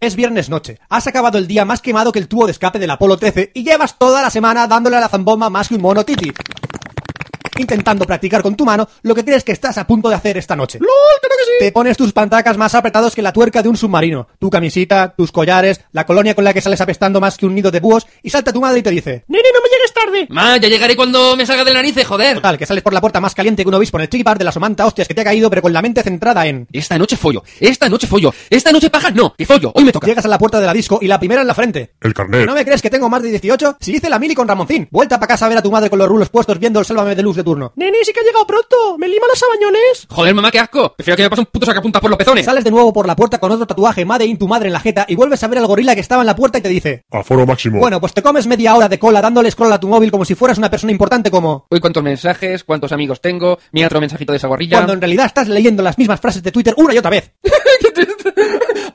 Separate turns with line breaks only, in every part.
Es viernes noche, has acabado el día más quemado que el tubo de escape del Apolo 13 y llevas toda la semana dándole a la zambomba más que un mono titi. Intentando practicar con tu mano lo que crees que estás a punto de hacer esta noche. Te pones tus pantacas más apretados que la tuerca de un submarino, tu camisita, tus collares, la colonia con la que sales apestando más que un nido de búhos y salta tu madre y te dice
Nene, no me llegues tarde.
Ma, ya llegaré cuando me salga de narices, joder.
Total, que sales por la puerta más caliente que un obispo en el chiquipar de la somanta hostias que te ha caído pero con la mente centrada en
Esta noche follo, esta noche follo, esta noche pajas no, que follo, hoy me toca.
Llegas a la puerta de la disco y la primera en la frente. ¿Que
El carnet.
¿No me crees que tengo más de 18? Si hice la mili con Ramoncín. Vuelta para casa a ver a tu madre con los rulos puestos viendo el sálvame de luz de turno.
Nene, sí que ha llegado pronto. Me lima los sabañones.
Joder, mamá, qué asco. Prefiero que me pase un puto sacapuntas por los pezones.
Sales de nuevo por la puerta con otro tatuaje Made in tu madre en la jeta y vuelves a ver al gorila que estaba en la puerta y te dice
Aforo máximo.
Bueno, pues te comes media hora de cola dándole scroll a tu móvil como si fueras una persona importante como...
Hoy cuántos mensajes, cuántos amigos tengo, mira otro mensajito de esa gorrilla.
Cuando en realidad estás leyendo las mismas frases de Twitter una y otra vez.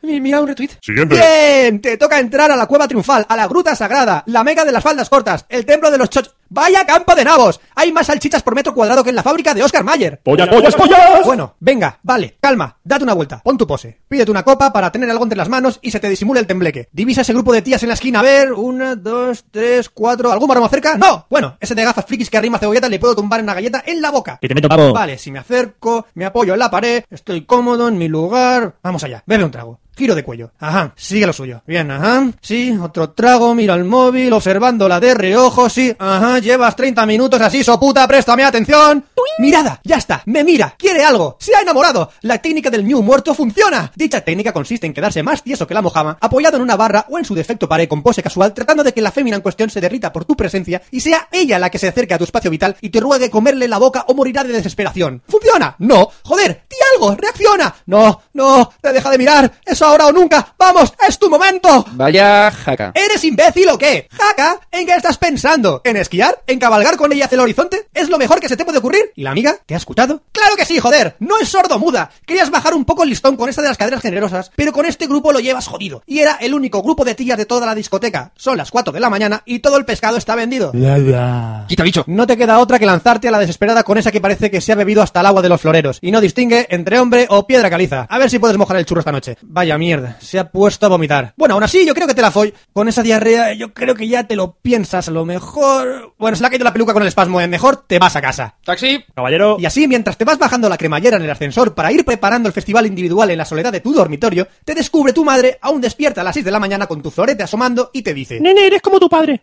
Mi- Mira un retweet.
Siguiente.
Bien, te toca entrar a la cueva triunfal, a la gruta sagrada, la mega de las faldas cortas, el templo de los choch... ¡Vaya campo de nabos! Hay más salchichas por metro cuadrado que en la fábrica de Oscar Mayer.
¡Pollas, pollas, pollas!
Bueno, venga, vale, calma, date una vuelta, pon tu pose, pídete una copa para tener algo entre las manos y se te disimula el tembleque. Divisa ese grupo de tías en la esquina, a ver, una, dos, tres, cuatro, ¿algún maromo cerca? ¡No! Bueno, ese de gafas frikis que arrima cebolleta le puedo tumbar una galleta en la boca.
Que te meto pavo.
Vale, si me acerco, me apoyo en la pared, estoy cómodo en mi lugar. Vamos allá, bebe un trago. Giro de cuello. Ajá, sigue lo suyo. Bien, ajá. Sí, otro trago, mira el móvil, observándola de reojo, sí. Ajá, llevas 30 minutos así, soputa, préstame atención. Mirada, ya está, me mira, quiere algo, se ha enamorado. La técnica del New Muerto funciona. Dicha técnica consiste en quedarse más tieso que la mojama, apoyado en una barra o en su defecto pared con pose casual, tratando de que la fémina en cuestión se derrita por tu presencia y sea ella la que se acerque a tu espacio vital y te ruegue comerle la boca o morirá de desesperación. ¿Funciona? No. Joder, di algo, reacciona. No, no, te deja de mirar. Es ahora o nunca. Vamos, es tu momento.
Vaya jaca.
¿Eres imbécil o qué? Jaca, ¿en qué estás pensando? ¿En esquiar? ¿En cabalgar con ella hacia el horizonte? ¿Es lo mejor que se te puede ocurrir? ¿Y la amiga? ¿Te ha escuchado? ¡Claro que sí, joder! ¡No es sordo muda! Querías bajar un poco el listón con esta de las caderas generosas, pero con este grupo lo llevas jodido. Y era el único grupo de tías de toda la discoteca. Son las 4 de la mañana y todo el pescado está vendido.
Quita bicho.
No te queda otra que lanzarte a la desesperada con esa que parece que se ha bebido hasta el agua de los floreros y no distingue entre hombre o piedra caliza. A ver si puedes mojar el churro esta noche. Vaya mierda, se ha puesto a vomitar. Bueno, aún así, yo creo que te la foy. Con esa diarrea, yo creo que ya te lo piensas. A lo mejor. Bueno, se le ha caído la peluca con el espasmo, ¿eh? Mejor te vas a casa.
Taxi.
Caballero.
Y así, mientras te vas bajando la cremallera en el ascensor para ir preparando el festival individual en la soledad de tu dormitorio, te descubre tu madre, aún despierta a las 6 de la mañana con tu florete asomando y te dice.
Nene, eres como tu padre.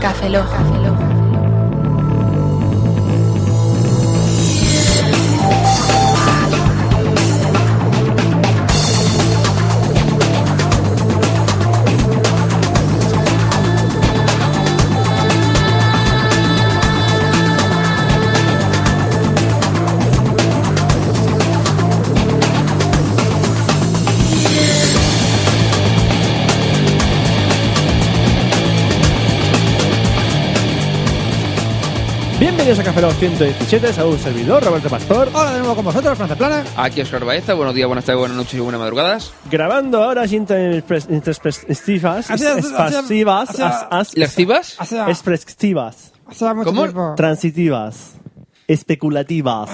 Café Lock.
Bienvenidos a Café Lock 117, saludos servidor, Roberto Pastor.
Hola de nuevo con vosotros, Franza Plana.
Aquí Oscar Baeza. Buenos días, buenas tardes, buenas noches y buenas madrugadas.
Grabando ahora introspectivas,
Hacia-
expansivas,
hacia-
as- as-
¿Las cibas?
Hace,
expresivas,
hace mucho
¿Cómo?
tiempo.
transitivas, especulativas,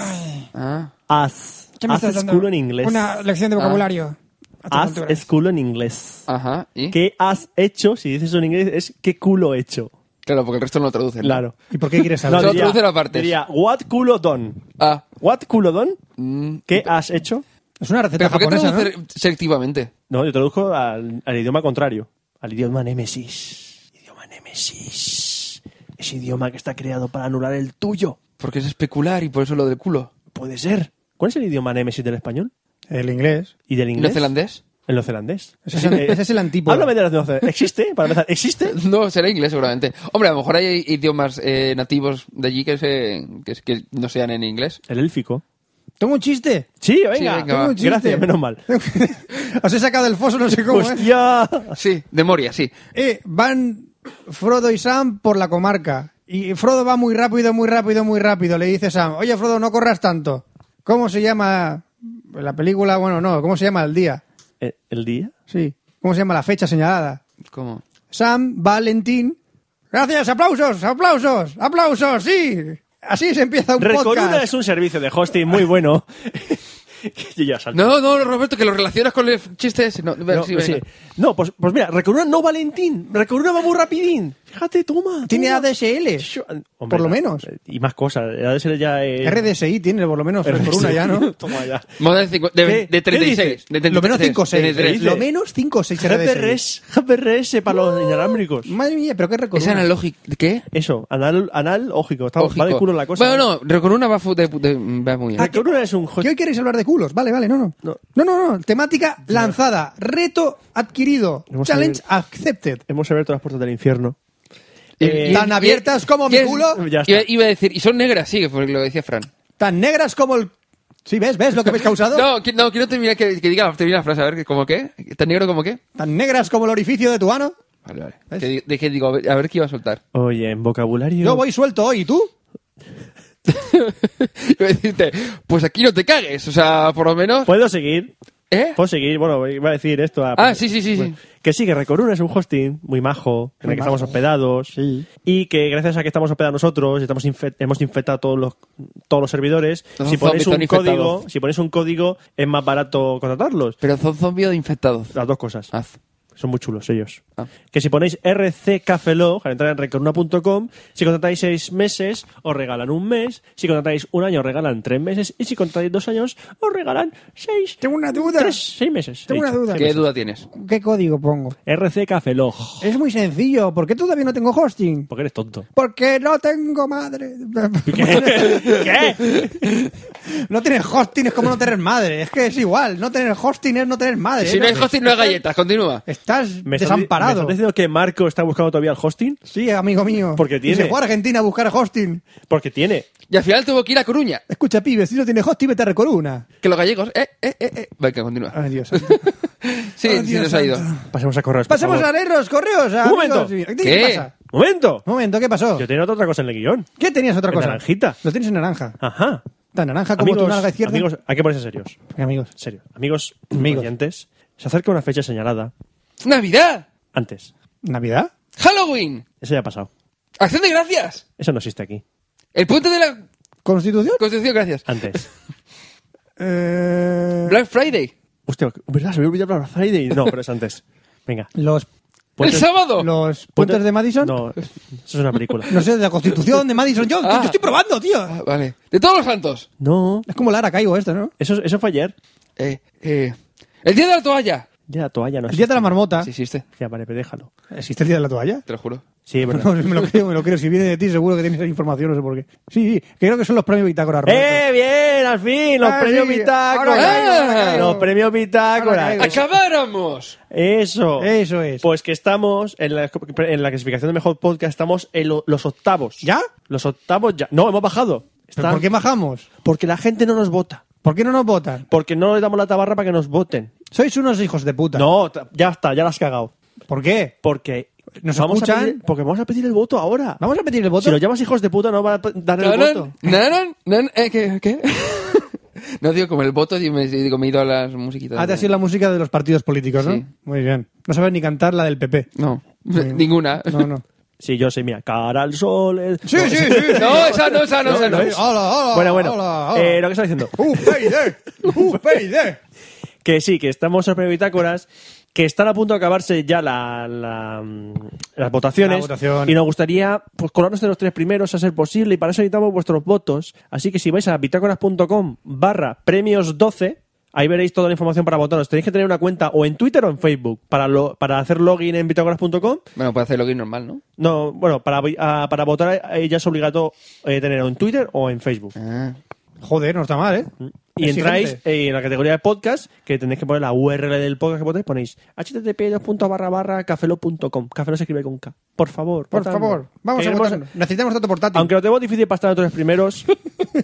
Ah.
as.
¿Qué me
As
estás
es
dando?
culo en inglés. Ah.
Una lección de vocabulario. A tu
As
altura.
es culo en inglés.
Ajá. ¿Y?
¿Qué has hecho? Si dices eso en inglés, es ¿qué culo he hecho?
Claro, porque el resto no lo traducen. ¿no?
Claro.
¿Y por qué quieres
No,
saber?
Solo traducen aparte.
diría, what culo don.
Ah.
What culo don?
mm.
¿Qué has hecho?
Es una receta
¿Pero por qué
japonesa, ¿no?
traducen selectivamente?
No, yo traduzco al, al idioma contrario. Al idioma Némesis. Idioma Némesis. Ese idioma que está creado para anular el tuyo.
Porque es especular y por eso lo del culo.
Puede ser. ¿Cuál es el idioma Némesis del español?
El inglés.
¿Y del
¿Y
inglés?
¿Neozelandés?
El neozelandés.
Ese es el- ese es el antípodo.
Háblame de los neozelandeses. ¿Existe? Para empezar, ¿existe?
No, será inglés seguramente. Hombre, a lo mejor hay idiomas eh, nativos de allí que, se, que, que no sean en inglés.
El élfico.
Tengo un chiste.
Sí, venga.
venga, va.
Gracias, menos mal.
Os he sacado del foso, no sé cómo. ¿eh?
¡Hostia!
Sí, de Moria, sí.
Eh, van Frodo y Sam por la comarca. Y Frodo va muy rápido, muy rápido, muy rápido. Le dice Sam, oye Frodo, no corras tanto. ¿Cómo se llama la película? Bueno, no, ¿cómo se llama el día?
¿El, Eh, el día?
Sí. ¿Cómo se llama la fecha señalada?
¿Cómo?
Sam, Valentín. Gracias, aplausos, aplausos, aplausos, sí. Así se empieza un
Recoruna
podcast.
es un servicio de hosting muy bueno que yo ya salto.
No, no, Roberto, que lo relacionas con el chiste ese. No,
No,
sí, venga.
sí. No, pues, pues mira, Recoruna no Valentín, Recoruna vamos rapidín. Fíjate, toma.
Tiene
toma.
ADSL.
Yo-
E. por lo
no.
menos.
Y más cosas. ADSL E ya es...
RDSI tiene por lo menos tres E por una ya, ¿no?
E. Toma ya.
Moda de, cincu- de,
¿Qué-
de
qué
36. de 33,
Lo menos 5 o 6.
de 33.
Lo menos 5 o 6 RDSI.
GPRS, GPRS para los inalámbricos.
Madre mía, pero qué
Es
recorrido.
analógico. ¿Qué?
Eso, anal, analógico. Está, va de
Lógico.
culo la cosa. Ah,
Bueno, no, Recoruna va, fu- de, de- va muy bien.
Recoruna es un... jo-
Que hoy queréis hablar de culos. Vale, vale, no, no.
No.
No, no, no. Temática lanzada. Reto adquirido.
Vamos a
Challenge accepted.
Hemos abierto las puertas del infierno.
Y-
Eh,
y-
Tan
y-
abiertas como mi
y es-
culo.
Ya está.
Iba, iba a decir, y son negras, sí, porque lo decía Fran.
Tan negras como el. Sí, ¿ves? ¿Ves lo que habéis causado?
No, qui- no quiero terminar que, que diga termina la frase, a ver, ¿cómo qué? ¿Tan negro como qué?
Tan negras como el orificio de tu ano.
Vale, vale.
¿Ves?
Que di- de que digo, a ver, a ver qué iba a soltar.
Oye, en vocabulario...
Yo voy suelto hoy, ¿y tú?
iba a decirte, pues aquí no te cagues, o sea, por lo
Pues,
menos.
¿Puedo seguir?
¿Eh?
Puedo seguir, bueno, iba a decir esto. a-
Ah, sí, sí, sí, sí.
Que sí, que Recoruna es un hosting muy majo, en el que estamos hospedados. Y que gracias a que estamos hospedados nosotros, y estamos infe- hemos infectado todos los, todos los servidores.
Los
Si ponéis,
zombies están
un código,
infectados.
si ponéis un código, es más barato contratarlos.
Pero son zombies infectados.
Las dos cosas.
Haz.
Son muy chulos ellos.
Ah.
Que si ponéis rccafelog al entrar en recoruna.com, si contratáis seis meses, os regalan un mes. Si contratáis un año, os regalan tres meses. Y si contratáis dos años, os regalan seis.
Tengo una duda.
Tres, seis meses.
Tengo
he
una
dicho,
duda.
seis
¿Qué
meses.
duda tienes?
¿Qué código pongo?
rccafelog.
Es muy sencillo. ¿Por qué todavía no tengo hosting?
Porque eres tonto.
Porque no tengo madre.
¿Qué?
No tener hosting es como no tener madre. Es que es igual. No tener hosting es no tener madre.
Si no hay hosting, no hay galletas, continúa.
Estás
¿Me estás, ¿Me
desamparado.
estás diciendo que Marco está buscando todavía el hosting?
Sí, amigo mío.
Porque
Y
tiene.
Se fue a Argentina a buscar hosting.
Porque tiene.
Y al final tuvo que ir a Coruña.
Escucha, pibe, si no tienes hosting, vete a Recoruna.
Que los gallegos. Eh, eh, eh, eh. Venga, continúa.
Ay, Dios.
Sí,
Ay,
sí
Dios
nos ha ido.
santo.
Pasemos a correos. por
Pasemos a
favor.
leer los correos.
Un
amigos.
momento.
¿Qué?
¿Qué?
pasa?
¡Momento!
Un momento, ¿qué pasó?
Yo tenía otra cosa en el guión.
¿Qué tenías otra
En
cosa?
naranjita.
Lo tienes en naranja.
Ajá.
Tan naranja como tu nalga izquierda. Eh,
amigos, hay que ponerse serios.
Amigos.
Serio. Amigos,
Amigos.
oyentes, se acerca una fecha señalada
¡Navidad!
antes.
¿Navidad?
¡Halloween!
Eso ya ha pasado.
¡Acción de gracias!
Eso no existe aquí.
El puente de la
¿Constitución?
Constitución, gracias.
Antes.
Eh,
Black Friday.
Hostia, ¿verdad? Se me olvidó hablar de Friday. No, pero es antes. Venga.
Los,
Puentes-
Pues
¡El sábado!
los puentes de Madison.
No, eso es una película.
No sé, de la Constitución de Madison. Yo,
Ah.
yo estoy probando, tío.
Ah, vale. De todos los santos.
No.
Es como Lara Caigo esto, ¿no?
Eso, eso fue ayer.
Eh, eh. El día de la toalla.
Ya la toalla no
El día de la
existe.
marmota.
Sí, existe.
Ya, vale, pero déjalo.
¿Existe el día de la toalla?
Te lo juro.
Sí, es verdad.
No, me lo creo, me lo creo. Si viene de ti, seguro que tienes esa información, no sé por qué. Sí, sí, creo que son los premios Bitácora. Roberto.
¡Eh, bien! ¡Al fin! ¡Los
Ah,
premios
sí,
Bitácora!
ahora
caigo, ahora
Ah,
caigo.
¡Los premios Bitácora!
Ahora caigo.
¡Acabáramos!
¡Eso!
Eso es.
Pues que estamos en la, en la clasificación de mejor podcast, estamos en lo- los octavos.
¿Ya?
Los octavos ya. No, hemos bajado.
¿Pero
Están-
¿Por qué bajamos?
Porque la gente no nos vota.
¿Por qué no nos votan?
Porque no le damos la tabarra para que nos voten.
Sois unos hijos de puta.
No, ta- ya está, ya la has cagado.
¿Por qué?
Porque
¿Nos
vamos a
escuchan?
pedir- porque vamos a pedir el voto ahora.
¿Vamos a pedir el voto?
Si lo llamas hijos de puta, no van a p- dar el voto.
Nanan, nanan, nan- eh, ¿Qué? qué? no digo como el voto, digo, me, digo, me he ido a las musiquitas.
Ah, te ha sido la música de los partidos políticos, ¿no?
Sí.
Muy bien. No sabes ni cantar la del PP.
No, ninguna.
No, no.
Sí, yo sé, mira, cara al sol. el-
Sí,
No,
sí,
es-
sí. sí.
No, esa no, esa no, esa no.
¿no es?
Hola, hola.
Bueno, bueno.
Hola, Uh, hola.
Eh, lo que está diciendo.
UPyD, UPyD.
Que sí, que estamos en prebitácoras, que están a punto de acabarse ya la, la, mm, las votaciones.
La votación.
Y nos gustaría pues, colarnos de los tres primeros a ser posible, y para eso necesitamos vuestros votos. Así que si vais a bitácoras.com barra premios 12, ahí veréis toda la información para votaros. Tenéis que tener una cuenta o en Twitter o en Facebook para, lo- para hacer login en bitácoras.com.
Bueno, puede hacer login normal, ¿no?
No, bueno, para, ah, para votar eh, ya es obligado eh, tener o en Twitter o en Facebook.
Ah.
Joder, no está mal, ¿eh?
Y
Exigente.
entráis eh, en la categoría de podcast, que tenéis que poner la URL del podcast que votáis, ponéis http barra barra cafelo.com. Cafelo se escribe con K. Por favor,
Por
votadnos.
favor, vamos a
Queremos-
votar. Necesitamos dato portátil.
Aunque lo tengo difícil para estar entre los primeros.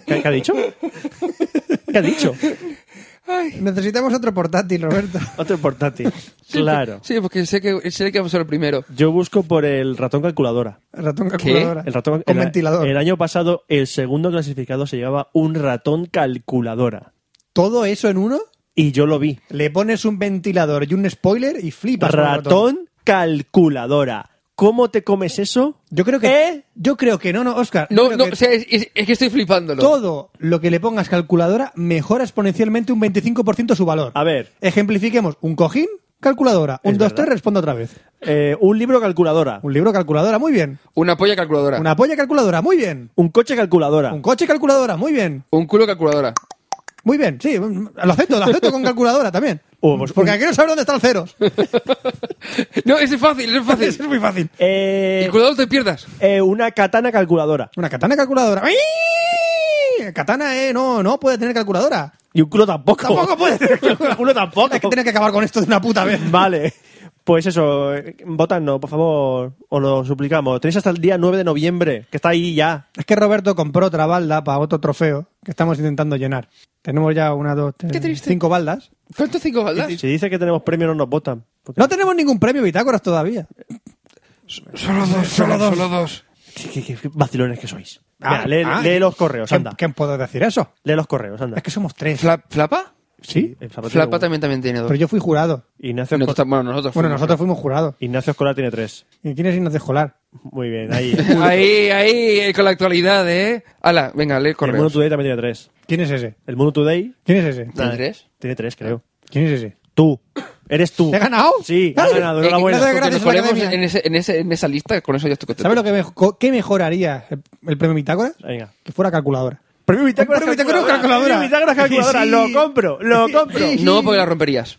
¿Qué, qué ha dicho? ¿Qué ha dicho?
Necesitamos otro portátil, Roberto.
Otro portátil. Claro.
Sí, porque sé que sé que vamos a ser el primero.
Yo busco por el ratón calculadora.
Ratón calculadora.
El ratón
Con
el-
ventilador.
El año pasado, el segundo clasificado se llevaba un ratón calculadora.
Todo eso en uno,
Y yo lo vi.
le pones un ventilador y un spoiler y flipas. con el
Ratón calculadora. ¿Cómo te comes eso?
Yo creo que.
¿Eh?
Yo creo que no, no, Oscar.
No, no, o sea, es, es- es que estoy flipándolo.
Todo lo que le pongas calculadora mejora exponencialmente un 25% su valor.
A ver.
Ejemplifiquemos. Un cojín, calculadora. Un,
Es
dos,
verdad.
tres, responde otra vez.
Eh, un libro calculadora.
Un libro calculadora, muy bien.
Una polla calculadora.
Una polla calculadora, muy bien.
Un coche calculadora.
Un coche calculadora, muy bien.
Un culo calculadora.
Muy bien, sí. Lo acepto, lo acepto con calculadora también.
Oh, pues-
Porque aquí no saber dónde está el cero.
No, ese es fácil, ese es fácil.
Eso es muy fácil.
Eh,
Y cuidado, te pierdas.
eh, una katana calculadora.
Una katana calculadora. ¡Ay! Katana, eh, no, no puede tener calculadora.
Y un culo tampoco.
Tampoco puede tener
un culo tampoco.
Hay que tener que acabar con esto de una puta vez.
Vale. Pues eso, eh, votadnos, por favor, o lo suplicamos. Tenéis hasta el día 9 de noviembre, que está ahí ya.
Es que Roberto compró otra balda para otro trofeo que estamos intentando llenar. Tenemos ya una, dos, tres,
Qué triste.
cinco baldas.
¿Cuántos cinco baldas?
Si dice que tenemos premio, no nos votan. Porque-
No tenemos ningún premio bitácoras todavía.
Solo dos, solo dos. Solo dos.
Qué- qué- qué vacilones que sois. Venga,
Ah,
lee,
ah,
lee los correos,
¿Quién,
anda.
quién puede decir eso?
Lee los correos, anda.
Es que somos tres.
Fla- ¿Flapa?
sí,
El Flapa tiene
Flapa
uno.
también, también tiene dos.
pero yo fui jurado.
Ignacio,
No,
Esco-
está- bueno, nosotros.
Bueno,
fuimos.
nosotros fuimos jurados.
Ignacio Escola tiene tres.
¿Y quién es Ignacio Escolar?
Muy bien, ahí.
Ahí, ahí, eh, con la actualidad, ¿eh? Hala, venga, lee
El Mundo
correos.
Today también tiene tres.
¿Quién es ese?
El Mundo Today
¿Quién es ese?
¿Tiene tres?
tiene tres, creo.
¿Quién es ese?
Tú. Eres tú.
¿He ganado?
Sí, has
¡Ay!
ganado.
Eh,
Enhorabuena.
gracias,
con que
gracias
nos
a la
colemos
academia.
en, ese- en ese- en esa lista, con eso ya estoy contento.
¿Sabes lo que mejo- qué mejoraría el, el premio bitácoras?
Venga.
Que fuera calculadora.
Premio
Bitácoras
Bitácoras
calculadora.
Premio Bitácoras calculadora.
Sí.
Lo compro, lo compro.
No, porque la romperías.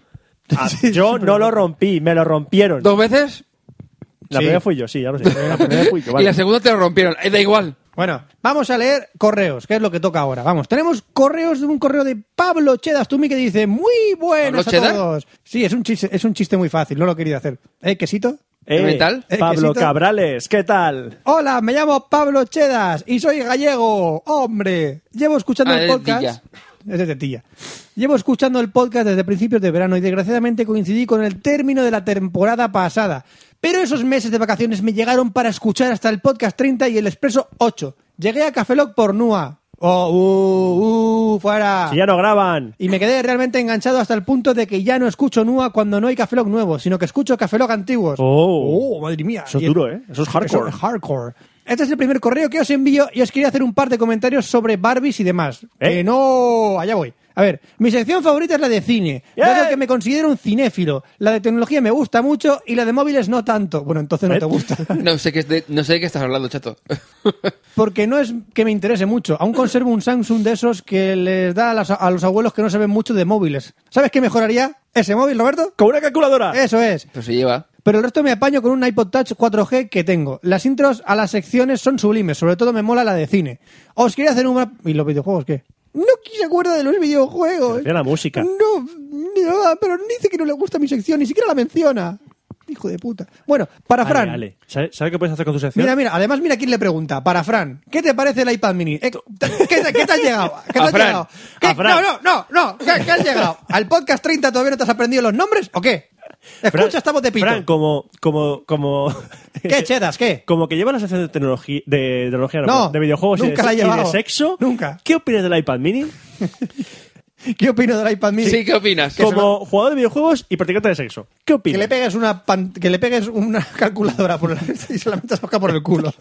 Ah, yo no lo rompí, me lo rompieron.
¿Dos veces?
La
Sí.
primera fui yo, sí, ya lo sé. La primera fui yo,
Y
vale.
la segunda te lo rompieron. Eh, da igual.
Bueno, vamos a leer correos, que es lo que toca ahora. Vamos, tenemos correos de un correo de Pablo Chedas Tumi que dice, muy buenos
¿Pablo
a
Cheddar?
todos. Sí, es un, chiste, es un chiste muy fácil, no lo he querido hacer. ¿Eh, quesito?
Eh,
¿qué tal?
Eh,
Pablo
quesito.
Cabrales, ¿qué tal?
Hola, me llamo Pablo Chedas y soy gallego. Hombre, llevo escuchando
Ah,
el
es
podcast. Es de Tetilla. Llevo escuchando el podcast desde principios de verano y desgraciadamente coincidí con el término de la temporada pasada. Pero esos meses de vacaciones me llegaron para escuchar hasta el podcast 30 y el expreso 8. Llegué a Cafeloc por Nua. Oh, uh, uh, fuera.
Si ya no graban.
Y me quedé realmente enganchado hasta el punto de que ya no escucho Nua cuando no hay Cafeloc nuevo, sino que escucho Cafeloc antiguos.
Oh.
madre mía.
Eso es
Y-
duro, ¿eh? Eso es hardcore.
Eso es hardcore. Este es el primer correo que os envío y os quería hacer un par de comentarios sobre Barbies y demás.
¿Eh?
Que no, allá voy. A ver, mi sección favorita es la de cine,
¡Bien!
dado que me considero un cinéfilo. La de tecnología me gusta mucho y la de móviles no tanto. Bueno, entonces no
¿Eh?
te gusta.
No sé, qué es de- no sé de qué estás hablando, chato.
Porque no es que me interese mucho. Aún conservo un Samsung de esos que les da a, las- a los abuelos que no saben mucho de móviles. ¿Sabes qué mejoraría ese móvil, Roberto?
Con una calculadora.
Eso es.
Pero se lleva.
Pero el resto me apaño con un iPod Touch 4G que tengo. Las intros a las secciones son sublimes, sobre todo me mola la de cine. Os quería hacer un... ¿Y los videojuegos qué? No que se acuerda de los videojuegos.
refiere a la música.
No, no, pero dice que no le gusta mi sección, ni siquiera la menciona. Hijo de puta. Bueno, para
Ale,
Fran.
Ale, ¿sabes, sabes qué puedes hacer con tu sección?
Mira, mira, además mira quién le pregunta. Para Fran, ¿qué te parece el iPad mini? Eh, ¿Qué, te- qué te has llegado? ¿Qué te
A
has
Fran,
llegado? ¿Qué-
a
No,
Fran.
no, no, no. ¿Qué, qué has llegado? ¿Al podcast 30 todavía no te has aprendido los nombres o qué?
Fran-
Escucha, estamos de pito.
Fran, como, como, como.
¿Qué chedas? ¿Qué?
Como que lleva la sección de tecnología, de, tecnología no,
No,
perdón, de videojuegos y,
nunca
de,
la he
y de
llevado.
sexo.
Nunca.
¿Qué opinas del iPad mini?
¿Qué opino del iPad mini?
Sí, ¿qué opinas?
Como jugador de videojuegos y practicante de sexo. ¿Qué
que
opinas?
le pegues una pan- que le pegues una calculadora por la y se la metas a Oscar por el culo.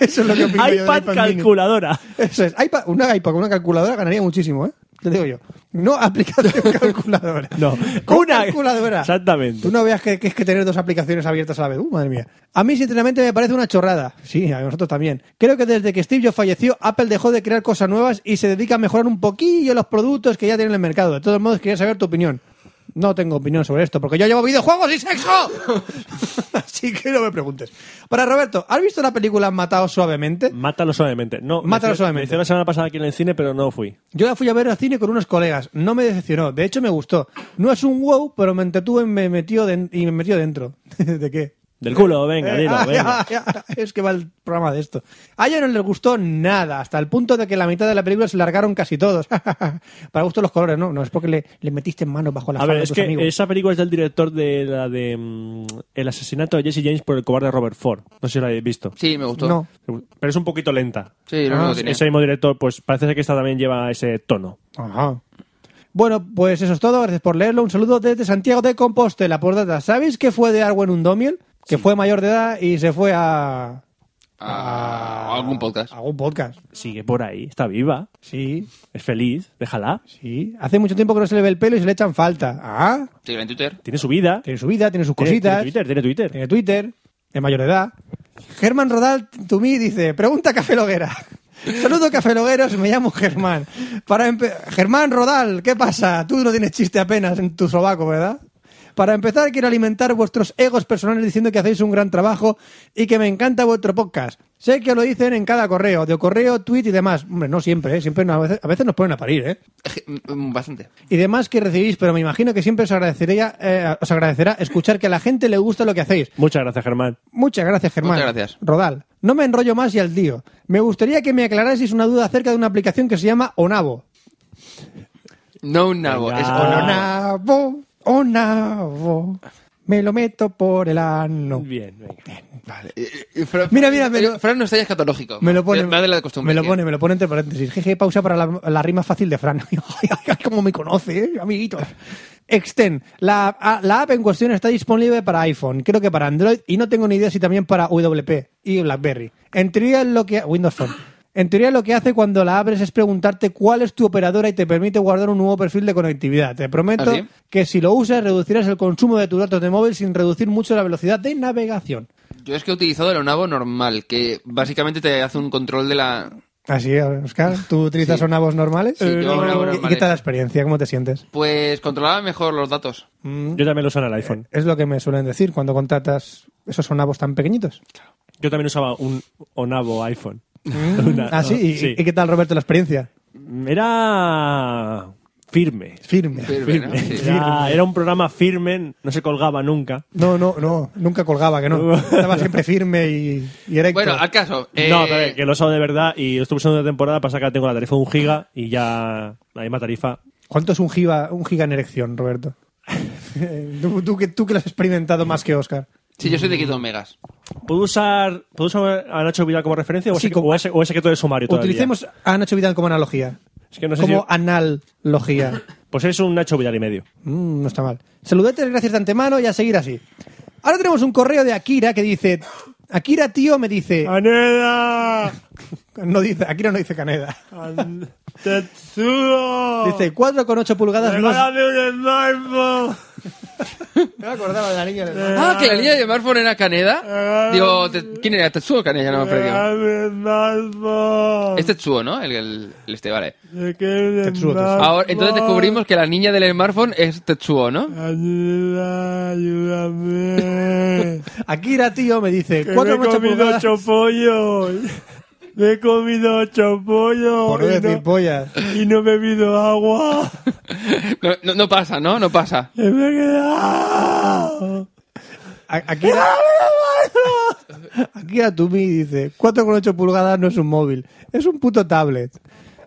Eso es lo que opino yo del
iPad
mini.
calculadora.
Eso es. iPad, una iPad con una calculadora ganaría muchísimo, ¿eh? Te digo yo. No aplicación calculadora.
No,
Con
una-
calculadora.
Exactamente.
Tú no veas que, que es que tener dos aplicaciones abiertas a la vez. Uh, madre mía. A mí, sinceramente, me parece una chorrada. Sí, a nosotros también. Creo que desde que Steve Jobs falleció, Apple dejó de crear cosas nuevas y se dedica a mejorar un poquillo los productos que ya tiene en el mercado. De todos modos, quería saber tu opinión. No tengo opinión sobre esto, porque yo llevo videojuegos y sexo. Así que no me preguntes. Para Roberto, ¿has visto la película Matado suavemente?
Mátalo suavemente. No, me
Mátalo
hice-
suavemente.
Me hice la semana pasada aquí en el cine, pero no fui.
Yo la fui a ver al cine con unos colegas. No me decepcionó. De hecho, me gustó. No es un wow, pero me entretuvo y me metió, den- y me metió dentro. ¿De qué?
Del culo, venga,
Eh,
dilo,
ah,
venga.
ya, ya, es que va el programa de esto. A ellos no les gustó nada, hasta el punto de que la mitad de la película se largaron casi todos. Para gusto los colores, no, no, es porque le, le metiste manos bajo la
A
falda
ver,
de
es
tus
que
amigos.
esa película es del director de la de mm, El asesinato de Jesse James por el cobarde Robert Ford. No sé si la habéis visto.
Sí, me gustó.
No.
Pero es un poquito lenta.
Sí, no, no,
Ah,
lo tenía.
Ese mismo director, pues parece ser que esta también lleva ese tono.
Ajá. Bueno, pues eso es todo. Gracias por leerlo. Un saludo desde Santiago de Compostela. Por data, ¿sabéis qué fue de Arwen Undomiel? que fue mayor de edad y se fue a...
A algún podcast.
A algún podcast.
Sigue por ahí, está viva,
Sí,
es feliz, déjala.
sí. Hace mucho tiempo que no se le ve el pelo y se le echan falta. Ah,
Sí, en Twitter.
Tiene su vida.
tiene su vida, tiene sus
tiene-
cositas.
Tiene Twitter, tiene Twitter.
Tiene Twitter, es mayor de edad. Germán Rodal to me dice, pregunta Café Loguera. Saludo Café Logueros, me llamo Germán. Para empe- Germán Rodal, ¿qué pasa? Tú no tienes chiste apenas en tu sobaco, ¿verdad? Para empezar, quiero alimentar vuestros egos personales diciendo que hacéis un gran trabajo y que me encanta vuestro podcast. Sé que lo dicen en cada correo, de correo, tweet y demás. Hombre, no siempre, ¿eh? Siempre, no, a, veces, a veces nos ponen a parir, ¿eh?
Mm, mm, Bastante.
y demás que recibís, pero me imagino que siempre os, agradecería, eh, os agradecerá escuchar que a la gente le gusta lo que hacéis.
Muchas gracias, Germán.
Muchas gracias, Germán.
Muchas gracias.
Rodal. No me enrollo más y al lío. Me gustaría que me aclaraseis una duda acerca de una aplicación que se llama Onavo.
No un nabo,
Venga.
es Onona.
Onavo, Onavo. Me lo meto por el ano.
Bien, venga.
Vale. Eh, eh, Fran,
Mira, mira, me
eh,
lo-
Fran no está ya escatológico.
Me lo pone,
Va de la costumbre.
me lo
tío.
pone, me lo pone entre paréntesis. Jeje, pausa para la, la rima fácil de Fran. Ay, ay, ay, cómo me conoce, eh, amiguitos. Extend. La, a- la app en cuestión está disponible para iPhone, creo que para Android y no tengo ni idea si también para WP y BlackBerry. En teoría lo que Windows Phone. En teoría lo que hace cuando la abres es preguntarte cuál es tu operadora y te permite guardar un nuevo perfil de conectividad. Te prometo
¿Ah, sí?
que si lo usas reducirás el consumo de tus datos de móvil sin reducir mucho la velocidad de navegación.
Yo es que he utilizado el Onabo normal, que básicamente te hace un control de la.
Así, Oscar, ¿tú utilizas
Sí.
onavos normales?
Sí, yo
¿Y
onavos
qué- ¿Y qué
normales.
tal la experiencia? ¿Cómo te sientes?
Pues controlaba mejor los datos.
Yo también lo usaba en el iPhone.
Es lo que me suelen decir cuando contratas esos onavos tan pequeñitos.
Yo también usaba un Onavo iPhone.
ah, sí. ¿Y,
sí.
y qué tal, Roberto, la experiencia?
Era firme.
Firme.
Firme, ¿no? Sí.
Era, era un programa firme, no se colgaba nunca.
No, no, no. Nunca colgaba, que no. Estaba siempre firme y, y erecto.
Bueno, al caso. eh,
No, pero que lo usaba de verdad y lo estuve usando una temporada, pasa que ahora tengo la tarifa de un giga y ya la misma tarifa.
¿Cuánto es un giga, un giga en erección, Roberto? tú, tú que, tú que lo has experimentado más que Oscar.
Sí, yo soy de Quito Megas.
¿Puedo usar, ¿puedo usar a Nacho Vidal como referencia o,
Sí,
ese,
como-
o ese- o ese que todo es sumario todavía?
Utilicemos a Nacho Vidal como analogía.
Es que no sé
como
si-
analogía.
Pues eres un Nacho Vidal y medio.
Mm, no está mal. Saludetes, gracias de antemano y a seguir así. Ahora tenemos un correo de Akira que dice... Akira, tío, me dice...
¡Aneda!
No dice, Akira no dice Caneda. Dice 4,8 pulgadas no... es-
un smartphone!
Me acordaba de la niña del-
Ah, que la línea de smartphone era Caneda. Digo, te- ¿quién era? ¿Tetsuo o Caneda? Ya no me he perdido. Es Tetsuo, ¿no? El, el- el este, vale.
Tetsuo, Tetsuo.
Ahora, entonces descubrimos que la niña del smartphone es Tetsuo, ¿no?
Ah. Ayuda, ayúdame.
Akira, tío, me dice
que me he
4,8
comido
pulgadas...
ocho pollos. Me he comido ocho pollos.
Por no
y,
decir
no,
pollas.
y no he bebido agua.
No, no- no pasa, ¿no? No pasa.
Que me he quedado.
A- Akira... Akira Tumi dice 4,8 pulgadas no es un móvil, es un puto tablet.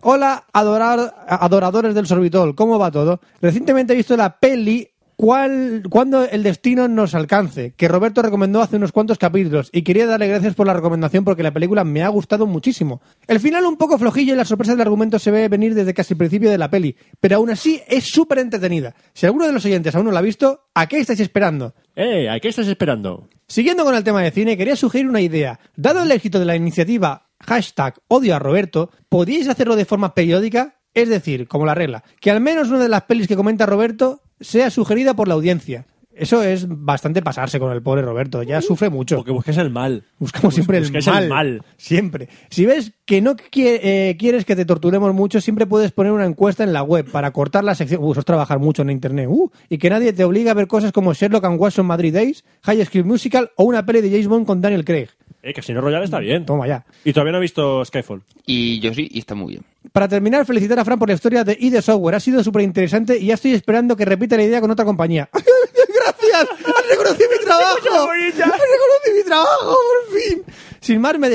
Hola, adorar, a- adoradores del sorbitol, ¿cómo va todo? Recientemente he visto la peli cual, Cuando el destino nos alcance, que Roberto recomendó hace unos cuantos capítulos, y quería darle gracias por la recomendación porque la película me ha gustado muchísimo. El final un poco flojillo y la sorpresa del argumento se ve venir desde casi el principio de la peli, pero aún así es súper entretenida. Si alguno de los oyentes aún no la ha visto, ¿a qué estáis esperando?
Eh, ¿a qué estás esperando?
Siguiendo con el tema de cine, quería sugerir una idea. Dado el éxito de la iniciativa hashtag odio a Roberto, ¿podríais hacerlo de forma periódica? Es decir, como la regla, que al menos una de las pelis que comenta Roberto sea sugerida por la audiencia. Eso es bastante pasarse con el pobre Roberto, ya sufre mucho.
Porque busques el mal.
Buscamos siempre el
buscáis
mal.
el mal.
Siempre. Si ves que no qui- eh, quieres que te torturemos mucho, siempre puedes poner una encuesta en la web para cortar la sección. Uh, eso es trabajar mucho en internet. Uh, y que nadie te obligue a ver cosas como Sherlock and Watson Madrid Days, High School Musical o una peli de James Bond con Daniel Craig.
Eh, Casino Royale está bien.
Toma ya.
Y todavía no he visto Skyfall.
Y yo sí, y está muy bien.
Para terminar, felicitar a Fran por la historia de ID Software. Ha sido súper interesante y ya estoy esperando que repita la idea con otra compañía. ¡Gracias! ¡Has reconocido mi trabajo! ¡Has reconocido mi trabajo, por fin! Sin más, me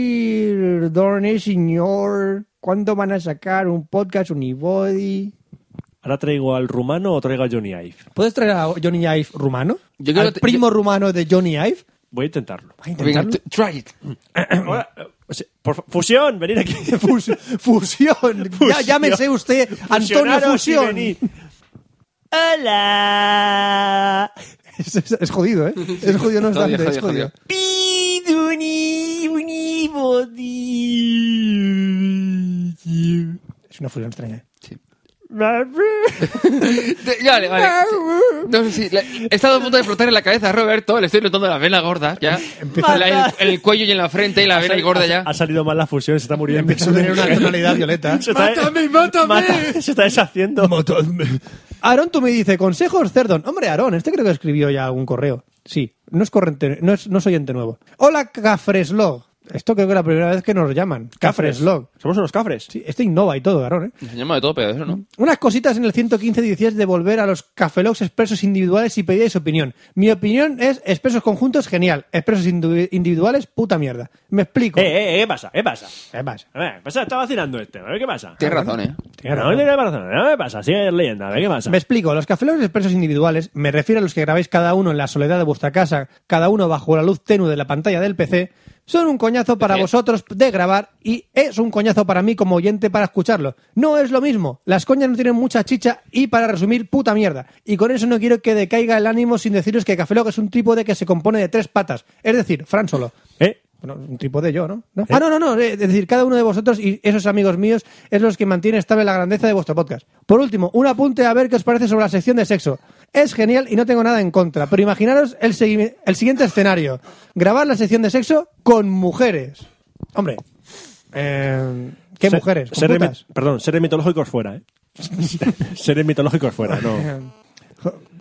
despidorne, señor. ¿Cuándo van a sacar un podcast unibody?
¿Ahora traigo al rumano o traigo a Johnny Ive?
¿Puedes traer a Johnny Ive rumano?
Yo creo
¿Al
que te-
primo rumano de Johnny Ive?
Voy a intentarlo.
¿Vas a
Venga,
intentarlo?
t- try it.
Ahora, eh, o sea, por fa- fusión, venid aquí.
Fus- fusión. Ya, llámese usted Antonio
Fusionaros y
Fusión.
venid. Hola.
Es, es- es jodido, ¿eh? Es jodido, no
Jodido,
obstante, es
jodido,
jodido.
jodido.
Es una fusión extraña. ¿eh?
Sí. Te- Vale, vale. No, sí, sí, la- he estado a punto de flotar en la cabeza a Roberto, le estoy notando la vena gorda ya. En, la- en- en el cuello y en la frente y la vena gorda ya.
Ha salido mal la fusión, se está muriendo.
Empieza a tener una tonalidad violeta.
Se está- ¿eh?
¡Mátame, mátame!
Mata- se está deshaciendo.
Aarón tú me dice, consejos Cerdón. Hombre, Aarón, este creo que escribió ya algún correo. Sí, no es corriente, no es, no es oyente nuevo. Hola, Cafreslog. Esto creo que es la primera vez que nos llaman. Cafreslog.
Somos unos cafres.
Sí, este innova y todo, Aarón, ¿eh?
Se llama de todo, pero eso no.
Unas cositas en el 115-16 de volver a los cafelogs expresos individuales y pedíais opinión. Mi opinión es expresos conjuntos, genial. Expresos indu- individuales, puta mierda. Me explico.
Eh, eh, eh, ¿qué pasa? ¿Qué pasa?
¿Qué pasa?
A ver, ¿qué pasa? Está vacilando este. A ver, ¿qué pasa?
Tienes razón, ¿eh?
Tienes
No,
razón.
tiene razón. A ver, ¿qué pasa? Sigue leyendo. A ver, ¿qué pasa?
Me explico, los cafelogs expresos individuales, me refiero a los que grabáis cada uno en la soledad de vuestra casa, cada uno bajo la luz tenue de la pantalla del PC, son un coñazo para
PC.
vosotros de grabar y es un coñazo para mí como oyente para escucharlo. No es lo mismo, las coñas no tienen mucha chicha y para resumir, puta mierda. Y con eso no quiero que decaiga el ánimo sin deciros que Cafelog es un trípode que se compone de tres patas, es decir, Fran solo.
¿Eh?
Bueno, un trípode yo, ¿no? ¿No? Ah, no, no, no. eh, Es decir, cada uno de vosotros y esos amigos míos es los que mantiene estable la grandeza de vuestro podcast. Por último, un apunte a ver qué os parece sobre la sección de sexo. Es genial y no tengo nada en contra, pero imaginaros el, segui- el siguiente escenario. Grabar la sección de sexo con mujeres. Hombre, eh, ¿qué
Se-
mujeres? ¿Con
seres
putas?
mit- Perdón, seres mitológicos fuera, ¿eh? seres mitológicos fuera, no.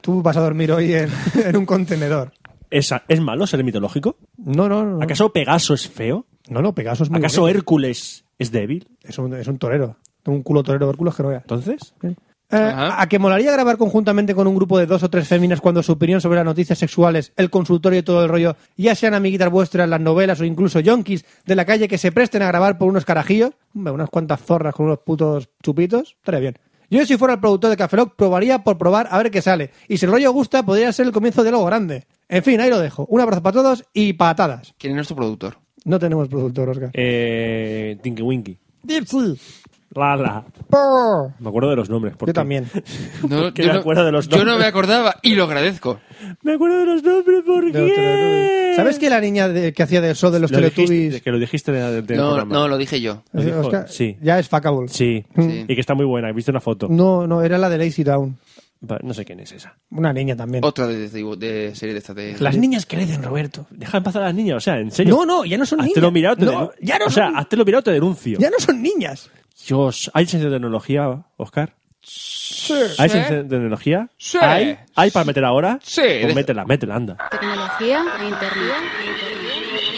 Tú vas a dormir hoy en, en un contenedor.
¿Es, ¿Es malo ser mitológico?
No, no, no.
¿Acaso Pegaso es feo?
No, no, Pegaso es muy
¿Acaso
bonito.
Hércules es débil?
es un, es un torero. Un culo torero, Hércules que no veas.
Entonces,
Eh,
Ajá.
¿A que molaría grabar conjuntamente con un grupo de dos o tres féminas cuando su opinión sobre las noticias sexuales, el consultorio y todo el rollo, ya sean amiguitas vuestras, las novelas o incluso yonkis de la calle que se presten a grabar por unos carajillos? Hombre, unas cuantas zorras con unos putos chupitos. Estaría bien. Yo, si fuera el productor de Café Lock, probaría por probar a ver qué sale. Y si el rollo gusta, podría ser el comienzo de algo grande. En fin, ahí lo dejo. Un abrazo para todos y patadas.
¿Quién es nuestro productor?
No tenemos productor, Oscar.
eh, Tinky Winky. Lala.
Por.
Me acuerdo de los nombres. porque-
Yo también.
No,
Porque Pues me acuerdo de los
yo no
nombres.
me acordaba y lo agradezco.
Me acuerdo de los nombres porque.
De otro- ¿Sabes que la niña de- que hacía de eso de los
Lo dijiste-
Teletubbies?
que lo dijiste de, de- del
No,
programa.
no, lo dije yo.
Lo dijo,
Oscar,
sí.
Ya es fuckable.
Sí.
Mm.
Sí.
Y que está muy buena. He visto una foto.
No, no, era la de Lazy Town.
Va, No sé quién es esa.
Una niña también.
Otra de, de- de serie de estas de...
Las niñas crecen, Roberto.
Deja en paz a las niñas, o sea, en serio.
No, no, ya no son
Hazte lo
niñas.
mirado, Ah, te
No,
denun-
ya no
O sea,
son-
hazte lo mirado, te denuncio.
Ya no son niñas.
Dios, ¿hay ciencia de tecnología, Oscar? ¿Hay ciencia de tecnología?
Sí.
¿Hay? ¿Hay para meter ahora?
Sí.
Pues métela, métela, anda.
Tecnología e internet.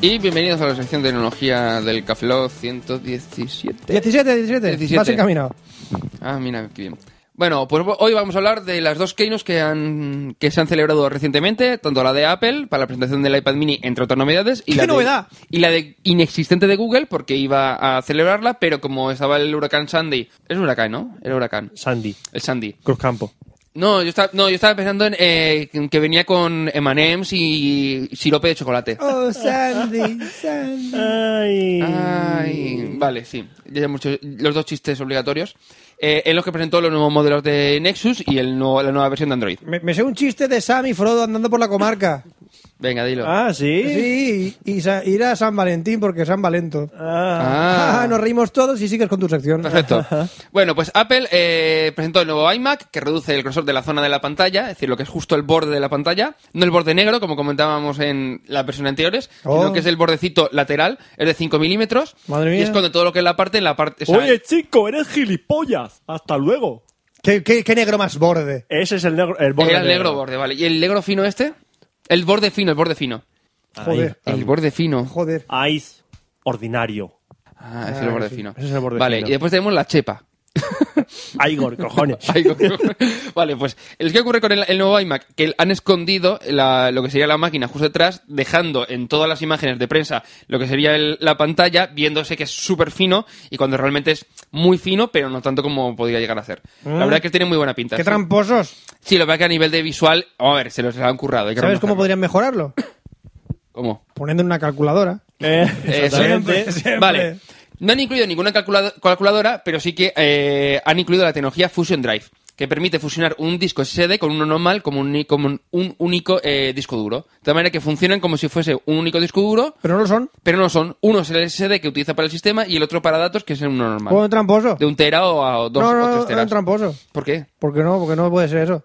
Y bienvenidos a la sección de tecnología del Café Lock 117.
17, 17.
17.
Vas encaminado.
Ah, mira, qué bien. Bueno, pues hoy vamos a hablar de las dos Keynote que, han, que se han celebrado recientemente, tanto la de Apple para la presentación del iPad mini, entre otras novedades, y,
¡Qué
la, de-
novedad!
y la de inexistente de Google, porque iba a celebrarla, pero como estaba el huracán Sandy, es huracán, ¿no? El huracán,
Sandy,
el Sandy.
Cruzcampo.
No, yo estaba, no, yo estaba pensando en eh, que venía con M&M's y sirope de chocolate.
Oh, Sandy, Sandy.
Ay.
Ah. Ay, vale, sí. Ya hemos hecho los dos chistes obligatorios. Eh, en los que presentó los nuevos modelos de Nexus y el nuevo- la nueva versión de Android.
Me, me sé un chiste de Sam y Frodo andando por la comarca.
Venga, dilo.
Ah, ¿sí?
Sí, y, y sa- ir a San Valentín porque San Valento.
Ah.
Ah.
Nos reímos todos y sigues con tu sección.
Perfecto. Bueno, pues Apple eh, presentó el nuevo iMac que reduce el grosor de la zona de la pantalla, es decir, lo que es justo el borde de la pantalla, no el borde negro como comentábamos en las versiones anteriores,
Oh.
sino que es el bordecito lateral, es de 5 milímetros
Madre mía.
y esconde todo lo que es la parte en la parte. o sea,
Oye, chico, eres gilipollas. Hasta luego.
¿Qué, qué, qué negro más borde?
Ese es el negro. El borde
era el negro borde, vale. ¿Y el negro fino este? El borde fino, el borde fino.
Joder.
Ahí.
El borde fino.
Joder.
Ice. Ordinario.
Ah, ese es el borde fino.
ese es el borde
vale,
fino.
y después tenemos la chepa.
Igor, cojones.
Ay, co- vale, pues el que ocurre con el, el nuevo iMac, que el- han escondido la- lo que sería la máquina justo detrás, dejando en todas las imágenes de prensa lo que sería el- la pantalla, viéndose que es súper fino y cuando realmente es muy fino, pero no tanto como podría llegar a ser. La verdad es que tiene muy buena pinta.
¡Qué
sí.
tramposos!
Sí, lo que pasa es que a nivel de visual, vamos a ver, se los han currado. hay que
¿Sabes cómo
reconocerlo.
podrían mejorarlo?
¿Cómo?
Poniendo en una calculadora.
Eh,
Eh,
exactamente.
siempre, siempre.
Vale. No han incluido ninguna calculado- calculadora, pero sí que eh, han incluido la tecnología Fusion Drive, que permite fusionar un disco SSD con uno normal como un, como un- un único eh, disco duro. De manera que funcionan como si fuese un único disco duro,
Pero no lo son.
pero no son. Uno es el SSD que utiliza para el sistema y el otro para datos, que es uno
¿Puedo un
normal.
tramposo?
De un tera o a dos
Pues No,
o
no,
tres
no, era un
teras.
tramposo.
¿Por qué?
¿Por qué no? Porque no puede ser eso.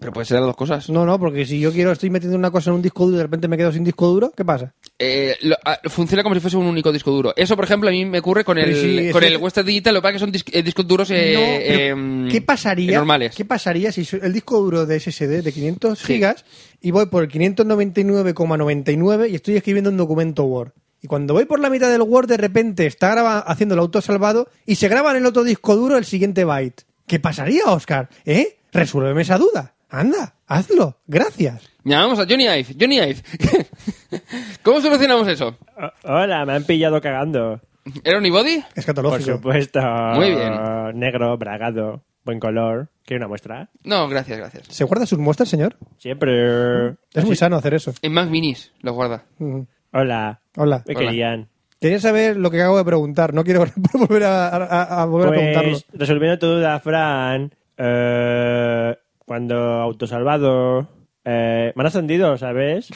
Pero puede ser las dos cosas.
No, no, porque si yo quiero, estoy metiendo una cosa en un disco duro y de repente me quedo sin disco duro, ¿qué pasa?
Eh, lo- ah, funciona como si fuese un único disco duro. Eso, por ejemplo, a mí me ocurre con
Pero
el,
si-
con
si-
el Western Digital, lo que pasa es que son dis- eh, discos duros eh,
No, pero
em,
¿Qué pasaría?
normales.
¿Qué pasaría si el disco duro de SSD de 500 gigas y voy por el 599,99 y estoy escribiendo un documento Word? Y cuando voy por la mitad del Word, de repente está graba- haciendo el autosalvado y se graba en el otro disco duro el siguiente byte. ¿Qué pasaría, Oscar? ¿Eh? Resuélveme esa duda. Anda, hazlo. Gracias.
Llamamos a Johnny Ive. Johnny Ive. ¿Cómo solucionamos eso?
O- Ah, Hola, me han pillado cagando.
¿Era un iBody?
Es
Por
catológico.
supuesto.
Muy bien.
Negro, bragado, buen color. ¿Quiere una muestra?
No, gracias, gracias.
¿Se guarda sus muestras, señor?
Siempre.
Es muy sano hacer eso.
En Mac Minis lo guarda.
Mm.
Hola.
Hola.
Me
Hola.
querían.
Quería saber lo que acabo de preguntar. No quiero volver a, a- a- a volver a preguntarlo.
Pues, resolviendo tu duda, Fran, eh, cuando autosalvado, eh, me han ascendido, ¿sabes?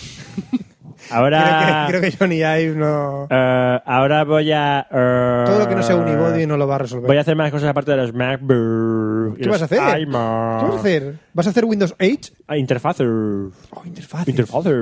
Ahora,
Creo que, creo que Johnny Ive no...
eh, ahora voy a... eh,
Todo lo que no sea unibody no lo va a resolver.
Voy a hacer más cosas aparte de los MacBook. y
¿Qué vas a
los
hacer? ¿Qué
iMac.
vas a hacer? ¿Vas a hacer Windows 8?
Ah, Interfaces.
Oh, interfaces.
Interfaces.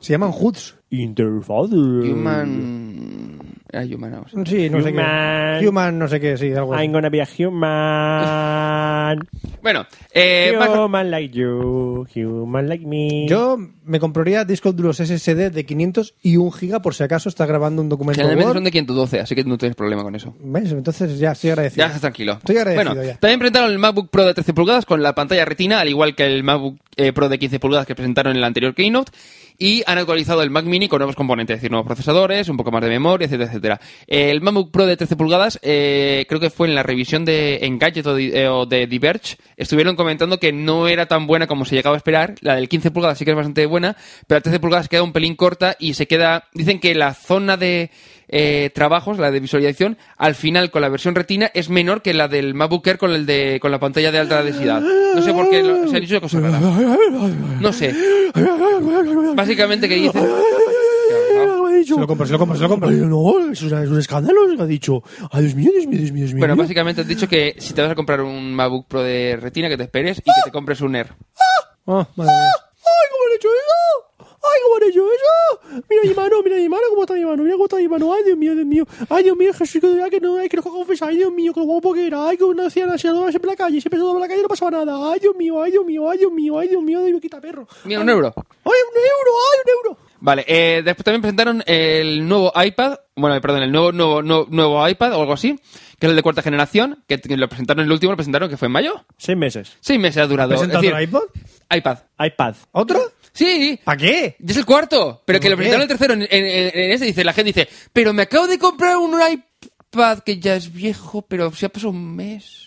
Se llaman HUDs.
Interfaces.
Human... Era Human, vamos.
Sí, no sé
Human.
qué. Human, no sé qué, sí,
Pues
algo así.
I'm gonna be a human.
Bueno, eh, Mac-
human like you, human like me.
Yo me compraría discos duros SSD de 500 y 1 giga por si acaso estás grabando un documento
generalmente
Word.
son de 512, así que no tienes problema con eso.
¿Ves? Entonces ya estoy agradecido.
Ya, estás tranquilo.
Estoy agradecido
bueno,
ya.
también presentaron el MacBook Pro de 13 pulgadas con la pantalla retina, al igual que el MacBook eh, Pro de 15 pulgadas que presentaron en el anterior Keynote. Y han actualizado el Mac Mini con nuevos componentes, es decir, nuevos procesadores, un poco más de memoria, etcétera, etcétera. El MacBook Pro de 13 pulgadas, eh, creo que fue en la revisión de Engadget o de, eh, o de Diverge, estuvieron comentando que no era tan buena como se llegaba a esperar. La del 15 pulgadas sí que es bastante buena, pero la 13 pulgadas queda un pelín corta y se queda... Dicen que la zona de eh, trabajos, la de visualización, al final con la versión retina es menor que la del MacBook Air con, el de, con la pantalla de alta densidad. No sé por qué lo- se han dicho cosas raras. No sé. Básicamente que dicen...
Se lo compro, se lo compro, se lo compro.
no, es un, es un escándalo, lo que ha dicho. Ay, Dios mío, Dios mío, Dios mío, Dios mío.
Bueno, básicamente has dicho que si te vas a comprar un MacBook Pro de retina que te esperes y que te compres un Air.
Oh, madre mía.
¡Ay, cómo han hecho eso! ¡Ay, cómo han hecho eso! Mira mi mano, mira mi mano, cómo está mi mano, mira cómo está mi mano. ¡Ay, Dios mío, Dios mío! ¡Ay, Dios mío, Jesús, que, ay, que no, ay, que no confesar! ¡Ay, Dios mío, qué guapo que era! ¡Ay, que una anciana se andaba siempre en la calle, siempre se andaba en la calle y no pasaba nada! ¡Ay, Dios mío, ay, Dios mío, ay, Dios mío, ay, Dios mío, Dios mío, quita perro!
Mira, un euro.
¡Ay, un euro, ay, un euro!
Vale, eh, después también presentaron el nuevo iPad, bueno, perdón, el nuevo, nuevo, nuevo, nuevo iPad o algo así, que es el de cuarta generación, que t- lo presentaron el último, lo presentaron que fue en mayo.
Seis meses.
Seis meses ha durado.
¿Presenta
Es decir,
otro iPod?
iPad.
iPad.
¿Otro?
Sí,
¿Para qué?
ya es el cuarto, pero que lo
¿Por
presentaron el
qué?
tercero en, en- en- en ese, dice, la gente dice, pero me acabo de comprar un iPad que ya es viejo, pero se ha pasado un mes.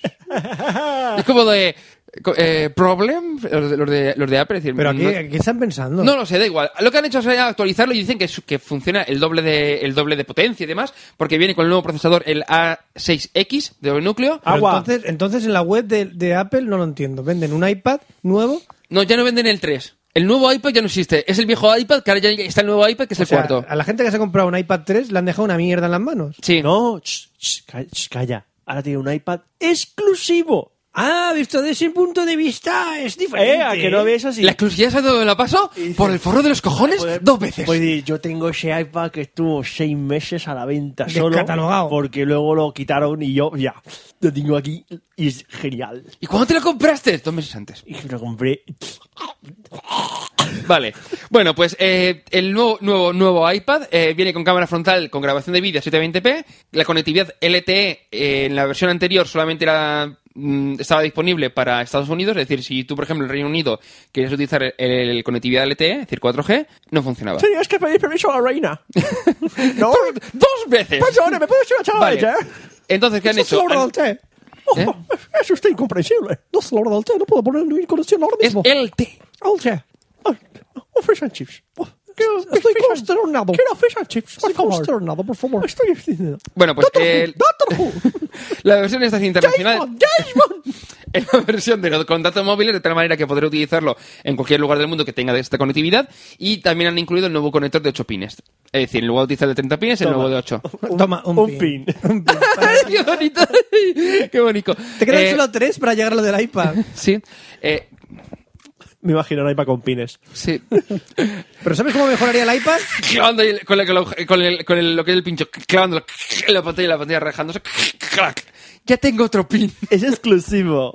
es como de... co- Eh, problem, los de, los de, los de Apple, es decir,
¿Pero aquí,
no-
qué están pensando?
no lo sé, da igual. Lo que han hecho es actualizarlo y dicen que, su- que funciona el doble, de, el doble de potencia y demás, porque viene con el nuevo procesador, el A6X de doble núcleo.
Pero
Agua.
Entonces, entonces en la web de, de Apple no lo entiendo. Venden un iPad nuevo.
No, ya no venden el 3. El nuevo iPad ya no existe. Es el viejo iPad, que ahora ya está el nuevo iPad, que es
O
el
sea,
cuarto.
a la gente que se ha comprado un iPad 3 le han dejado una mierda en las manos.
Sí.
No, ch, ch, ca- ch, calla.
Ah,
Ahora tiene un iPad exclusivo.
Ah, visto desde ese punto de vista es
Eh, a que no ves así.
La exclusividad se ha dado la paso por el forro de los cojones
Pues-
dos veces.
Pues di, yo tengo ese iPad que estuvo seis meses a la venta solo.
Descatalogado.
Porque luego lo quitaron y yo, ya, lo tengo aquí y es genial.
¿Y cuándo te lo compraste? Dos meses antes.
Y me lo compré.
Vale. Bueno, pues eh, el nuevo, nuevo, nuevo iPad eh, viene con cámara frontal E, con grabación de vídeo a 720p. La conectividad LTE eh, en la versión anterior solamente era mm, estaba disponible para Estados Unidos. Es decir, si tú, por ejemplo, el Reino Unido querías utilizar el, el conectividad LTE, es decir, 4G, no funcionaba.
Tenías que pedir permiso a la reina. ¿No?
¡Dos veces!
Pues
Perdone, ¿me puedes echar a
Vale.
¿eh?
ella?
Entonces, ¿qué han
No Ah, es
hecho?
la hora del
Han-
té. Oh,
¿Eh?
Es usted incomprensible. No es la hora del té, no puedo poner ni conexión ahora
Es
mismo.
LTE.
Al té. Ah, Oh, fish and chips. Oh, quiero-
Estoy
fish and-
consternado.
Quiero fish and chips, por
Estoy
favor.
consternado, por favor.
Estoy extendido.
Bueno, pues
Doctor
el-
Who, Doctor Who.
La versión esta es internacional.
James Bond, James Bond.
Es la versión de los contratos móviles de tal manera que podré utilizarlo en cualquier lugar del mundo que tenga esta conectividad. Y también han incluido el nuevo conector de 8 pines. Es decir, en lugar de utilizar el de 30 pines, el nuevo de 8.
Toma, un,
un pin.
Un pin.
¡Ay, ¡Qué bonito! ¡Qué bonito!
Te quedan
Eh,
solo tres para llegar a lo del iPad.
Sí. Eh,
Me imagino ahora iba con pines.
sí.
¿Pero sabes cómo mejoraría el iPad?
Clavando ahí el- con, la- con la- con el- con el- lo que es el pincho. Clavando la pantalla, la pantalla rajándose. ¡Crack! Ya tengo otro pin.
Es exclusivo.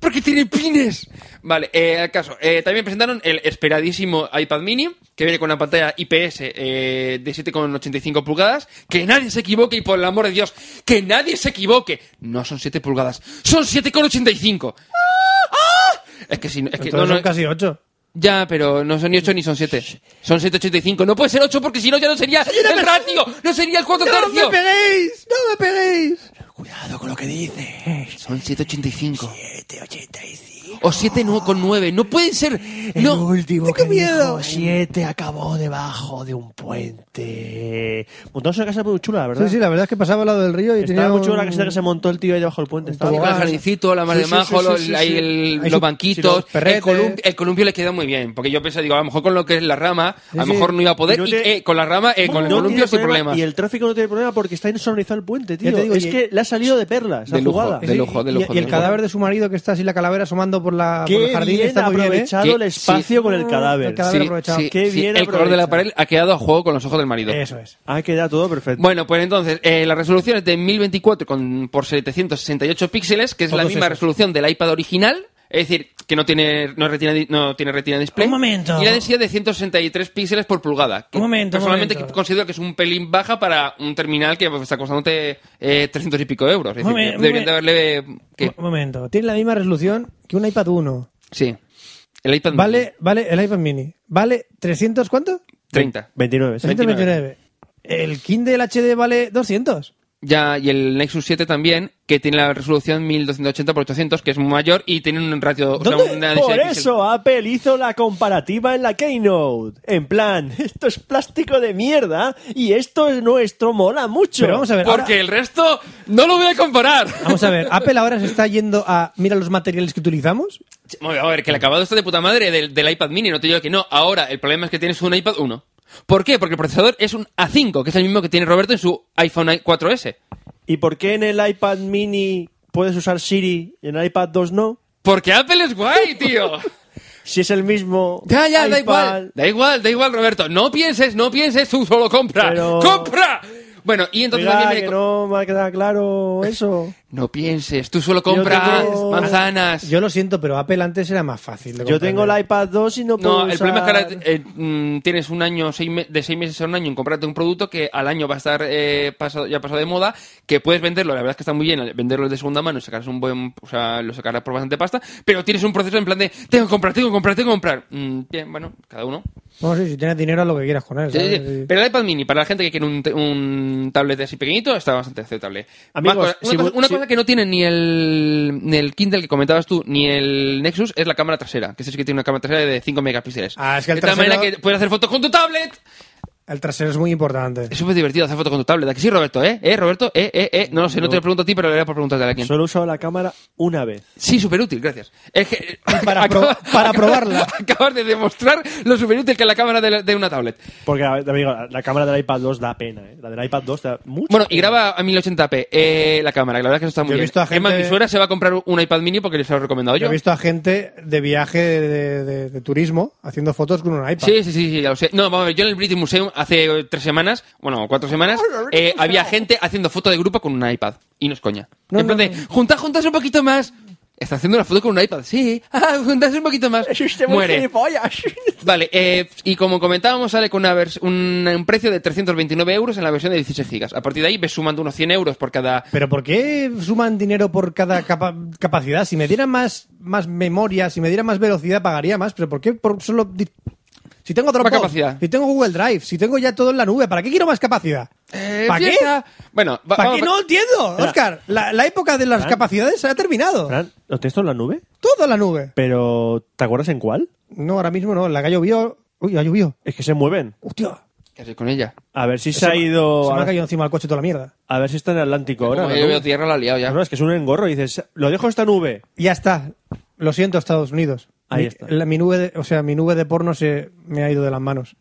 Porque tiene pines. Vale, eh, al caso. eh, también presentaron el esperadísimo iPad mini, que viene con una pantalla IPS eh, de 7,85 pulgadas. Que nadie se equivoque y por el amor de Dios, que nadie se equivoque. No son 7 pulgadas, son 7,85. ¡Ah! Es que si no, es que
Entonces
no,
son
no-
casi ocho.
ya, pero no son ni 8 ni son 7. Son 7,85. No puede ser 8 porque si no ya no sería el ratio, no sería el 4 tercio.
peguéis! ¡No me peguéis!
Cuidado con lo que dices. Son 785. 785. O 7 no, con 9. No pueden ser. no.
Tengo miedo.
siete acabó debajo de un puente. Montaron una casa muy chula, la ¿verdad?
Sí, sí, la verdad es que pasaba al lado del río y tenía
Estaba muy chula la
un-
casita que se montó el tío ahí debajo del puente. Estaba
Sí, con el
muy bien.
jardincito, la mar
Sí,
de
sí,
majo,
sí,
los-
sí, sí,
ahí
sí.
el-
Hay
los
su- sí,
banquitos.
los perretes.
el, colum- el columpio le queda muy bien. Porque yo pensé, digo, a lo mejor con lo que es la rama, a lo
sí.
mejor no iba a poder.
Y no
y,
te-
eh, con la rama, eh, con el
No
columpio
tiene
sin
problema,
problemas.
Y el tráfico no tiene problema porque está insonorizado el puente, tío.
Ya te digo,
es
y-
que le ha salido de perlas
De
la
lujo,
jugada.
de
Sí,
lujo, de
y-
lujo,
Y,
de
el
lujo.
cadáver de su marido que está así la calavera asomando por, la, por el
Qué
jardín
bien
está muy bien, ¿eh?
aprovechado
Sí,
el espacio
sí.
con el cadáver.
El cadáver.
Sí,
aprovechado.
sí,
Qué
sí,
bien
el color de la pared
aprovechado.
ha quedado a juego con los ojos del marido.
Eso es.
Ha quedado todo perfecto.
Bueno, pues entonces, eh, la resolución es de 1024 con, por 768 píxeles, que es la
Todos
misma
esos.
resolución del iPad original. Es decir, que no tiene, no retina, di- no tiene retina display.
Un momento.
Y la densidad de 163 píxeles por pulgada. que
Un momento, un
Personalmente
momento.
considero que es un pelín baja para un terminal que pues, está costándote eh, 300 y pico euros. Es decir,
Momen-
que deberían de
momen-
haberle... ¿qué?
Un momento. Tiene la misma resolución que un iPad 1.
Sí. El iPad mini,
Vale, vale, el iPad mini. Vale, 300, ¿cuánto?
30.
29. sí.
329. El Kindle HD vale 200.
Ya, y el Nexus 7 también, que tiene la resolución 1280 por 800 que es muy mayor y tiene un ratio... o sea,
¿Dónde?
una densidad
Por
de píxeles-
eso Apple hizo la comparativa en la Keynote. En plan, esto es plástico de mierda y esto es nuestro, mola mucho.
Pero vamos a ver. ahora-
Porque el resto no lo voy a comparar.
Vamos a ver, Apple ahora se está yendo a mira los materiales que utilizamos.
Bueno, a ver, que el acabado está de puta madre del, del iPad mini, no te digo que no. Ahora, el problema es que tienes un iPad 1. ¿Por qué? Porque el procesador es un A5, que es el mismo que tiene Roberto en su iPhone 4S.
¿Y por qué en el iPad mini puedes usar Siri y en el iPad 2 no?
Porque Apple es guay, tío.
Si es el mismo.
Ya, ya, da
iPad.
igual. Da igual, da igual, Roberto. No pienses, no pienses, tú solo compra.
Pero-
¡Compra! Bueno, y entonces
Oiga,
también viene
que
con-
no me ha quedado claro eso.
No pienses, tú solo compra
tengo-
Ah, manzanas.
Yo lo siento, pero Apple antes era más fácil. de
Yo tengo el
comprender.
iPad 2 y no puedo
No, el problema es que
usar-
ahora eh, mm, tienes un año, seis me- de seis meses a un año en comprarte un producto que al año va a estar eh, pasado, ya pasado de moda, que puedes venderlo, la verdad es que está muy bien venderlo de segunda mano, sacarás un buen, o sea, lo sacarás por bastante pasta, pero tienes un proceso en plan de, tengo que comprar, tengo que comprar, tengo que comprar. Mm, bien, bueno, cada uno.
No, sí, si tienes dinero, haz lo que quieras con él.
Sí,
¿sabes?
sí.
Sí.
Pero el iPad mini, para la gente que quiere un, te- un tablet así pequeñito, está bastante aceptable.
Amigos,
Más cosa- una cosa,
si bu-
una
si-
cosa que no tiene ni el, ni el Kindle que comentabas tú, ni el Nexus, es la cámara trasera, que sí que tiene una cámara trasera de 5 megapíxeles.
Ah, es que el
de tal
trasero-
manera que puedes hacer fotos con tu tablet.
El trasero es muy importante.
Es súper divertido hacer fotos con tu tablet. ¿A que sí, Roberto? ¿Eh? ¿Eh, Roberto? ¿Eh? ¿Eh? ¿Eh? No lo sé, no, te lo pregunto a ti, pero le voy a por preguntarte a alguien.
Solo he usado la cámara una vez.
Sí, súper útil, gracias. Es que,
para pro- para probarla.
Acabas de demostrar lo súper útil que es la cámara de, la- de una tablet.
Porque, amigo, la, la cámara del iPad 2 da pena, ¿eh? La del iPad 2 da mucho.
Bueno, y graba a 1080p eh, la cámara, que la verdad es que eso está muy
Yo he
bien.
visto a
Es más,
gente-
mi suegra se va a comprar un iPad mini porque les lo he recomendado
Yo
yo.
he visto a gente de viaje de, de- de turismo haciendo fotos con un iPad.
Sí, sí, sí, sí, ya lo sé. No, vamos a ver, yo en el British Museum hace eh, tres semanas, bueno, cuatro semanas, eh, había gente haciendo foto de grupo con un iPad. Y no es coña. en plan de, junta, juntas un poquito más. Está haciendo una foto con un iPad. Sí. Ah, das un poquito más. Muere. Vale, eh, y como comentábamos, sale con una vers- un, un precio de 329 euros en la versión de 16 gigas. A partir de ahí ves sumando unos 100 euros por cada...
Pero ¿por qué suman dinero por cada capa- capacidad? Si me dieran más, más memoria, si me dieran más velocidad, pagaría más. Pero ¿por qué por solo... di- Si tengo Dropbox,
capacidad.
si tengo Google Drive, si tengo ya todo en la nube, ¿para qué quiero más capacidad?
Eh,
¿Para qué?
fiesta. Bueno, va-
¿Para
vamos
qué?
a-
No entiendo, Oscar. La, la época de las
Fran.
capacidades se ha terminado.
Fran, ¿Lo tienes todo en la nube?
Todo en la nube.
Pero ¿te acuerdas en cuál?
No, ahora mismo no. La que ha llovido... Uy, ha llovido.
Es que se mueven.
Hostia.
¿Qué haces con ella?
A ver si se,
me-
ha ido.
Oh,
Se me
A,
ha caído encima del coche toda la mierda.
a ver si está en Atlántico ahora.
Como
la
yo
nube.
veo tierra, la ha liado ya.
No, es que es un engorro. Y dices, lo dejo en esta nube.
Ya está. Lo siento, Estados Unidos.
Ahí
mi,
está.
la- mi nube, de- o sea, mi nube de porno se me ha ido de las manos.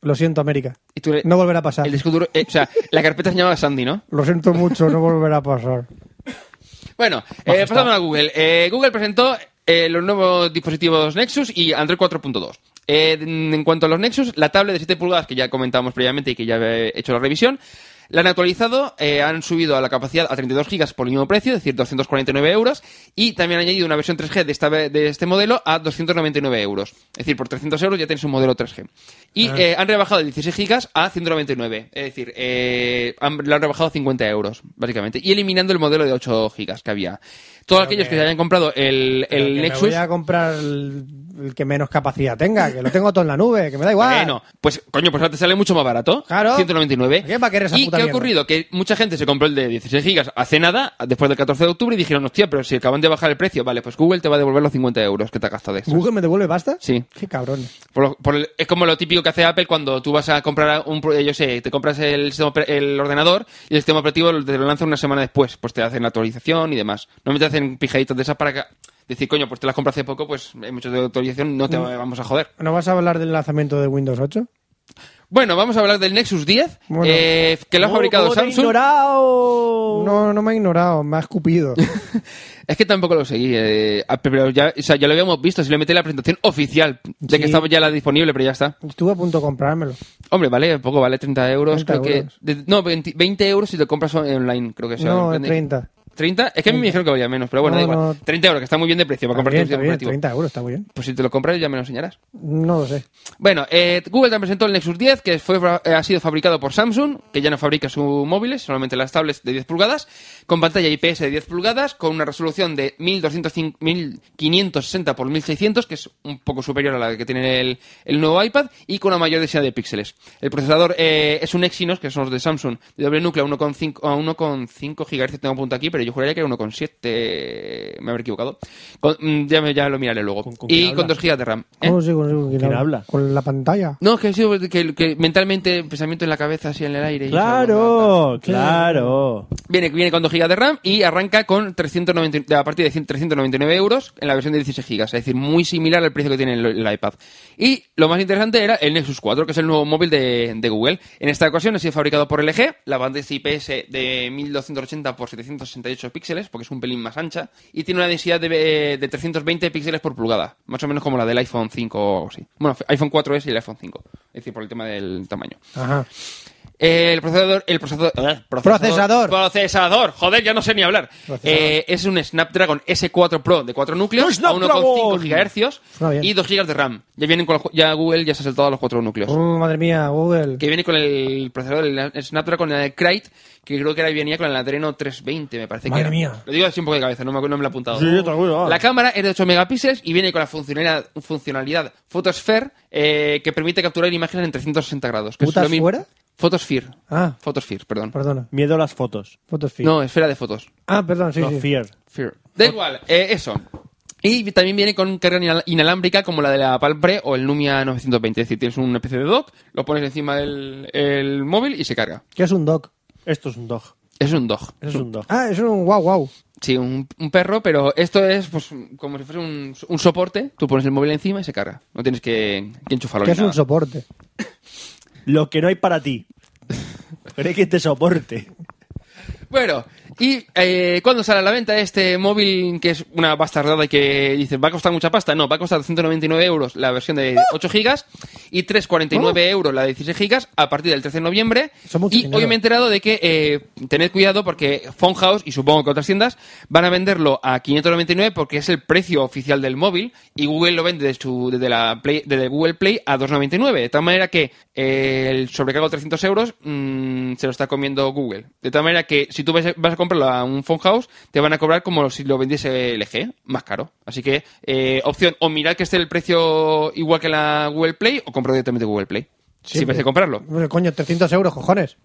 Lo siento, América.
Y tú le-
No volverá a pasar.
El disco duro... eh, o sea, la carpeta se llamaba Sandy, ¿no?
Lo siento mucho, no volverá a pasar.
Bueno, eh, pasamos a Google. Eh, Google presentó eh, los nuevos dispositivos Nexus y Android 4.2. Eh, en en cuanto a los Nexus, la tablet de 7 pulgadas que ya comentamos previamente y que ya he hecho la revisión, la han actualizado, eh, han subido a la capacidad a 32 gigas por el mismo precio, es decir, 249 euros, y también han añadido una versión 3G de, esta ve- de este modelo a 299 euros. Es decir, por 300 euros ya tienes un modelo 3G. Y
Ah.
eh, han rebajado de 16 gigas a 199. Es decir, eh, han, lo han rebajado 50 euros, básicamente. Y eliminando el modelo de 8 gigas que había. Todos aquellos que se hayan comprado el,
Pero que
el
me
Nexus.
voy a comprar el, el que menos capacidad tenga, que lo tengo todo en la nube, que me da igual.
Bueno, pues coño, pues ahora te sale mucho más barato.
Claro.
199.
¿Qué va a querer esa
¿Y
puta
qué ha
mierda?
ocurrido? Que mucha gente se compró el de 16 gigas hace nada, después del 14 de octubre, y dijeron, hostia, pero si acaban de bajar el precio, vale, pues Google te va a devolver los 50 euros que te ha gastado de extras.
¿Google me devuelve pasta?
Sí.
Qué cabrón.
Por lo- por el- es como lo típico que hace Apple cuando tú vas a comprar un, pro- yo sé, te compras el, sistema oper- el ordenador y el sistema operativo te lo lanza una semana después, pues te hacen la actualización y demás. No te hacen pijaditos de esas para que- decir, coño, pues te las compras hace poco, pues hay mucho de actualización, no te vamos a joder.
¿No vas a hablar del lanzamiento de Windows 8?
Bueno, vamos a hablar del Nexus 10,
Bueno.
eh, que lo ha
Oh,
fabricado
¿cómo te he
Samsung.
ignorado!
No, no me ha ignorado, me ha escupido.
Es que tampoco lo seguí, eh, ah, pero ya, o sea, ya lo habíamos visto, simplemente la presentación oficial de que
Sí.
estaba ya la disponible, pero ya está.
Estuve a punto de comprármelo.
Hombre, vale, poco, vale 30 euros,
30
creo
euros.
que... de- no, 20, 20 euros si te compras online, creo que sea.
No,
depende.
30.
30, es que a mí me dijeron que valía menos, pero bueno,
No,
da igual.
no.
30 euros, que está muy bien de precio para
Está
comprarte
bien,
un
está
sistema
bien,
operativo.
30 euros, está muy bien.
Pues si te lo compras ya me lo enseñarás.
No lo sé.
Bueno, eh, Google también presentó el Nexus 10, que fue, eh, ha sido fabricado por Samsung, que ya no fabrica sus móviles, solamente las tablets de 10 pulgadas, con pantalla IPS de 10 pulgadas, con una resolución de 1205 1560 por 1600, que es un poco superior a la que tiene el, el nuevo iPad, y con una mayor densidad de píxeles. El procesador eh, es un Exynos, que son los de Samsung, de doble núcleo, 1,5 a 1,5 GHz, tengo punto aquí, pero yo juraría que era 1,7, me habré equivocado. Con- mm, ya, me- ya lo miraré luego.
¿Con- con quién
y con
hablas?
2 GB de RAM. ¿eh?
¿Cómo sigo, sigo, ¿Quién,
¿Quién habla?
Con la pantalla.
No, que ha sido que, que mentalmente, pensamiento en la cabeza, así en el aire. y tal, tal,
Claro, claro.
tal. Viene, viene con 2 GB de RAM y arranca con 390, a partir de 100 399 euros en la versión de 16 GB. Es decir, muy similar al precio que tiene el, el iPad. Y lo más interesante era el Nexus 4, que es el nuevo móvil de, de Google. En esta ocasión ha sido fabricado por LG, la pantalla IPS de 1280 x 768 píxeles, porque es un pelín más ancha, y tiene una densidad de, de 320 píxeles por pulgada, más o menos como la del iPhone 5 o algo así. Bueno, iPhone 4S y el iPhone 5, es decir, por el tema del tamaño.
Ajá.
Eh, el procesador, el procesador, eh,
Procesador.
procesador, joder, ya no sé ni hablar. Eh, es un Snapdragon S4 Pro de 4 núcleos a
Snapdragon!
1,5 GHz
Suena bien.
y 2 GB de RAM. Ya vienen con la- ya Google ya se ha saltado a los 4 núcleos.
Oh, madre mía, Google.
Que viene con el procesador, el Snapdragon, el Krite, que creo que ahora venía con el Adreno 320, me parece
Madre
que era.
mía.
Lo digo así un poco de cabeza, no me, acu- no me lo he apuntado.
Sí, yo te acuerdo, vale.
la cámara es de 8 megapíxeles y viene con la funcionalidad, funcionalidad Photosphere, eh, que permite capturar imágenes en 360 grados. Que es
¿Putas
lo mismo-
fuera?
Photosphere.
Ah.
Photosphere, perdón.
Perdona.
Miedo a las fotos.
Fotos feed.
No, esfera de fotos.
Ah, perdón, sí,
no,
sí.
fear.
Fear. Da igual, eh, eso. Y también viene con carga inal- inalámbrica como la de la Palm Pre o el Lumia 920. Es decir, tienes una especie de dock, lo pones encima del el móvil y se carga.
¿Qué es un doc?
Esto es un dog.
Es un dock.
Eso es un dog.
Ah, es un wow, wow.
Sí, un, un perro, pero esto es pues, como si fuese un, un soporte. Tú pones el móvil encima y se carga. No tienes que, que enchufarlo.
¿Qué
ni
es un
nada.
soporte?
Lo que no hay para ti. Cree que te soporte.
Bueno, y eh, cuando sale a la venta este móvil que es una bastardada y que dices va a costar mucha pasta, no, va a costar 199 euros la versión de 8 gigas y y 3,49 euros la de 16 gigas a partir del 13 de noviembre.
Eso es Oh. mucho
y
dinero.
hoy me he enterado de que eh, tened cuidado porque Funhouse y supongo que otras tiendas van a venderlo a 599 porque es el precio oficial del móvil y Google lo vende desde, su- desde la Play- desde Google Play a 299. De tal manera que eh, el sobrecargo de 300 euros mm, se lo está comiendo Google. De tal manera que si tú vas a, vas a comprarlo a un Funhouse te van a cobrar como si lo vendiese LG, más caro. Así que eh, opción o mirar que esté el precio igual que la Google Play o compro directamente Google Play. si vas a comprarlo.
Bueno, coño, 300 euros, cojones.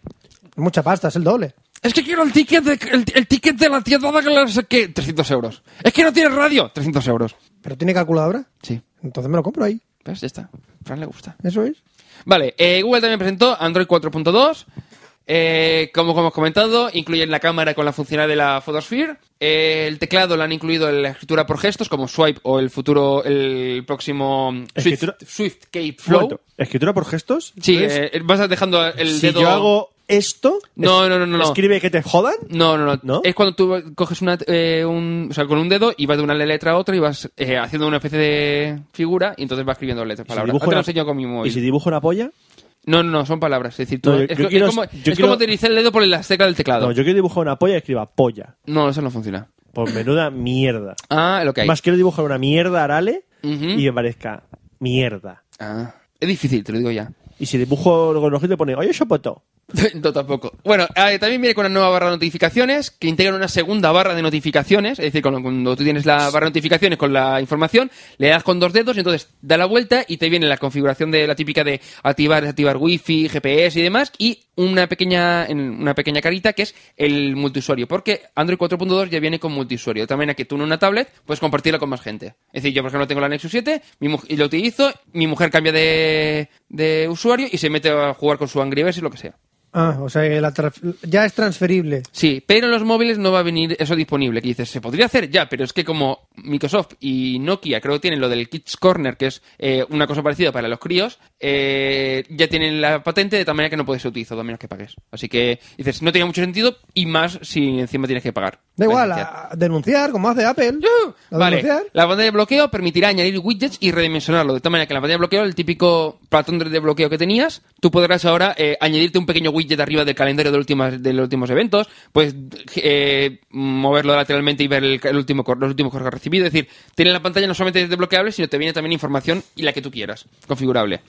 Mucha pasta, es el doble.
Es que quiero el ticket de, el, el ticket de la tienda de que no sé qué. 300 euros. Es que no tiene radio. 300 euros.
¿Pero tiene calculadora?
Sí.
Entonces me lo compro ahí.
¿Ves? Ya está. A Fran le gusta.
Eso es.
Vale, eh, Google también presentó Android 4.2. Eh, como, como hemos comentado, incluyen la cámara con la funcionalidad de la Photosphere. Eh, el teclado lo han incluido en la escritura por gestos, como Swipe o el futuro, el próximo Swift,
Escritura-
Swift Key Flow.
Momento. ¿Escritura por gestos?
Sí,
Entonces,
eh, vas dejando el
si
dedo.
yo hago esto,
No,
es-
no, no, no, no.
¿escribe que te jodan?
No, no, no,
¿No?
Es cuando tú coges una, eh, un, o sea, con un dedo y vas de una letra a otra y vas eh, haciendo una especie de figura y entonces vas escribiendo letras, palabras.
dibujo
Ahora te lo
una-
enseño con mi
¿Y
móvil.
si dibujo una polla?
No, no, no, son palabras. Es decir, tú,
No, yo-
es,
yo
es
quiero-
como,
yo
es
quiero-
como deslizar el dedo por las teclas del teclado.
No,
No,
yo quiero dibujar una polla y escriba polla.
eso no funciona.
Por Pues menuda mierda.
Ah, lo que hay.
Más quiero dibujar una mierda arale
Ujú.
y me parezca mierda.
Ah, es difícil, te lo digo ya.
Y si dibujo con el ojito pone, oye, Chapoto.
No, tampoco. Bueno, eh, también viene con una nueva barra de notificaciones que integran una segunda barra de notificaciones. Es decir, cuando, cuando tú tienes la barra de notificaciones con la información, le das con dos dedos y entonces da la vuelta y te viene la configuración de la típica de activar, desactivar wifi, GPS y demás. Y una pequeña, en una pequeña carita que es el multiusuario. Porque Android 4.2 ya viene con multiusuario. También a que tú en una tablet puedes compartirla con más gente. Es decir, yo por ejemplo tengo la Nexus 7 mi mu- y lo utilizo, mi mujer cambia de, de usuario y se mete a jugar con su Angry Birds y lo que sea.
Ah, o sea, que la trans- ya es transferible.
Sí, pero en los móviles no va a venir eso disponible. Que dices, se podría hacer ya, pero es que como Microsoft y Nokia creo que tienen lo del Kids Corner, que es eh, una cosa parecida para los críos, eh, ya tienen la patente de tal manera que no puedes ser utilizado a menos que pagues. Así que dices, no tiene mucho sentido y más si encima tienes que pagar.
Da igual,
Licencia.
a, a denunciar, como hace Apple. A
Vale,
denunciar.
la pantalla de bloqueo permitirá añadir widgets y redimensionarlo. De tal manera que en la pantalla de bloqueo, el típico patrón de de bloqueo que tenías, tú podrás ahora eh, añadirte un pequeño widget arriba del calendario de, últimas- de los últimos eventos, puedes eh, moverlo lateralmente y ver el, el último, cor- los últimos correos que has recibido. Es decir, tiene la pantalla no solamente desbloqueable, sino te viene también información y la que tú quieras, configurable.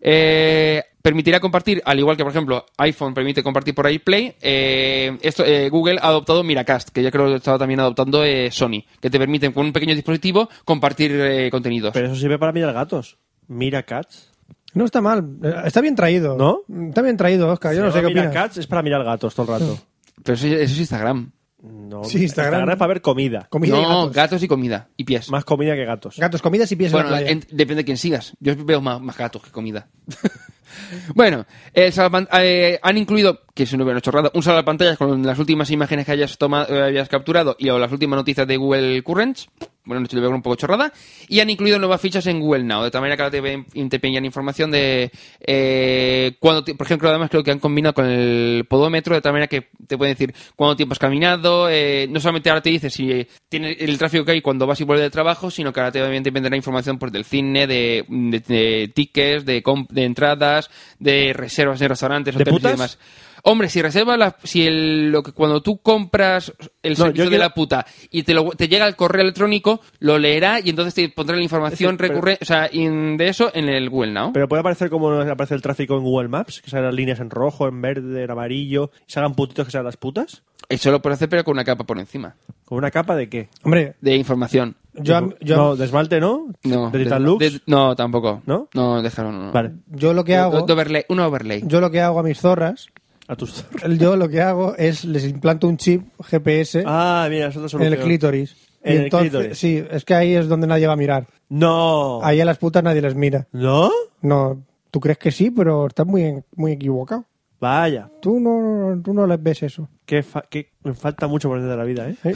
Eh, permitirá compartir, al igual que por ejemplo iPhone permite compartir por AirPlay, eh, esto, eh, Google ha adoptado Miracast, que ya creo que estaba también adoptando eh, Sony, que te permiten con un pequeño dispositivo compartir eh, contenidos.
Pero eso sirve para mirar gatos. Mira cats.
No está mal. Eh, Está bien traído.
¿No?
Está bien traído, Oscar. Yo no sé qué
mira
opinas.
cats es para mirar gatos todo el rato.
Pero eso, eso es Instagram.
No,
Sí, Instagram.
es para ver comida.
Comida y
no,
gatos.
gatos. y comida y pies.
Más comida que gatos.
Gatos, comidas y pies en
Bueno,
la playa.
en- depende de quién sigas. Yo veo más, más gatos que comida. bueno, el salapan- eh, han incluido, que es una chorrada, un salvapantallas con las últimas imágenes que hayas, toma- eh, hayas capturado y o las últimas noticias de Google Currents. Bueno, esto lo veo un poco chorrada. Y han incluido nuevas fichas en Google Now. De tal manera que ahora te, ven- te pillan información de... eh, cuando te- por ejemplo, además creo que han combinado con el podómetro. De tal manera que te pueden decir cuánto tiempo has caminado. eh, no solamente ahora te dice si tiene el tráfico que hay cuando vas y vuelves del trabajo, sino que ahora te también te vendrá información pues, del cine, de, de- de tickets, de, comp- de entradas, de reservas de restaurantes,
¿De
hoteles
putas?
y demás. Hombre, si reservas la- si el, lo que cuando tú compras el
No,
servicio
yo
de
quiero-
la puta y te, lo- te llega el correo electrónico, lo leerá y entonces te pondrá la información
Es que-
recurrente, o sea, in- de eso en el Google Now.
Pero puede aparecer como aparece el tráfico en Google Maps, que salgan las líneas en rojo, en verde, en amarillo, y salgan puntitos que sean las putas.
Eso lo puedes hacer pero con una capa por encima
¿Con una capa de qué?
Hombre,
de información.
yo, a- yo,
no, de esmalte no.
No,
De
de-
Titan Lux.
de- no, tampoco.
¿No?
No, déjalo, no. no.
Vale,
yo lo que
Un-
hago,
un overlay- un overlay.
yo lo que hago a mis zorras,
a tus.
yo lo que hago es les implanto un chip GPS
Ah, mira, es otra
en
solución.
el clítoris. Y
En el
entonces-
clítoris. Oh.
Sí, es que ahí es donde nadie va a mirar.
No.
Ahí a las putas nadie les mira.
¿No?
No, tú crees que sí, pero estás muy, en- muy equivocado.
Vaya,
Tú no, tú no les ves eso.
que, fa- que me falta mucho por entender la vida, ¿eh?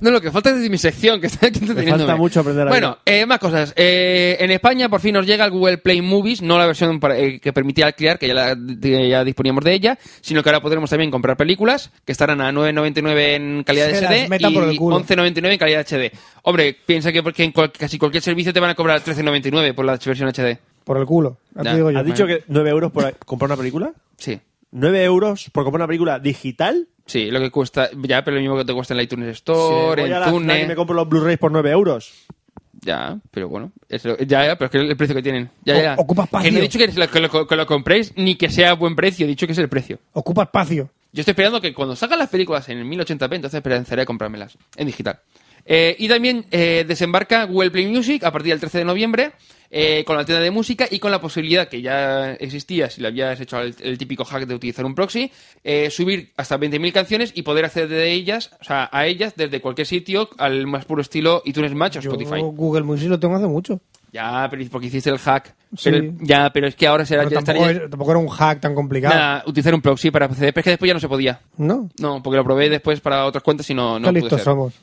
No, lo que falta es de mi sección, que está aquí entreteniéndome.
falta mucho aprender a
Bueno, eh, más cosas. Eh, en España por fin nos llega el Google Play Movies, no la versión para- eh, que permitía alquilar, que ya, la- de- ya disponíamos de ella, sino que ahora podremos también comprar películas, que estarán a 9.99 en calidad
Se las
SD
meta por el
y
culo.
11.99 en calidad HD. Hombre, piensa que, porque en cual- casi cualquier servicio te van a cobrar 13.99 por la versión HD.
Por el culo. Ya Ah, te
Ya.
digo yo.
¿Has dicho que 9 Eh, euros por comprar una película?
Sí.
¿9 euros por comprar una película digital?
Sí, lo que cuesta. Ya, pero lo mismo que te cuesta en la iTunes
Sí,
Store,
voy a
en
la Fnac y
Zune.
me compro los Blu-rays por 9 euros.
Ya, pero bueno. es lo- ya, ya, pero es que el precio que tienen. Ya,
O-
ya.
ocupa
Que
espacio.
no he dicho que es lo- que lo, que lo compréis ni que sea buen precio, he dicho que es el precio.
Ocupa espacio.
Yo estoy esperando que cuando salgan las películas en 1080p, entonces esperanzaré a comprármelas en digital. Eh, y también eh, desembarca Google Play Music a partir del 13 de noviembre eh, con la tienda de música y con la posibilidad que ya existía si le habías hecho el, el típico hack de utilizar un proxy, eh, subir hasta 20.000 canciones y poder acceder de ellas, o sea, a ellas desde cualquier sitio al más puro estilo iTunes Match o
Yo
Spotify.
Google Music lo tengo hace mucho.
Ya, pero porque hiciste el hack.
Sí.
Pero- ya, pero es que ahora será
Pero
ya
tampoco,
estaría-
es- tampoco era un hack tan complicado.
nada, utilizar un proxy para acceder, pero es que después ya no se podía.
No.
No, porque lo probé después para otras cuentas y no, no
Qué
pude
listos
ser.
somos.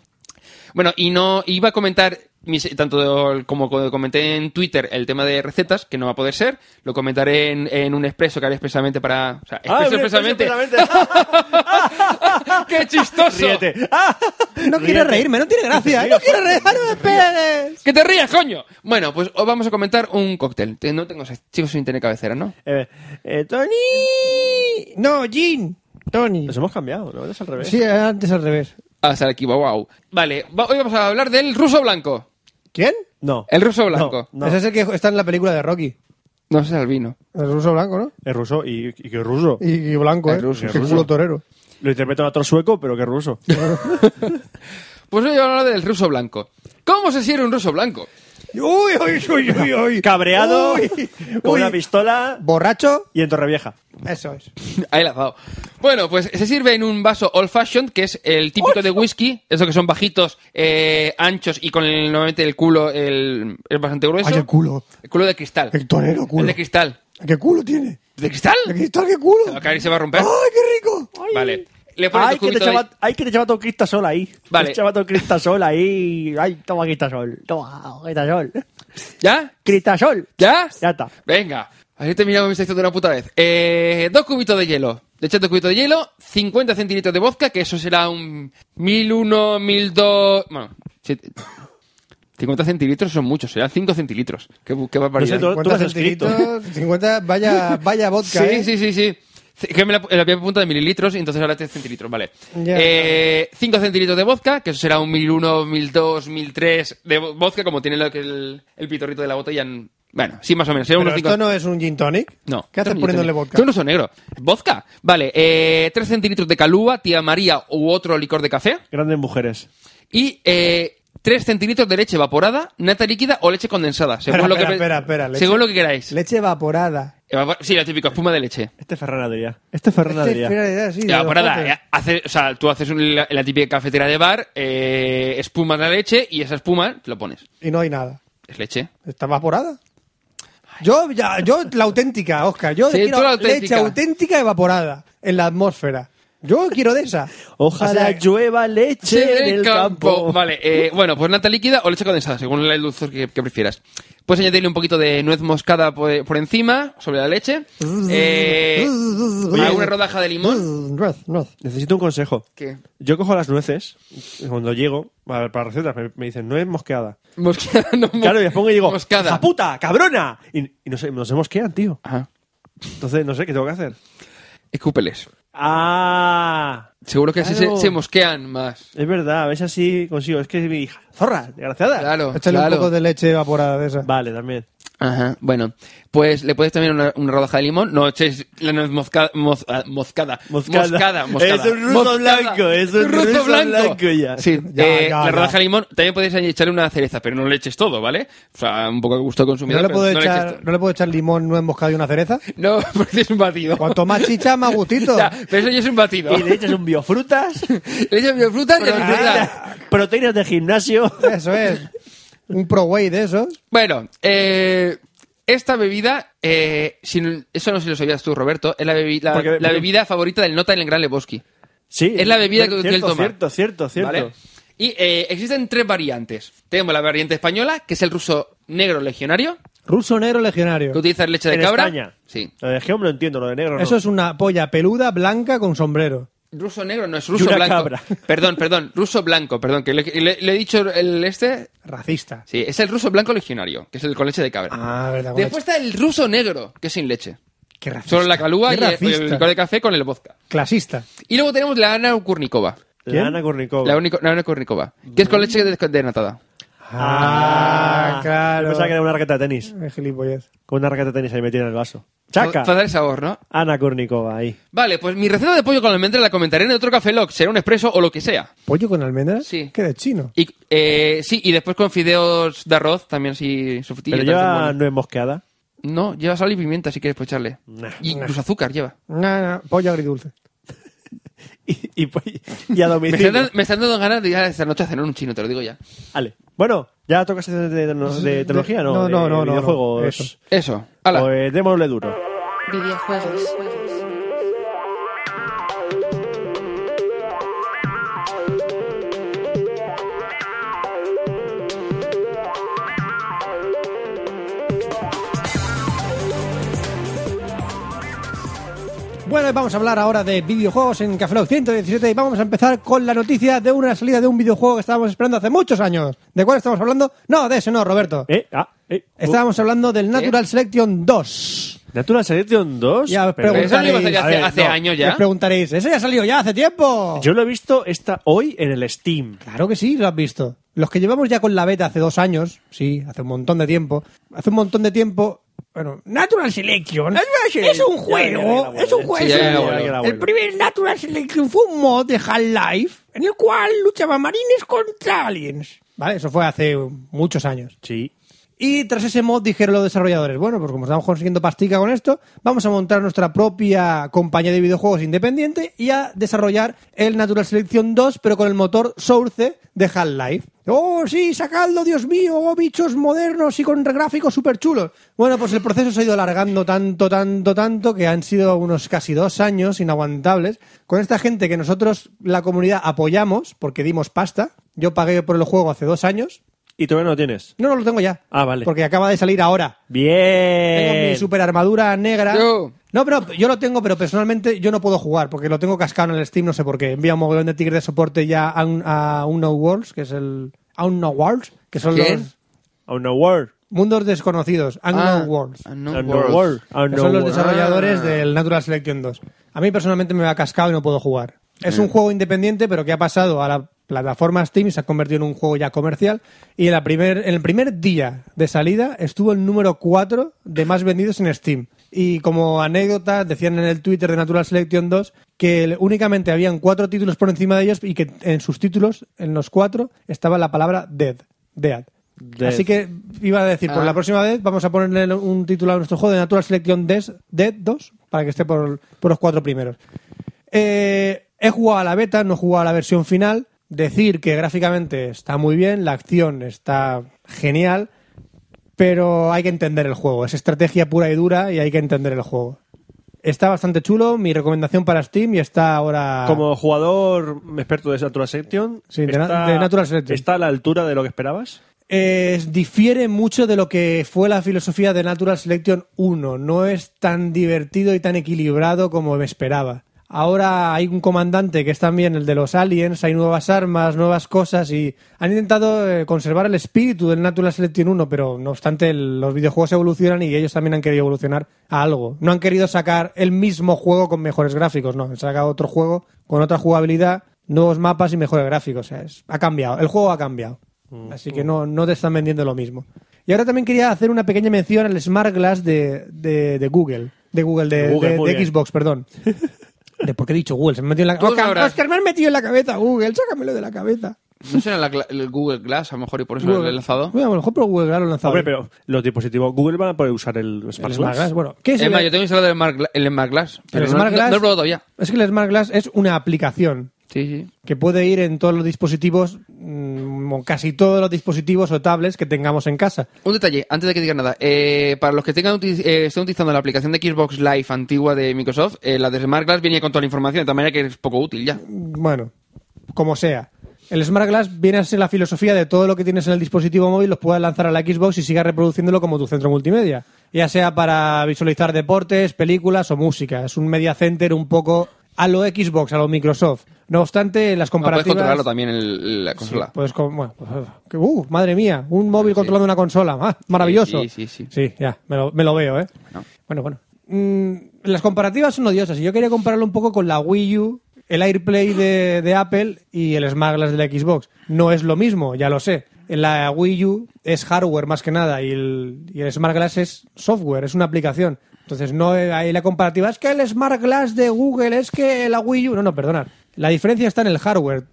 Bueno, y no iba a comentar mis- tanto el- como co- comenté en Twitter el tema de recetas, que no va a poder ser. Lo comentaré en, en un expreso que haré expresamente para. O sea, expreso
Ah, mira,
expresamente.
expresamente.
¡Qué chistoso!
Ríete. Ah,
No quiero
Ríete.
reírme, no tiene gracia. No quiero reírme, no me esperes.
¡Que te rías, coño! Bueno, pues os vamos a comentar un cóctel. Te- No tengo sed. chicos sin tener cabecera, ¿no?
Eh, eh, Tony.
No, Jean. Tony.
Nos hemos cambiado, ¿no? Es al revés.
Sí, antes al revés.
Ah, sale aquí, wow, wow. Vale, va- hoy vamos a hablar del ruso blanco.
¿Quién?
No.
El ruso blanco.
No,
Ese es el que está en la película de Rocky.
No sé, albino.
El ruso blanco, ¿no?
Es ruso y, y que es ruso.
Y, y blanco,
El
¿eh?
ruso,
Qué
el ruso.
culo torero.
Lo interpreta un actor sueco, pero que es ruso.
Pues hoy vamos a hablar del ruso blanco. ¿Cómo se sirve un ruso blanco?
Uy, uy, uy, uy, uy.
Cabreado,
Uy,
con
uy.
una pistola
Borracho.
y en Torrevieja.
Eso es.
Ahí la has dado. Bueno, pues se sirve en un vaso old fashioned, que es el típico de whisky, esos que son bajitos, eh, anchos y con el, normalmente el culo el, es bastante grueso.
Ay, el culo.
El culo de cristal.
El torero culo.
El de cristal.
¿Qué culo tiene?
¿De cristal?
¿De cristal qué culo?
Se va a caer y se va a romper.
¡Ay, qué rico!
Vale. Le pones
Ay,
tu
que te
cubito de-
echaba, ay, que te echaba todo cristasol ahí.
Vale.
Te echaba todo cristasol ahí. Ay, toma cristasol. Toma cristasol.
¿Ya?
Cristasol.
¿Ya?
Ya está.
Venga. Así terminamos mi sección de una puta vez. Eh, dos cubitos de hielo. Le echas dos cubitos de hielo, 50 centilitros de vodka, que eso será un 1001, 1002... Bueno, siete- 50 centilitros son muchos, serán 5 centilitros. Qué, bu- qué barbaridad.
No sé, Tú
50
lo has escrito.
centilitros, 50, vaya, vaya vodka,
sí,
¿eh?
sí, sí, sí. C- Que me la, la había apuntado de mililitros y entonces ahora 3 centilitros, vale.
Ya.
Eh, 5 centilitros de vodka, que eso será un 1001, 1002, 1003 de vo- vodka, como tiene lo que el, el pitorrito de la botella. en- Bueno, sí, más o menos. Será
Pero
unos cinco-
esto no es un gin tonic.
No.
¿Qué haces
Tony,
poniéndole
Tony.
vodka?
Tú no sos negro. ¿Vodka? Vale. Eh, 3 centilitros de calúa, tía María u otro licor de café.
Grandes mujeres.
Y eh, 3 centilitros de leche evaporada, nata líquida o leche condensada. Según
Espera,
lo que,
espera, espera, espera, leche-
según lo que queráis.
Leche evaporada.
Evapor- Sí, lo típico, espuma de leche.
Este es Ferran Adrià. Este es Ferran
Este,
Adrià.
espera, ya, sí, de los
evaporada.
botes.
eh, hace- o sea, tú haces un- la, la típica cafetera de bar, eh, espumas la leche y esa espuma lo pones.
Y no hay nada.
Es leche.
Está evaporada. Yo, ya, yo la auténtica, Oscar. Yo
Sí,
quiero
tú la
leche
auténtica.
auténtica evaporada en la atmósfera. Yo quiero de esa.
Ojalá
O sea,
llueva leche en el campo.
Vale, eh, bueno, pues nata líquida o leche condensada, según el dulzor que, que prefieras. Puedes añadirle un poquito de nuez moscada por, por encima, sobre la leche. Eh, alguna rodaja de limón.
Mm, nuez, nuez.
Necesito un consejo.
¿Qué?
Yo cojo las nueces cuando llego a- para recetas. Me, me dicen nuez mosqueada.
Moscada, no mos-
Claro, y les pongo y digo,
Moscada.
"Hija puta, cabrona! Y, y no sé, no se mosquean, tío.
Ajá.
Entonces, no sé qué tengo que hacer.
Escúpeles.
¡Ah!
Seguro que así se,
Claro.
se mosquean más.
Es verdad, a ver si así consigo. Es que es mi hija. ¡Zorra! ¡Desgraciada!
Claro,
Échale
Oh, claro.
un poco de leche evaporada de esa.
Vale, también.
Ajá, bueno. Pues le puedes también una, una rodaja de limón. No echéis la nuez moscada. Moz, ah, mozcada.
Moscada.
Moscada, moscada.
Es un ruso
Moscada.
blanco, es un ruso blanco ya.
Sí,
Ya,
eh,
ya,
la
ya.
rodaja de limón. También podéis echarle una cereza, pero no le eches todo, ¿vale? O sea, un poco de gusto al
¿No
consumidor.
le,
pero
puedo
eches
echar,
todo.
¿No le puedo echar limón, nuez moscada y una cereza?
No, porque es un batido.
Cuanto más chicha, más gustito.
Ya, pero eso ya es un batido.
Y le echas un biofrutas,
Le echas biofrutas y
proteínas-
azúcar.
proteínas de gimnasio.
Eso es. Un pro way de esos.
Bueno, eh, esta bebida, eh, sin- eso no sé si lo sabías tú, Roberto, es la, bebi- la-
Porque-
la
porque-
bebida favorita del Nota en el Gran Lebowski.
Sí.
Es la bebida que-
cierto,
que él toma.
Cierto, cierto, cierto.
¿Vale? Y eh, existen tres variantes. Tenemos la variante española, que es el ruso negro legionario,
Ruso negro legionario.
que utiliza leche de
en
cabra.
España.
Sí.
Lo de Geom lo entiendo, lo de negro no.
Eso es una polla peluda blanca con sombrero.
Ruso negro no es ruso
una
blanco.
cabra.
Perdón, perdón, ruso blanco, perdón, que le, le- le he dicho el este.
Racista.
Sí, es el ruso blanco legionario, que es el con leche de cabra.
Ah, verdad. con
Después está el ruso negro, que es sin leche.
la- Qué racista.
Solo la calúa
Qué
y el-
racista.
el licor de café con el vodka.
Clasista.
Y luego tenemos la Ana Kurnikova.
La Ana Kournikova.
¿eh? La, único- la Ana Kurnikova, que es con leche de- desnatada.
Ah, claro.
Yo Pensaba que era una raqueta de tenis.
Es gilipollez.
Con una raqueta de tenis ahí metida en el vaso. ¡Chaca!
Pa- Para dar sabor, ¿no?
Ana Kournikova, ahí.
Vale, pues mi receta de pollo con almendra la comentaré en otro café log, será un expreso o lo que sea.
¿Pollo con almendras?
Sí.
Que de chino.
Y, eh, sí, y después con fideos de arroz, también así sofritillo.
Pero
tal,
lleva
son buenos.
no es mosqueada.
No, lleva sal y pimienta si quieres pues echarle. y incluso azúcar lleva.
No, no, pollo agridulce.
Y, y, y a
Me
domicilio.
están, dando- me están dando ganas de ir a esta noche a cenar un chino, te lo digo ya.
Vale. Bueno, ya tocas de, de- de- de tecnología,
No,
¿no?
no,
De
no, no,
videojuegos.
no. Eso.
Eso, ala.
Pues démosle duro.
Videojuegos.
Bueno, y vamos a hablar ahora de videojuegos en Café Lock 117 y vamos a empezar con la noticia de una salida de un videojuego que estábamos esperando hace muchos años. ¿De cuál estamos hablando? No, de ese no, Roberto.
Eh, ah, eh.
Estábamos hablando del Natural Selection 2.
Uh, Natural Selection 2.
Ya os
Pero-
Pero eso no iba
preguntaréis-
a salir
a
hace,
ver,
hace
no,
años
Les
ya.
preguntaréis, ¿eso ya salió ya hace tiempo?
oh. Yo lo he visto esta hoy en el Steam.
Claro que sí, lo has visto. Los que llevamos ya con la beta hace dos años, sí, hace un montón de tiempo, hace un montón de tiempo, bueno, Natural Selection es un juego, es un
Sí, ya viene el
juego.
abuelo.
El primer Natural Selection fue un mod de Half-Life en el cual luchaban marines contra aliens. Vale, eso fue hace muchos años.
Sí.
Y tras ese mod dijeron los desarrolladores, bueno, pues como estamos consiguiendo pastica con esto, vamos a montar nuestra propia compañía de videojuegos independiente y a desarrollar el Natural Selection 2, pero con el motor Source de Half-Life. ¡Oh, sí, sacadlo, Dios mío! ¡Oh, bichos modernos y con gráficos súper chulos! Bueno, pues el proceso se ha ido alargando tanto, tanto, tanto, que han sido unos casi dos años inaguantables con esta gente que nosotros, la comunidad, apoyamos porque dimos pasta. Yo pagué por el juego hace dos años.
Y todavía no lo tienes.
No, no lo tengo ya.
Ah, vale. Eh.
Porque acaba de salir ahora. Tengo
Bien.
mi super armadura negra.
Yo.
No, pero yo lo tengo, pero personalmente yo no puedo jugar porque lo tengo cascado en el Steam, no sé por qué. Envía un mogollón de tigres de soporte ya a, un, a Unknown Worlds, que es el. A Unknown Worlds, que son
¿Quién?
los
On the world.
mundos desconocidos. Unknown
Ah,
Worlds.
Unknown
On the
Worlds.
world. On
Ah,
que
the
son los
world.
desarrolladores
Ah.
del Natural Selection 2. A mí personalmente me ha cascado y no puedo jugar. Es un juego independiente, pero que ha pasado a la plataforma Steam y se ha convertido en un juego ya comercial. Y en, la primer, en el primer día de salida estuvo el número 4 de más vendidos en Steam. Y como anécdota, decían en el Twitter de Natural Selection 2 que el- únicamente habían cuatro títulos por encima de ellos y que en sus títulos, en los cuatro, estaba la palabra Dead. Dead.
Dead.
Así que iba a decir, por
Ah.
la próxima vez vamos a ponerle un título a nuestro juego de Natural Selection Des- Dead 2 para que esté por, por los cuatro primeros. Eh, he jugado a la beta, no he jugado a la versión final. Decir que gráficamente está muy bien, la acción está genial, pero hay que entender el juego. Es estrategia pura y dura y hay que entender el juego. Está bastante chulo, mi recomendación para Steam y está ahora...
Como jugador experto de Natural Selection,
Sí, de na- de Natural Selection.
¿está a la altura de lo que esperabas?
Eh, difiere mucho de lo que fue la filosofía de Natural Selection 1. No es tan divertido y tan equilibrado como me esperaba. Ahora hay un comandante que es también el de los aliens, hay nuevas armas, nuevas cosas y han intentado eh, conservar el espíritu del Natural Selection 1, pero no obstante el- los videojuegos evolucionan y ellos también han querido evolucionar a algo. No han querido sacar el mismo juego con mejores gráficos, no, han sacado otro juego con otra jugabilidad, nuevos mapas y mejores gráficos. O sea, es- ha cambiado, el juego ha cambiado.
Mm.
Así que no, no te están vendiendo lo mismo. Y ahora también quería hacer una pequeña mención al Smart Glass de, de, de Google. De Google, de,
Google,
de-
muy
de
bien.
Xbox, perdón. ¿De por qué he dicho Google? Se me ha metido en la
Tú
cabeza.
sabrás.
Oscar, me has metido en la cabeza Google. Sácamelo de la cabeza.
No será la gla- el Google Glass, a lo mejor, y por eso lo he lanzado.
Bueno, a lo mejor por Google Glass lo he lanzado.
Hombre, pero los dispositivos Google van a poder usar el Smart
El Smart
Glass.
Glass, bueno, ¿qué es
Es
el,
más, yo tengo instalado el, Mar- el Smart Glass. Pero
el
no,
Smart
no-
Glass?
no lo he probado todavía.
Es que el Smart Glass es una aplicación
Sí, sí.
que puede ir en todos los dispositivos, mm, o casi todos los dispositivos o tablets que tengamos en casa.
Un detalle, antes de que diga nada, eh, para los que tengan uti- eh, estén utilizando la aplicación de Xbox Live antigua de Microsoft, eh, la de Smart Glass viene con toda la información, de tal manera que es poco útil ya.
bueno, como sea. El Smart Glass viene a ser la filosofía de todo lo que tienes en el dispositivo móvil los puedas lanzar a la Xbox y sigas reproduciéndolo como tu centro multimedia. Ya sea para visualizar deportes, películas o música. Es un media center un poco a lo Xbox, a lo Microsoft. No obstante, las
No, Ah, puedes
comparativas...
controlarlo también el- la
Sí,
consola.
pues con- bueno, pues, que- uh, madre mía, un móvil
Sí.
controlando una consola, ah, maravilloso.
Sí, sí, sí,
ya, me lo, me lo veo, ¿eh?
No.
Bueno, bueno. Mm, las comparativas son odiosas y yo quería compararlo un poco con la Wii U, el AirPlay de, de Apple y el Smart Glass de la Xbox. No es lo mismo, ya lo sé. La Wii U es hardware más que nada y el, y el Smart Glass es software, es una aplicación. Entonces, no eh, ahí la comparativa es que el Smart Glass de Google es que la Wii U. No, no, perdonad. La diferencia está en el hardware.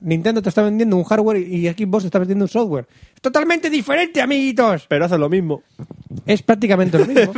Nintendo te está vendiendo un hardware y Xbox te está vendiendo un software. Es totalmente diferente, amiguitos.
Pero hacen lo mismo.
Es prácticamente lo mismo.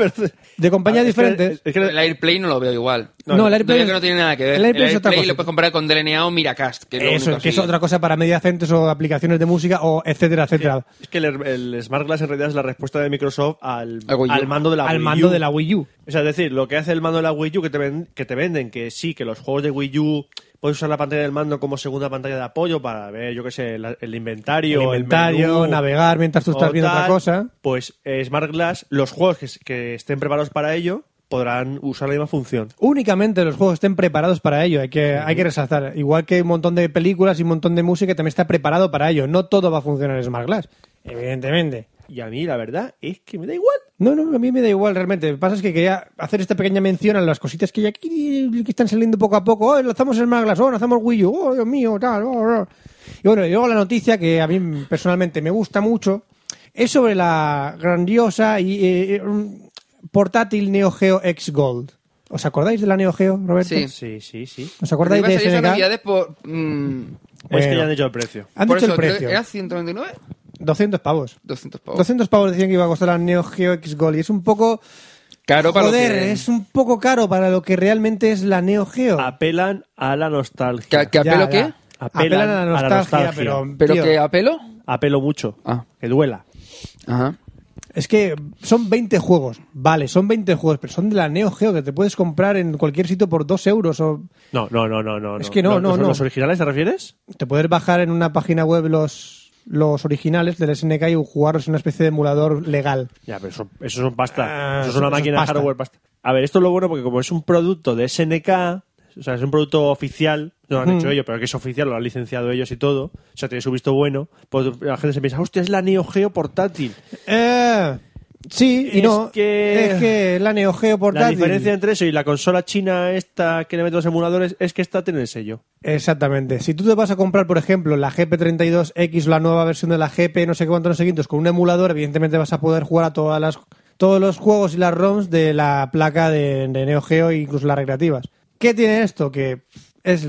de compañías
Es que-
diferentes.
es que-
El AirPlay no lo veo igual.
No, el AirPlay
Creo
es-
que no tiene nada que ver.
el AirPlay es otra cosa.
lo puedes comparar con DLNA o Miracast. Que es lo
Eso,
único
que es
así.
otra cosa para media centros o aplicaciones de música o etcétera, etcétera.
Es que el, el Smart Glass en realidad es la respuesta de Microsoft al,
Al Wii U.
al mando de la
Al
Wii
mando
U.
de la Wii U.
O sea, es decir, lo que hace el mando de la Wii U que te, ven- que te venden, que sí, que los juegos de Wii U puedes usar la pantalla del mando como segunda pantalla de apoyo para ver, yo qué sé, la- el inventario,
El inventario,
menú,
navegar mientras tú
o
estás viendo otra
tal.
cosa.
Pues eh, Smart Glass, los juegos que, s- que estén preparados para ello podrán usar la misma función.
Únicamente los juegos estén preparados para ello, hay que, hay que resaltar. Igual que hay un montón de películas y un montón de música que también está preparado para ello. No todo va a funcionar en Smart Glass, evidentemente.
Y a mí, la verdad, es que me da igual.
No, no, a mí me da igual realmente. Lo que pasa es que quería hacer esta pequeña mención a las cositas que ya que están saliendo poco a poco. Oh, lanzamos el Maglas, oh, lanzamos Wii U, oh, Dios mío, tal. oh, oh. Y bueno, y luego la noticia que a mí personalmente me gusta mucho es sobre la grandiosa y eh, eh, portátil Neo Geo X Gold. ¿Os acordáis de la Neo Geo, Roberto?
Sí.
Sí, sí, sí.
¿Os acordáis
Iba a
de
salir esas
SNK?
navidades por. mm,
Es que
Bueno.
ya han hecho el precio.
Han
por
dicho el
eso, creo que
precio.
¿Era Oh. 199?
200 pavos.
200 pavos.
200 pavos decían que iba a costar la Neo Geo X Gold y es un poco...
Caro para lo
Joder,
que-
es un poco caro para lo que realmente es la Neo Geo.
Apelan a la nostalgia.
¿Que, que
Ya,
apelo
ya.
qué?
Apelan, a la nostalgia, pero,
¿Pero
tío,
que apelo?
Apelo mucho.
Ah.
Que duela.
Ajá.
es que son 20 juegos, vale, son 20 juegos, pero son de la Neo Geo que te puedes comprar en cualquier sitio por 2 euros o
No, no, no, no, no.
Es que no, no,
¿Son
no.
¿Los originales te refieres?
te puedes bajar en una página web los los originales del SNK y jugarlos en una especie de emulador legal.
Ya, pero eso, eso son pasta.
Ah,
eso es una
eso- eso
máquina
es pasta.
hardware pasta. A ver, esto es lo bueno porque como es un producto de SNK, o sea, es un producto oficial, no lo han hecho ellos, pero que es oficial, lo han licenciado ellos y todo, o sea, tiene su visto bueno, pues la gente se piensa, hostia, es la Neo Geo portátil.
Eh, sí, y
Es
no,
que-
es que la Neo Geo portátil.
La diferencia entre eso y la consola china esta que le mete los emuladores es que esta tiene el sello.
Exactamente. Si tú te vas a comprar, por ejemplo, la GP32X, la nueva versión de la GP, no sé cuánto, no sé quintos, con un emulador, evidentemente vas a poder jugar a todas las, todos los juegos y las ROMs de la placa de, de Neo Geo e incluso las recreativas. ¿Qué tiene esto? Que es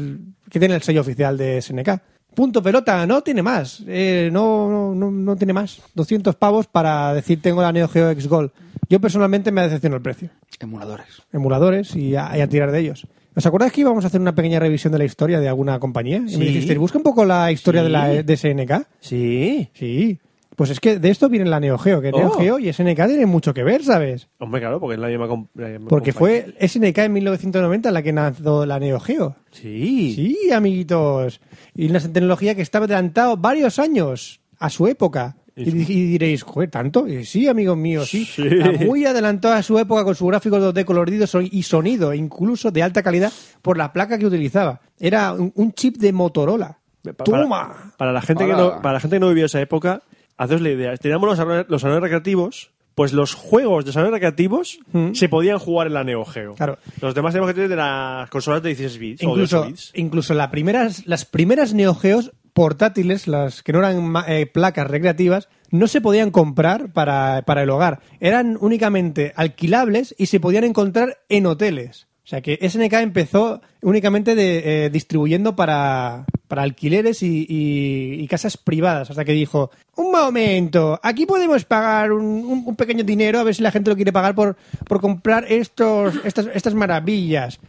que tiene el sello oficial de SNK. Punto pelota, no tiene más. Eh, no, no, no, no tiene más. 200 pavos para decir tengo la Neo Geo X Gold. Yo personalmente me ha decepcionado el precio
Emuladores.
emuladores y a, y a tirar de ellos. ¿Os acordáis que íbamos a hacer una pequeña revisión de la historia de alguna compañía? Y
Sí.
me dijisteis, busca un poco la historia
Sí.
de la de SNK.
Sí.
Sí. Pues es que de esto viene la Neo Geo, que Neo
Oh.
Geo y SNK tienen mucho que ver, ¿sabes?
Hombre, claro, porque es la misma... comp- la misma
Porque
compañía.
fue SNK en 1990 la que lanzó la Neo Geo.
Sí.
Sí, amiguitos. Y una tecnología que estaba adelantado varios años a su época. Y, di- y diréis, joder, ¿tanto? Y sí, amigos míos, sí.
Sí.
Está Muy adelantado a su época con sus gráficos 2D coloridos son- y sonido, e incluso de alta calidad, por la placa que utilizaba. Era un, un chip de Motorola.
Pa- para-
¡Toma!
Para la gente que
Hola.
no, para la gente que no vivió esa época, haceos la idea. Teníamos los salones, los salones recreativos, pues los juegos de salones recreativos se podían jugar en la Neo Geo.
Mm. Claro.
Los demás teníamos que tener de las consolas de 16 bits o de
Incluso,
8 bits.
incluso las primeras, las primeras Neo Geos portátiles, las que no eran ma- eh, placas recreativas, no se podían comprar para, para el hogar. Eran únicamente alquilables y se podían encontrar en hoteles. O sea que SNK empezó únicamente de, eh, distribuyendo para, para alquileres y, y- y casas privadas, hasta que dijo, un momento, aquí podemos pagar un, un- un pequeño dinero, a ver si la gente lo quiere pagar por, por comprar estos, estas, estas maravillas.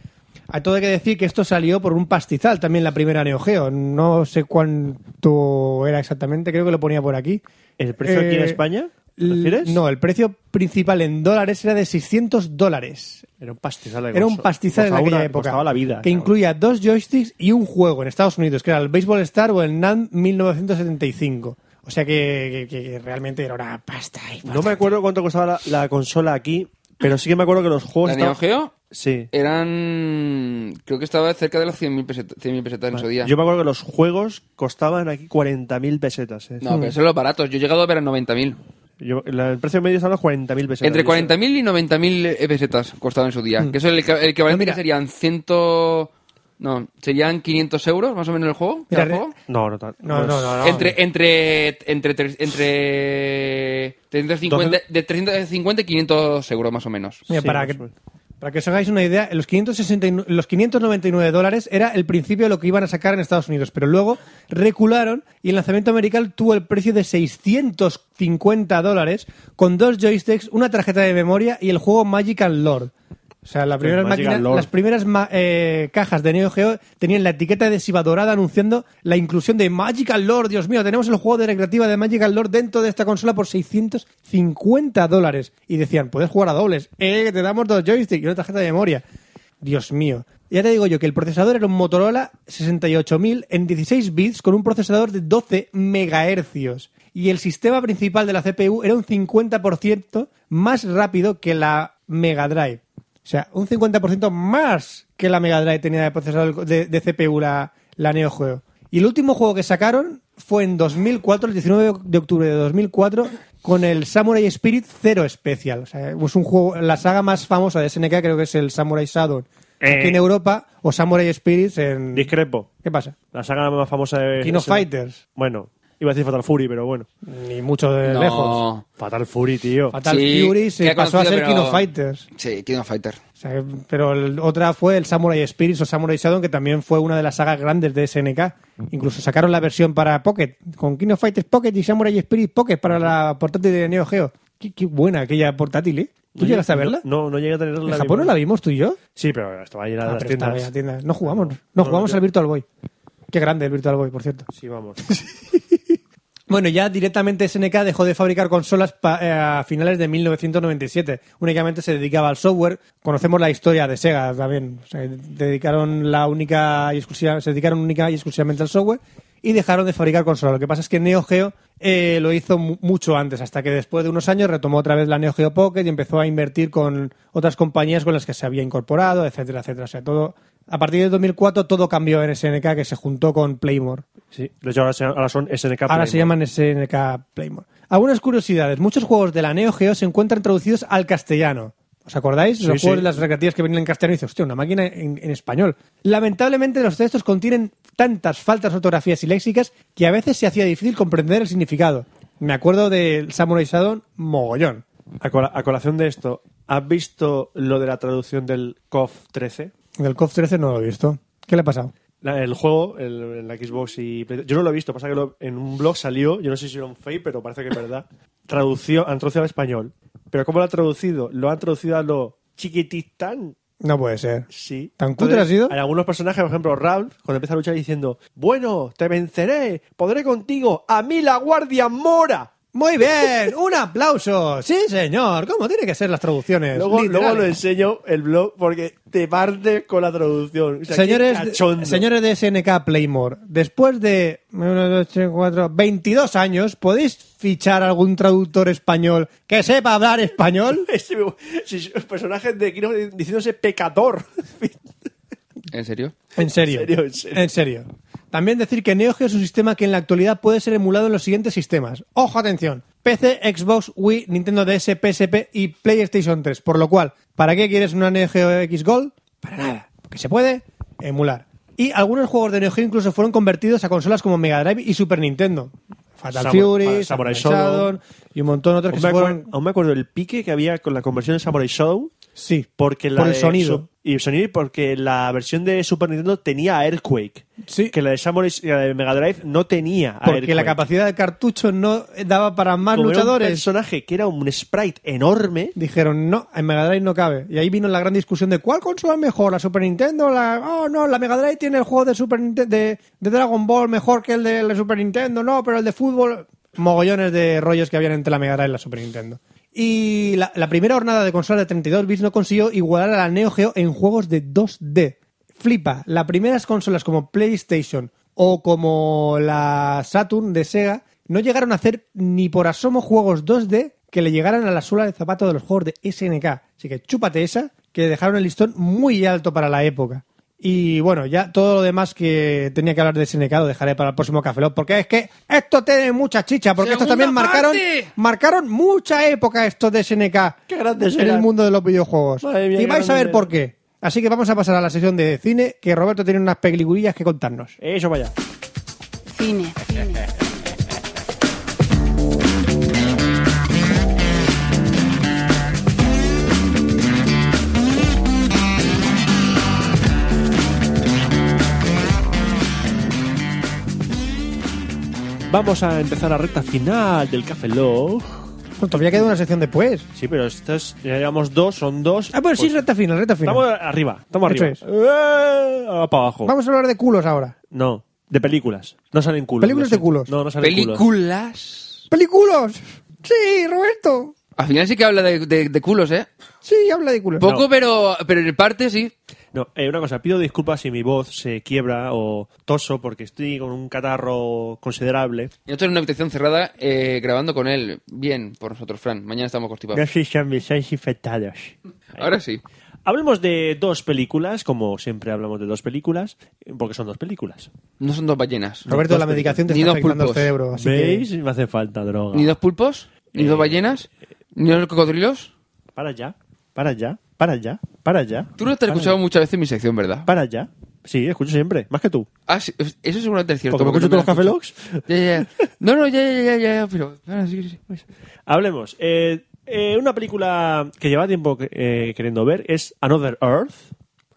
A todo hay que decir que esto salió por un pastizal también la primera Neo Geo. No sé cuánto era exactamente, creo que lo ponía por aquí. Eh,
¿El precio aquí en España? ¿Te refieres?
l- No, el precio principal en dólares era de 600 dólares.
Era un pastizal. de
Era un
consola.
pastizal en
Costaba
aquella
una-
época.
Costaba la vida.
Que
cabrón.
incluía dos joysticks y un juego en Estados Unidos, que era el Baseball Star o el NAM 1975. O sea que, que- que realmente era una pasta. ahí,
No me acuerdo cuánto costaba la, la consola aquí, pero sí que me acuerdo que los juegos
¿La Neo
estaban,
Geo?
Sí.
Eran. Creo que estaba cerca de las 100.000 pesetas, 100.000 pesetas en su día.
Yo me acuerdo que los juegos costaban aquí 40.000 pesetas. ¿eh?
No, pero son los baratos. Yo he llegado a ver a 90.000.
Yo- la- el precio medio están los 40.000 pesetas.
Entre
Yo-
40.000 y 90.000 pesetas costaba en su
Hmm.
día. Que eso es el, equi- el equivalente que serían 100. No, serían 500 euros más o menos el juego.
Mira,
cada
re-
juego.
No, no, tan-
No, no, no. no.
Entre, entre, entre, tres- entre 350, de 350 y 500 euros más o menos.
Mira,
Sí,
para,
más
que,
o menos.
para que os hagáis una idea, los, 569, los 599 dólares era el principio de lo que iban a sacar en Estados Unidos, pero luego recularon y el lanzamiento americano tuvo el precio de 650 dólares con dos joysticks, una tarjeta de memoria y el juego Magic and Lord. O sea, la primera
Magic and
máquina-
Lord.
las primeras ma- eh, cajas de Neo Geo tenían la etiqueta adhesiva dorada anunciando la inclusión de Magic and Lord. Dios mío, tenemos el juego de recreativa de Magic and Lord dentro de esta consola por 650 dólares. Y decían, puedes jugar a dobles. Eh, que te damos dos joysticks y una tarjeta de memoria. Dios mío. Ya te digo yo que el procesador era un Motorola 68000 en 16 bits con un procesador de 12 megahercios. Y el sistema principal de la CPU era un 50% más rápido que la Mega Drive. O sea, un 50% más que la Mega Drive tenía de procesador de, de CPU la, la Neo Geo. Y el último juego que sacaron fue en 2004, el 19 de octubre de 2004, con el Samurai Spirit Zero Special. O sea, es un juego, la saga más famosa de SNK creo que es el Samurai Shadow.
Eh.
Aquí en Europa, o Samurai Spirits en...
Discrepo.
¿Qué pasa?
La saga más famosa de.
King of
ese-
Fighters.
Bueno, iba a decir Fatal Fury, pero bueno.
Ni mucho de
No.
lejos.
Fatal Fury, tío.
Fatal
Sí,
Fury
que
se
ha
pasó a
conocido,
ser King
pero-
of Fighters.
Sí, King of Fighter.
O sea, pero el- otra fue el Samurai Spirits o Samurai Shadow, que también fue una de las sagas grandes de SNK. Incluso sacaron la versión para Pocket, con King of Fighters Pocket y Samurai Spirits Pocket para la portátil de Neo Geo. Qué, qué buena aquella portátil, ¿eh? ¿Tú
No
llegaste a
llegué-
verla?
No, no llegué a tenerla.
¿En Japón no la vimos tú y yo?
Sí, pero estaba llena de
Ah,
las
pero estaba
tiendas.
en la tienda. No jugamos, no,
No,
jugamos
yo-
al Virtual Boy. Qué grande el Virtual Boy, por cierto.
Sí, vamos.
Bueno, ya directamente SNK dejó de fabricar consolas pa- eh, a finales de 1997. Únicamente se dedicaba al software. Conocemos la historia de Sega también. Se dedicaron la única y exclusiva, se dedicaron única y exclusivamente al software y dejaron de fabricar consolas. Lo que pasa es que Neo Geo eh, lo hizo mu- mucho antes, hasta que después de unos años retomó otra vez la Neo Geo Pocket y empezó a invertir con otras compañías con las que se había incorporado, etcétera, etcétera. O sea, todo. A partir de 2004 todo cambió en SNK que se juntó con Playmore.
Sí. De hecho, ahora, se- ahora son SNK.
Ahora
Playmore.
se llaman SNK Playmore. Algunas curiosidades. Muchos juegos de la Neo Geo se encuentran traducidos al castellano. ¿Os acordáis? Los
Sí,
juegos de
sí.
las recreativas que venían en castellano y dices, hostia, una máquina en, en español. Lamentablemente los textos contienen tantas faltas de ortografías y léxicas que a veces se hacía difícil comprender el significado. Me acuerdo del Samurai Shodown mogollón.
A, cola- a colación de esto, ¿has visto lo de la traducción del KOF 13?
Del COF 13 no lo he visto. ¿Qué le ha pasado?
La- el juego, el, en la Xbox y Play- Yo no lo he visto, pasa que lo- en un blog salió, yo no sé si era un fake, pero parece que es verdad. Tradució, han traducido al español. Pero ¿cómo lo ha traducido? Lo han traducido a lo chiquititán.
No puede ser.
Sí.
¿Tan cutre
Entonces,
ha sido?
Hay algunos personajes, por ejemplo, Raul, cuando empieza a luchar diciendo, bueno, te venceré, podré contigo, a mí la guardia mora.
Muy bien, un aplauso. Sí, señor. ¿Cómo tienen que ser las traducciones?
Luego, luego
Literales.
lo enseño el blog porque te parte con la traducción. O sea, qué
señores,
cachondo.
señores de SNK Playmore, después de uno, dos, tres, cuatro, 22 años, ¿podéis fichar algún traductor español que sepa hablar español?
Ese- sí, personajes de Kino diciéndose pecador.
¿En serio?
En serio.
En serio, en serio.
En serio. También decir que Neo Geo es un sistema que en la actualidad puede ser emulado en los siguientes sistemas. Ojo, atención. PC, Xbox, Wii, Nintendo DS, PSP y PlayStation 3. Por lo cual, ¿para qué quieres una Neo Geo X Gold? Para nada. Porque se puede emular. Y algunos juegos de Neo Geo incluso fueron convertidos a consolas como Mega Drive y Super Nintendo. Fatal
Samu-
Fury,
Samurai
Shodown
Shodown.
y un montón de otros que
Aún
se
me,
fueron...
acuerdo, aún me acuerdo el pique que había con la conversión de Samurai Shodown.
Sí,
Porque la
por el
de
sonido.
su- y el sonido y porque la versión de Super Nintendo tenía Earthquake.
Sí.
Que la de Samurai y la de Mega Drive no tenía
Porque la
Earthquake.
capacidad del cartucho no daba para más
Como era Un
luchadores.
personaje que era un sprite enorme.
Dijeron, no, en Mega Drive no cabe. Y ahí vino la gran discusión de cuál consola es mejor, la Super Nintendo, la... Oh, no, la Mega Drive tiene el juego de, Super Ninte- de, de Dragon Ball mejor que el de la Super Nintendo, no, pero el de fútbol... Mogollones de rollos que habían entre la Mega Drive y la Super Nintendo. Y la, la primera hornada de consola de 32 bits no consiguió igualar a la Neo Geo en juegos de 2D. Flipa, las primeras consolas como PlayStation o como la Saturn de Sega no llegaron a hacer ni por asomo juegos 2D que le llegaran a la suela de zapato de los juegos de SNK. Así que chúpate esa que dejaron el listón muy alto para la época. Y bueno, ya todo lo demás que tenía que hablar de SNK lo dejaré para el próximo Café Lock, porque es que esto tiene mucha chicha, porque estos
¡Segunda
también marcaron,
parte!
marcaron mucha época estos de SNK
¡Qué grandes
en el
eran!
mundo de los videojuegos.
Madre mía,
y
qué
vais a
grandes
ver por
eran.
qué. Así que vamos a pasar a la sesión de cine, que Roberto tiene unas peliculillas que contarnos.
Eso vaya.
Cine. cine.
Vamos a empezar la recta final del Café Log.
Pues todavía queda una sección después.
Sí, pero estas ya llevamos dos, son dos.
Ah, bueno, sí,
Pues
recta final, recta final.
Estamos arriba, estamos
Eso
arriba.
es.
Eh, ahora para abajo.
Vamos a hablar de culos ahora.
No, de películas. No salen culos.
Películas
lo siento.
de culos.
No, no salen culos.
Películas.
¡Peliculos! Sí, Roberto.
Al final sí que habla de, de- de culos, ¿eh?
Sí, habla de culos.
Poco,
No.
pero, pero en parte sí.
No, eh, una cosa, pido disculpas si mi voz se quiebra o toso porque estoy con un catarro considerable.
Y Nosotros en una habitación cerrada eh, grabando con él. Bien, por nosotros, Fran. Mañana estamos constipados.
No sé si me estáis infectados.
Ahora sí.
Hablemos de dos películas, como siempre hablamos de dos películas, eh, porque son dos películas.
No son dos ballenas.
Roberto, la medicación te
Ni
está
dos
afectando el
pulpos.
cerebro. Así
¿Veis?
que...
Me hace falta droga.
Ni dos pulpos, ni dos ballenas, ni dos cocodrilos.
Para allá, para allá, para allá, para allá.
Tú no te has escuchado muchas veces en mi sección, ¿verdad?
Para allá. Sí, escucho siempre, más que tú.
Ah, sí, eso seguramente es cierto.
Porque me
porque
escucho todos los Café
no me
Logs.
Ya, ya, ya. No, no, ya, ya, ya, ya, ya, pero... ah, sí, sí, sí.
Hablemos. Eh, eh, una película que lleva tiempo eh, queriendo ver es Another Earth.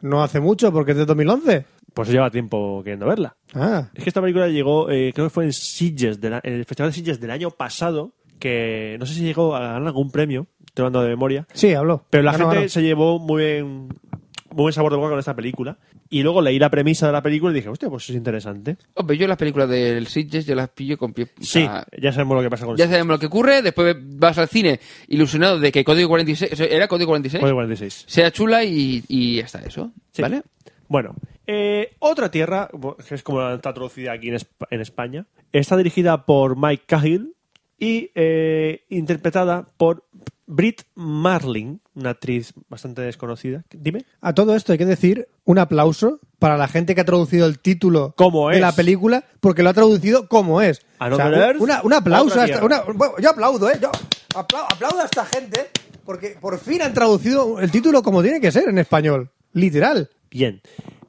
No hace mucho, porque es de 2011.
Pues lleva tiempo queriendo verla.
Ah,
Es que esta película llegó, eh, creo que fue en Sitges, del a- en el Festival de Sitges del año pasado, que no sé si llegó a ganar algún premio, estoy hablando de memoria,
sí, habló.
pero la
Ganó,
gente
ganó.
se llevó muy bien, muy buen sabor de boca con esta película. Y luego leí la premisa de la película y dije, hostia, pues es interesante.
Hombre, yo las películas del Sitges yo las pillo con pie... o
Sí,
sea,
ya sabemos lo que pasa con
ya sabemos lo que ocurre, después vas al cine ilusionado de que Código 46... o sea, ¿Era Código 46?
Código 46.
Sea chula y, y hasta eso,
Sí.
¿vale?
Bueno, eh, otra tierra, que es como está traducida aquí en, Esp- en España, está dirigida por Mike Cahill y eh, interpretada por Britt Marling, una actriz bastante desconocida. Dime.
A todo esto hay que decir un aplauso para la gente que ha traducido el título
Como
de
es.
la película, porque lo ha traducido como es.
Another
un-
Earth,
una- un aplauso.
otra
a esta-
tierra.
una- bueno, yo aplaudo, ¿eh? Yo apla- aplaudo a esta gente, porque por fin han traducido el título como tiene que ser en español. Literal.
Bien.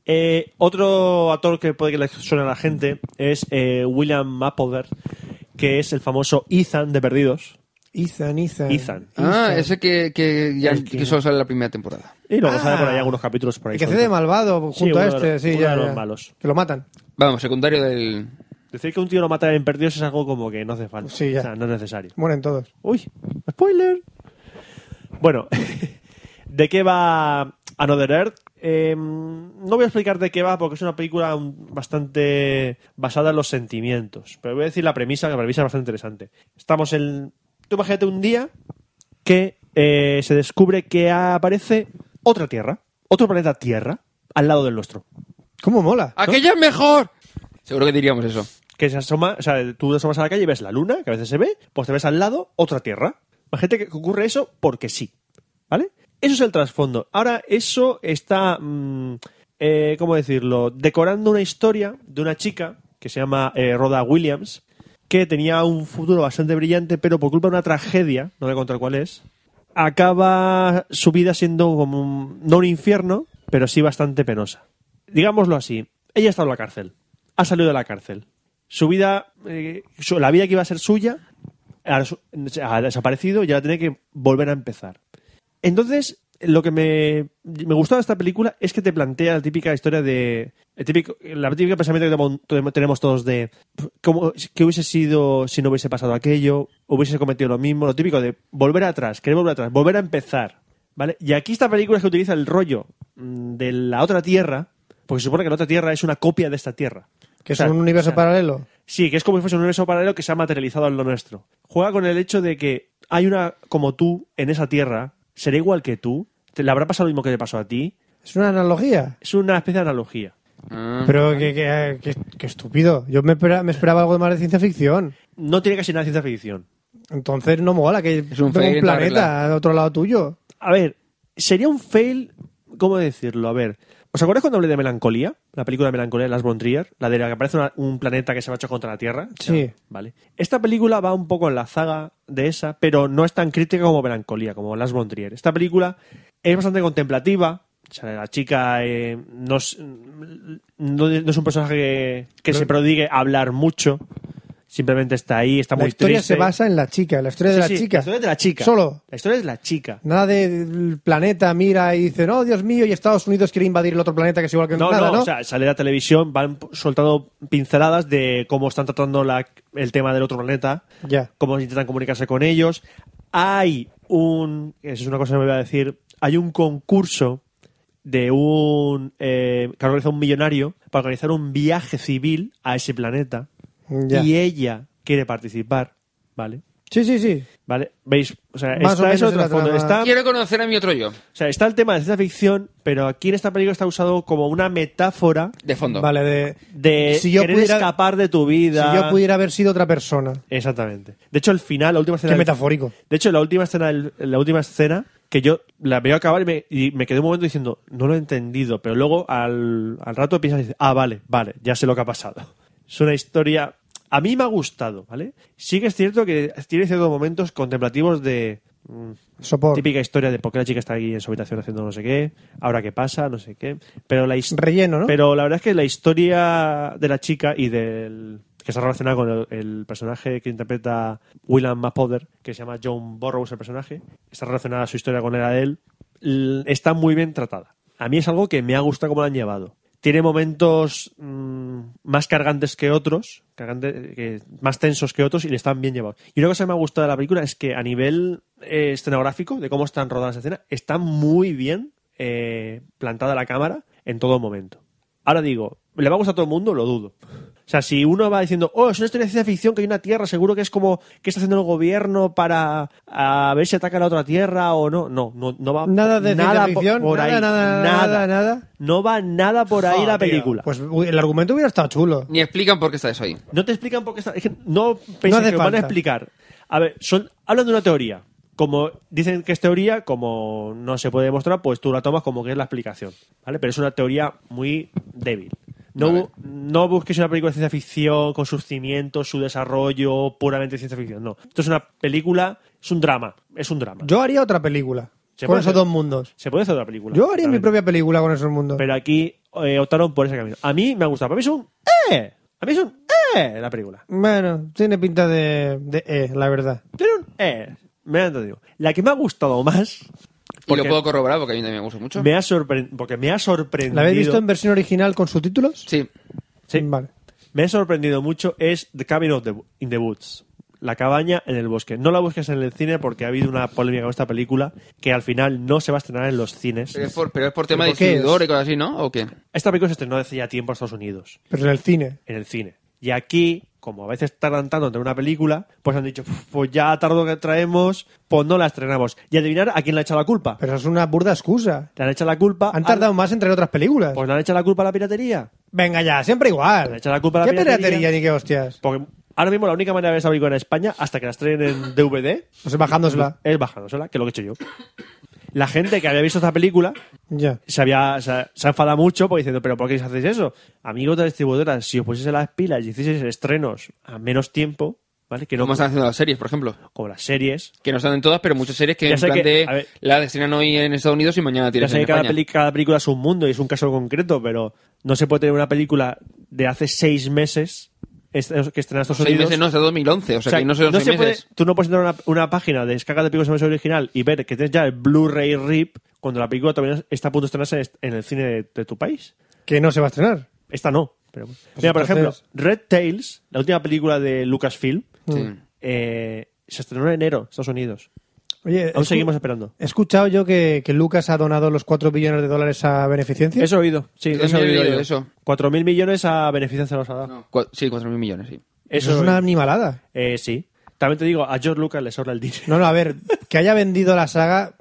Eh, otro actor que puede que le suene a la gente es eh, William Mapleworth, que es el famoso Ethan de Perdidos.
Ethan, Ethan.
Ethan.
Ah, ese que, que ya
El que-
que solo sale la primera temporada.
Y luego
Ah.
sale por ahí algunos capítulos por ahí.
El que hace de malvado
Sí,
junto a
uno de
este,
los-
sí,
uno
ya,
de los
ya.
malos.
Que lo matan.
Vamos, secundario del...
Decir que un tío lo mata en Perdidos es algo como que no hace falta.
Sí, ya.
O sea, no es necesario.
Mueren todos.
Uy, spoiler. Bueno, ¿de qué va Another Earth? Eh, no voy a explicar de qué va porque es una película un- bastante basada en los sentimientos. Pero voy a decir la premisa, que la premisa es bastante interesante. Estamos en... Tú imagínate un día que eh, se descubre que aparece otra Tierra, otro planeta Tierra, al lado del nuestro.
¿Cómo mola?
Ah,
¡Aquella es mejor! Seguro que diríamos eso.
que se asoma, o sea, tú te asomas a la calle y ves la luna, que a veces se ve, pues te ves al lado otra tierra. Imagínate que ocurre eso porque sí, ¿vale? Eso es el trasfondo. Ahora, eso está, mm, eh, ¿cómo decirlo? Decorando una historia de una chica que se llama eh, Rhoda Williams, que tenía un futuro bastante brillante, pero por culpa de una tragedia, no voy a contar cuál es, acaba su vida siendo como un- no un infierno, pero sí bastante penosa. Digámoslo así, ella ha estado en la cárcel, ha salido de la cárcel. Su vida, eh, su- la vida que iba a ser suya, ha, su- ha desaparecido y ahora tiene que volver a empezar. Entonces, lo que me, me gustó de esta película es que te plantea la típica historia de. el típico- la típica pensamiento que tenemos- tenemos todos de. ¿cómo, ¿Qué hubiese sido si no hubiese pasado aquello? ¿Hubiese cometido lo mismo? Lo típico de volver atrás, querer volver atrás, volver a empezar. ¿Vale? Y aquí esta película es que utiliza el rollo mm, de la otra tierra, porque se supone que la otra tierra es una copia de esta tierra.
Que
O sea,
es un universo
o sea,
paralelo.
Sí, que es como si fuese un universo paralelo que se ha materializado en lo nuestro. Juega con el hecho de que hay una como tú en esa tierra, será igual que tú, te le habrá pasado lo mismo que te pasó a ti.
Es una analogía.
Es una especie de analogía.
Ah.
Pero que, que- que- que estúpido. Yo me espera- me esperaba, algo más de ciencia ficción.
No tiene casi nada de ciencia ficción.
Entonces no mola que
Es un
venga
fake,
un
no arregla.
planeta a otro lado tuyo.
A ver, sería un fail, ¿cómo decirlo? A ver, ¿os acordáis cuando hablé de Melancolía? La película de Melancolía de Las von Trier, la de la que aparece una- un planeta que se va hecho contra la Tierra.
Sí.
Ya, Vale. Esta película va un poco en la zaga de esa, pero no es tan crítica como Melancolía, como Las von Trier. Esta película es bastante contemplativa. O sea, la chica eh, no, es, no- no es un personaje que, que se prodigue a hablar mucho. Simplemente está ahí, está
La
muy
historia
triste.
se basa en la chica, la historia de la
Sí, sí,
chica.
La historia es de la chica.
Solo.
La historia es de la chica.
Nada del planeta mira y dice, no, Dios mío, y Estados Unidos quiere invadir el otro planeta que es igual que
No,
nada,
no,
¿no?
o sea, sale la televisión, van soltando pinceladas de cómo están tratando la- el tema del otro planeta,
Ya.
cómo intentan comunicarse con ellos. Hay un, eso es una cosa que me voy a decir, hay un concurso de un, eh, que organiza un millonario para organizar un viaje civil a ese planeta
Ya.
y ella quiere participar, ¿vale?
Sí, sí, sí.
¿Vale? ¿Veis? O sea,
Más o
está
menos
eso
es la
trasfondo.
trama.
Está
Quiero conocer a mi otro yo.
O sea, está el tema de ciencia ficción, pero aquí en esta película está usado como una metáfora
De fondo.
Vale, de.
de
Si yo
querer
pudiera-
escapar de tu vida.
Si yo pudiera haber sido otra persona.
Exactamente. De hecho, el final, la última escena.
Qué
del-
metafórico.
De hecho, la última escena, del- la última escena que yo la veo acabar y me, y me quedé un momento diciendo, no lo he entendido, pero luego al, al rato piensas y dices, ah, vale, vale, ya sé lo que ha pasado. Es una historia. A mí me ha gustado, ¿vale? Sí que es cierto que tiene ciertos momentos contemplativos de. mm,
Sopor.
Típica historia de por qué la chica está aquí en su habitación haciendo no sé qué, ahora qué pasa, no sé qué. Pero la, his-
Relleno, ¿no?
pero la verdad es que la historia de la chica y del que está relacionada con el, el personaje que interpreta William Mapother, que se llama John Burroughs el personaje, está relacionada su historia con la de él, l- está muy bien tratada. A mí es algo que me ha gustado cómo la han llevado. Tiene momentos mm, más cargantes que otros, cargante- que- más tensos que otros y le están bien llevados. Y una cosa que me ha gustado de la película es que a nivel eh, escenográfico, de cómo están rodadas las escenas, está muy bien eh, plantada la cámara en todo momento. Ahora digo, ¿le va a gustar a todo el mundo? Lo dudo. O sea, si uno va diciendo, oh, es una historia de ciencia ficción que hay una tierra, seguro que es como que está haciendo el gobierno para a ver si ataca a la otra tierra o no. No, no, no va
Nada de ciencia ficción, nada, nada, nada, nada.
No va nada por ahí la
Joder, tío.
película.
Pues uy, el argumento hubiera estado chulo.
Ni explican por qué estáis ahí.
No te explican por qué está. es que no penséis
hace
que lo van a
falta.
explicar. A ver, son, hablan de una teoría. Como dicen que es teoría, como no se puede demostrar, pues tú la tomas como que es la explicación. ¿Vale? Pero es una teoría muy débil. No,
Vale.
bu- no busques una película de ciencia ficción con sus cimientos, su desarrollo, puramente ciencia ficción. No. Esto es una película, es un drama. Es un drama.
Yo haría otra película.
Se
Con
puede
esos
hacer.
dos mundos.
se puede hacer otra película.
Yo haría mi
realmente.
propia película con esos mundos.
Pero aquí eh, optaron por ese camino. A mí me ha gustado. Para mí es un ¡eh! A mí es un ¡eh! la película.
Bueno, tiene pinta de, de E, la verdad.
Tiene un eh. Me ha entendido. La que me ha gustado más.
Y
Porque
lo puedo corroborar porque a mí también me gusta mucho.
me ha sorprendido. Porque me ha sorprendido.
¿La habéis visto en versión original con subtítulos?
Sí.
Sí.
Vale.
Me ha sorprendido mucho. Es The Cabin of the, in the Woods. La cabaña en el bosque. No la busques en el cine porque ha habido una polémica con esta película que al final no se va a estrenar en los cines.
Pero es por, pero es por tema de
¿Pero por qué
distribuidor
es?
y cosas así, ¿no? ¿O qué?
Esta película se estrenó hace ya tiempo en Estados Unidos.
Pero en el cine.
en el cine. Y aquí, como a veces tardan tanto entre una película, pues han dicho, "Uf, pues ya tardo que traemos, pues no la estrenamos. Y adivinar a quién le ha echado la culpa.
Pero es una burda excusa.
¿Le han echado la culpa?
Han
a-
tardado más entre otras películas.
Pues le han echado la culpa a la piratería.
Venga ya, siempre igual.
Le echa la culpa a la
¿Qué
piratería?
ni qué hostias?
Porque ahora mismo la única manera de ver esa película en España, hasta que la estrenen en DVD,
Pues bajándosela.
es bajándosela, que es lo que he hecho yo. La gente que había visto esta película
Ya.
se había se, ha- se ha enfadado mucho por diciendo, pero ¿por qué hacéis eso? Amigos de la distribuidora, si os pusiese las pilas y hicieseis estrenos a menos tiempo, ¿vale? Que no
¿Cómo están haciendo las series, por ejemplo?
como las series,
Que no están en todas, pero muchas series que
Ya
en
sé
plan
que- a
de
ver.
la destinan hoy en Estados Unidos y mañana
Ya
tienen
sé
en
que cada,
España.
peli- cada película es un mundo y es un caso concreto, pero no se puede tener una película de hace seis meses est- que estrena en Estados
Seis
Unidos.
meses no, hasta 2011. O sea,
O sea,
que no son los
se
seis meses.
puede- tú no puedes entrar a una, una página de descarga de películas en versión original y ver que tienes ya el Blu-ray RIP cuando la película todavía está a punto de estrenarse est- en el cine de, de tu país.
Que no se va a estrenar.
Esta no. Pero, bueno. Mira, por ejemplo,
entonces-
Red Tails, la última película de Lucasfilm,
Sí.
eh, se estrenó en enero, Estados Unidos.
Oye,
Aún
escu-
seguimos esperando.
He escuchado yo que, que Lucas ha donado los 4 billones de dólares a beneficencia.
Eso he oído. Sí,
Yo
eso he
también he
oído.
oído
yo.
eso.
4.000 millones a beneficencia los ha dado.
No, cua- sí, 4.000 millones, sí.
Eso es una animalada.
Eh, sí. También te digo, a George Lucas le sobra el dinero.
No, no, a ver, que haya vendido la saga,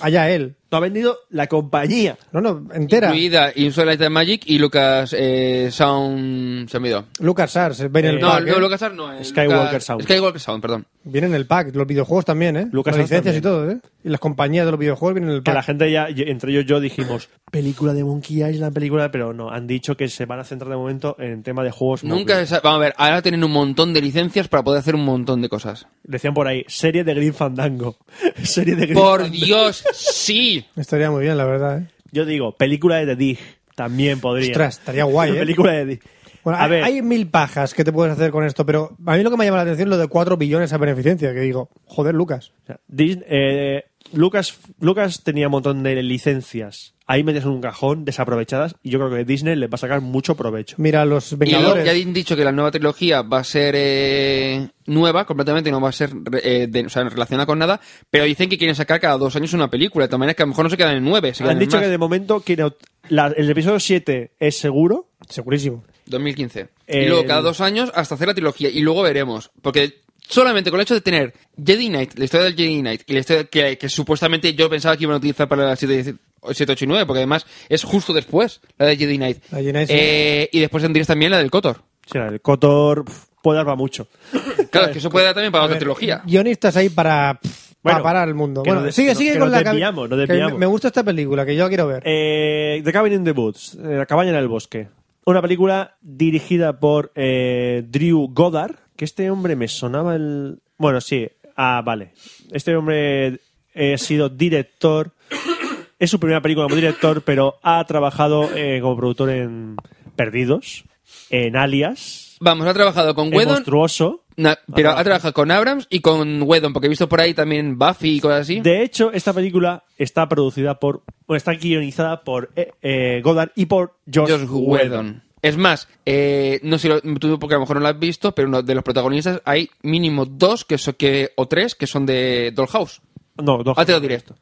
allá él.
Lo ha vendido la compañía.
No, no, entera.
Incluida Insula Light and Magic y Lucas eh, Sound. Se me olvidó.
Lucas Arts, viene, en
Eh,
el
No,
pack,
no,
¿eh?
Lucas Sound no. eh,
Skywalker
Lucas-
Sound.
Skywalker Sound, perdón.
Viene en el pack. Los videojuegos también, ¿eh?
Lucas
Las
Arts
licencias y
también.
todo, ¿eh? Y las compañías de los videojuegos vienen en el
Que la
pack.
gente ya, y- entre ellos yo, dijimos, película de Monkey Island, película, pero no, han dicho que se van a centrar de momento en tema de juegos.
Nunca
móviles.
se sa- Vamos a ver, ahora tienen un montón de licencias para poder hacer un montón de cosas.
Decían por ahí, serie de Green Fandango. serie de Green
¡Por
Fandango.
Dios! ¡Sí!
Estaría muy bien, la verdad, ¿eh?
Yo digo, película de The Dig. También podría.
Ostras, estaría guay, ¿eh?
película de Dig.
Bueno,
a
hay,
ver,
hay mil pajas que te puedes hacer con esto, pero a mí lo que me llama la atención es lo de 4 billones a beneficencia, que digo, joder, Lucas.
o sea, Disney- eh, Lucas, Lucas tenía un montón de licencias ahí metes en un cajón, desaprovechadas, y yo creo que Disney le va a sacar mucho provecho.
Mira, los
Y luego
Vengadores.
ya han dicho que la nueva trilogía va a ser eh, nueva completamente, no va a ser eh, de- o sea, relacionada con nada, pero dicen que quieren sacar cada dos años una película, de tal manera que a lo mejor no se quedan en nueve, se quedan
Han
en
dicho
más.
que de momento que no- la- el episodio 7 es seguro.
Segurísimo.
2015. Y
El-
luego cada dos años hasta hacer la trilogía, y luego veremos, porque solamente con el hecho de tener Jedi Knight, la historia del Jedi Knight, y la historia que, que supuestamente yo pensaba que iban a utilizar para la 7, 7, 8 y 9, porque además es justo después la de Jedi Knight.
La Jedi Knight, sí.
Eh, y después tendrías también la del Kotor.
Sí, el Cotor pf, puede dar para mucho.
Claro, es que eso puede dar también para otra trilogía.
Guionistas ahí para, pff,
Bueno,
para parar el mundo.
que no
Bueno,
de-
sigue,
que no-
sigue
que
con
no
la
te
cabi-
pillamos, no te
que me,
pillamos.
me gusta esta película, que yo la quiero ver.
Eh, the Cabin in the Woods, eh, La cabaña en el bosque. Una película dirigida por eh, Drew Goddard, que este hombre me sonaba el... Bueno, sí. Ah, vale. Este hombre eh, ha sido director. Es su primera película como director, pero ha trabajado eh, como productor en Perdidos, en Alias,
Vamos, ha trabajado con
en
Wedon
Monstruoso.
Na- pero
Ah.
trabajado.
ha trabajado con Abrams y con Whedon, porque he visto por ahí también Buffy y cosas así.
De hecho, esta película está producida por... Bueno, está guionizada por eh, eh, Goddard y por Josh,
Josh
Whedon.
Whedon. Es más, eh, no sé, lo- tú porque a lo mejor no lo has visto, pero uno de los protagonistas hay mínimo dos que so- que, o tres que son de Dollhouse.
No, no.
Ah, te lo diré esto.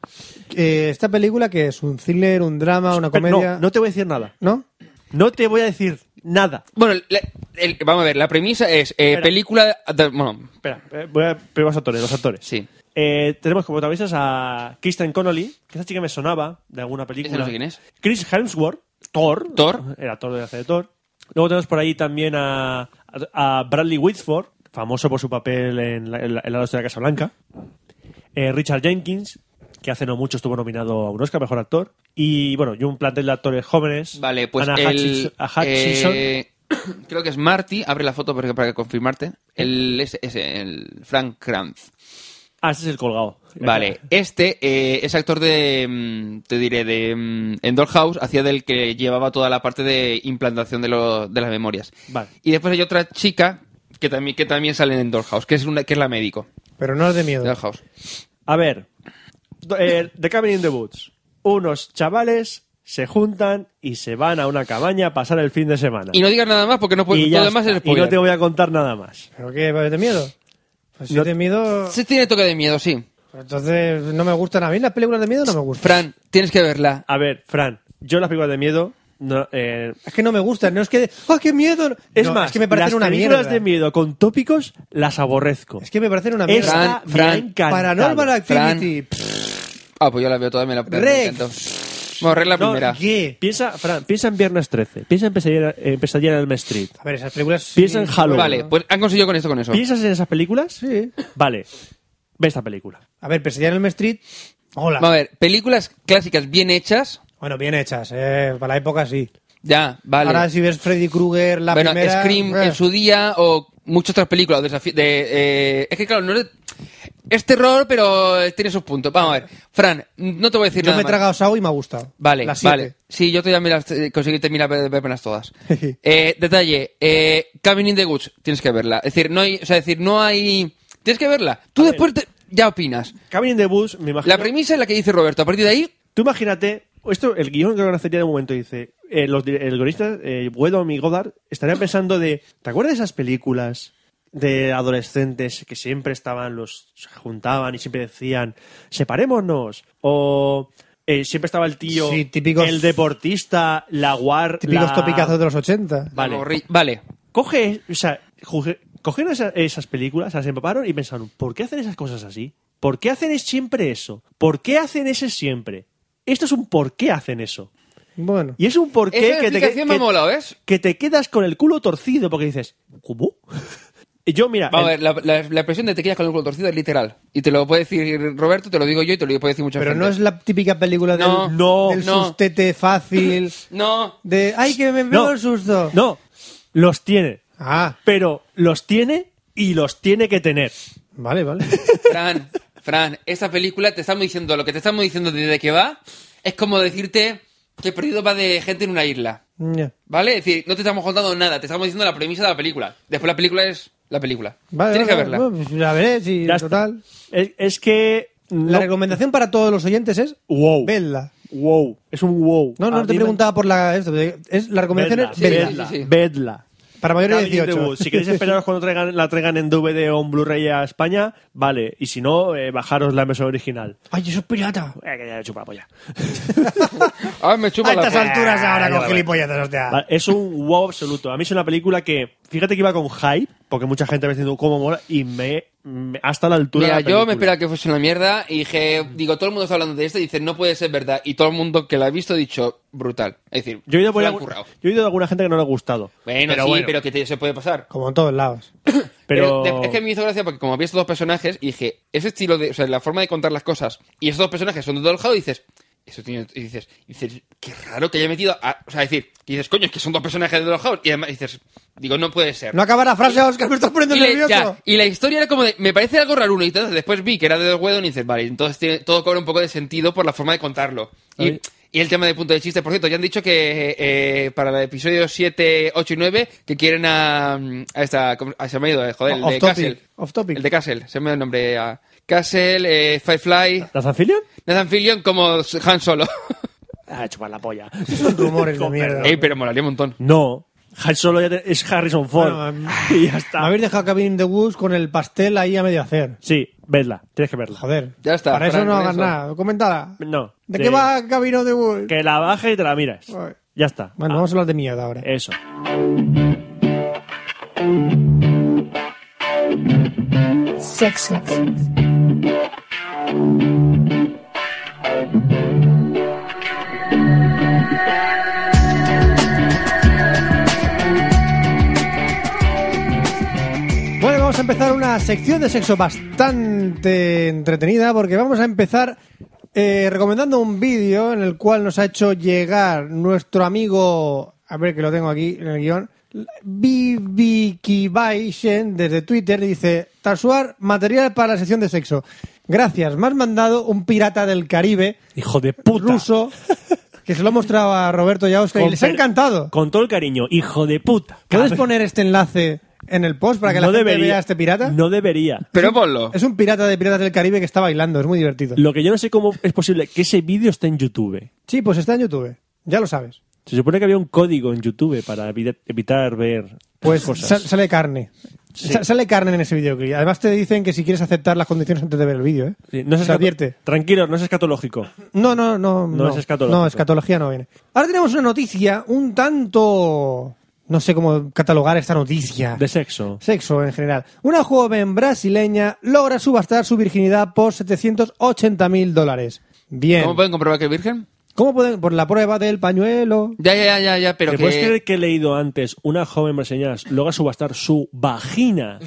Eh, esta película que es un thriller, un drama, una
Pero
comedia.
No, no te voy a decir nada.
¿No?
No te voy a decir nada.
Bueno, la- el- vamos a ver, la premisa es eh,
Espera.
película... de- bueno,
Espera, eh, voy a primero los actores, los actores.
sí.
Eh, tenemos como protagonistas a Kristen Connolly, que esa chica me sonaba de alguna película.
Ese no sé quién es.
Chris Hemsworth, Thor.
Thor.
El actor de la de Thor. Luego tenemos por ahí también a, a Bradley Whitford, famoso por su papel en la, en la- en la noche de la Casa Blanca. Eh, Richard Jenkins, que hace no mucho estuvo nominado a un Oscar, mejor actor. Y bueno, y un plantel de actores jóvenes.
Vale, pues
Anna
el...
Hutchins- a Hutchinson.
eh, creo que es Marty, abre la foto para, para confirmarte. El, ese- ese, el Frank Kranz.
Ah, ese es el colgado.
Vale, este eh, es actor de, mm, te diré, de mm, en Dollhouse, hacía del que llevaba toda la parte de implantación de, lo- de las memorias.
Vale.
Y después hay otra chica que también, que también sale en Dollhouse, que es, una, que es la médico
Pero no es de
de
miedo.
Dollhouse.
A ver, do- eh, The Cabin in the Woods. Unos chavales se juntan y se van a una cabaña a pasar el fin de semana.
Y no digas nada más porque no puedes,
Y ya
todo lo demás
está.
es
Y no
spoiler.
te voy a contar nada más.
¿Pero qué? ¿Es de miedo? Pues si
No-
es de miedo. pues
Sí tiene toque de miedo, sí.
Entonces, no me gustan. A mí las películas de miedo no me gustan.
Fran, tienes que verla.
A ver, Fran, yo las películas de miedo... no, eh,
Es que no me gustan. No es que. ¡Ah, qué miedo!
es
No,
más,
Es que me parecen
las
una
películas
mierda.
de miedo con tópicos las aborrezco.
Es que me parecen una mierda.
Esta
Fran,
me
Fran,
ha encantado.
Paranormal
Fran.
Activity. Pff,
Ah, pues yo la veo toda, me la me
Rex.
encantó. Bueno, red la
No,
primera.
¿Qué?
Piensa, Fran, piensa en Viernes 13, piensa en Pesadilla, en Pesadilla en Elm Street,
A ver, esas películas.
piensa en Halloween.
Vale, pues han conseguido con esto, con eso.
¿Piensas en esas películas?
Sí.
Vale, ve esta película.
A ver, Pesadilla en el Street. Hola.
Vamos a ver, películas clásicas bien hechas.
Bueno, bien hechas, eh. Para la época sí.
Ya, vale.
Ahora si ves Freddy Krueger, la
bueno,
primera...
Scream
eh.
en su día o muchas otras películas. desafi- de, eh, es que, claro, no es, es terror, pero tiene sus puntos. Vamos a ver. Fran, no te voy a decir
Yo
nada.
me he
más.
tragado Sao y me ha gustado.
Vale,
Las siete.
vale. Sí, yo todavía me las eh, conseguí terminar de verlas todas. Eh, detalle, eh, Cabin in the Woods, tienes que verla. Es decir, no hay, o sea, es decir, no hay, tienes que verla. Tú después te- ya opinas.
Cabin in the Woods, me imagino.
La premisa es la que dice Roberto. A partir de ahí,
Tú imagínate, esto, el guión que conocería de momento dice, eh, los, dir- el guionista, eh, Whedon y Goddard, estarían pensando de, ¿te acuerdas de esas películas de adolescentes que siempre estaban, los se juntaban y siempre decían, separémonos? O eh, siempre estaba el tío,
Sí, típicos-
el deportista, la guar...
Típicos
la-
topicazos de los 80.
Vale.
Morri- vale.
Coge, o sea, coge- cogieron esa- esas películas, las empaparon y pensaron, ¿por qué hacen esas cosas así? ¿Por qué hacen es- siempre eso? ¿Por qué hacen ese siempre? Esto es un por qué hacen eso.
Bueno.
Y es un por qué
Esa
que te, que,
explicación me mola, ¿ves?
que te quedas con el culo torcido porque dices, ¿cómo? Yo, mira,
Vamos a
el-
ver, la, la- la expresión de te quedas con el culo torcido es literal. Y te lo puede decir Roberto, te lo digo yo y te lo puede decir mucha
Pero
gente.
no es la típica película del,
No,
no,
del
no.
sustete fácil,
No.
de ¡ay, que me veo
No.
el susto!
no, los tiene.
Ah,
Pero los tiene y los tiene que tener.
vale, vale.
Fran, Fran, esa película te estamos diciendo, lo que te estamos diciendo desde que va, es como decirte que perdido va de gente en una isla.
Ya.
¿Vale? Es decir, no te estamos contando nada, te estamos diciendo la premisa de la película. Después la película es la película.
Vale,
Tienes
vale,
que verla.
bueno, pues la veré, sí,
Ya está.
total.
Es, es que...
La
no- Uh.
recomendación para todos los oyentes es
wow.
verla.
Wow. Es un wow.
No, no,
A
no te
mí me-
preguntaba por la... Esto, de- es, la recomendación
Vedla,
es verla.
vedla,
Sí, sí, sí.
vedla.
Para mayores de
Cabin in the
18.
Woods. Si queréis esperaros cuando traigan, la traigan en DVD o en Blu-ray a España, vale. Y si no, eh, bajaros la versión original.
¡Ay, eso es pirata!
Eh, que ya le chupa la polla.
Ah, me chupa
A
la
estas
polla.
alturas ahora
ya
con
la
gilipolleces, hostia.
Ah, Vale, Ah, Es un wow absoluto. A mí es una película que, fíjate que iba con hype, porque mucha gente me diciendo cómo mola, y me, me- hasta la altura
Mira,
de la
yo me
película.
esperaba que fuese una mierda y dije, digo, todo el mundo está hablando de esto y dice, no puede ser verdad. Y todo el mundo que la ha visto ha dicho, brutal. Es decir,
Yo he, ido por
se lo han
algún-
currado.
yo he ido de alguna gente que no le ha gustado.
Bueno,
pero
sí,
bueno,
pero que te- se puede pasar.
Como en todos lados.
pero-
Eh,
Pero de- es que me hizo gracia porque como había estos dos personajes, y dije, ese estilo de, o sea, la forma de contar las cosas, y esos dos personajes son de Dollhouse, y dices, eso tiene, y dices, y dices, qué raro que haya metido a, o sea, decir, y dices, coño, es que son dos personajes de Dollhouse, y además dices, digo, no puede ser.
No acaba la frase, Oscar, me estás poniendo
y, le-
nervioso.
ya, y la historia era como de, me parece algo raro uno, y entonces después vi que era de Whedon y dices, vale, entonces tiene- todo cobra un poco de sentido por la forma de contarlo. Y, y el tema de punto de chiste, por cierto, ya han dicho que eh, para el episodio 7, 8 y 9, que quieren a, a esta, ¿cómo- ah, se me ha ido, eh, joder, el
Off
de
topic,
Castle.
off topic.
El de Castle, se me ha ido el nombre. a Castle, eh, Firefly,
¿La Zanfilion?
Nathan Fillion como Han Solo.
Ah, chupar la polla.
Son rumores de
Con
mierda.
perdón.
Ey, pero molaría un montón.
No. Han Solo ya te- es Harrison Ford.
Bueno, em,
y ya
Me
está.
habéis dejado Cabin in the Woods con el pastel ahí a medio hacer.
Sí, vedla. Tienes que verla.
Joder.
Ya está,
Para eso
Frank,
no
con
hagas
eso.
nada. Comentala.
No.
¿De qué va Cabin in the Woods?
Que la bajes y te la miras.
Ay.
Ya está.
Bueno,
Ah,
vamos a hablar de mierda ahora.
Eso.
Sexo.
Bueno, vamos a empezar una sección de sexo bastante entretenida porque vamos a empezar eh, recomendando un vídeo en el cual nos ha hecho llegar nuestro amigo, a ver que lo tengo aquí en el guión, Vivikibaishen desde Twitter dice, Tasuar, material para la sección de sexo. Gracias, me has mandado un pirata del Caribe
Hijo de puta.
ruso que se lo mostraba a Roberto y a Oscar y
Con
les ha
per-
encantado.
Con todo el cariño. Hijo de puta.
¿Puedes
Cabe-
poner este enlace en el post para que la gente vea a este pirata?
No debería.
Pero ponlo.
Es un pirata de Piratas del Caribe que está bailando, es muy divertido.
Lo que yo no sé cómo es posible que ese vídeo esté en YouTube.
Sí, pues está en YouTube, ya lo sabes.
Se supone que había un código en YouTube para evi- evitar ver
Pues
cosas.
sal- sale carne. Sa- Sale carne en ese videoclip. Además te dicen que si quieres aceptar las condiciones antes de ver el vídeo, ¿eh?
Sí, no es
Te
escato-
advierte.
Tranquilo, no es escatológico.
No, no, no.
No es escatológico.
No, escatología no viene. Ahora tenemos una noticia un tanto... No sé cómo catalogar esta noticia.
De sexo.
sexo en general. Una joven brasileña logra subastar su virginidad por 780 mil dólares. Bien.
¿Cómo pueden comprobar que es virgen?
¿Cómo pueden? Por la prueba del pañuelo.
Ya, ya, ya, ya, ya, pero
¿Te puedes
que...
creer que he leído antes una joven brasileña logra subastar su vagina?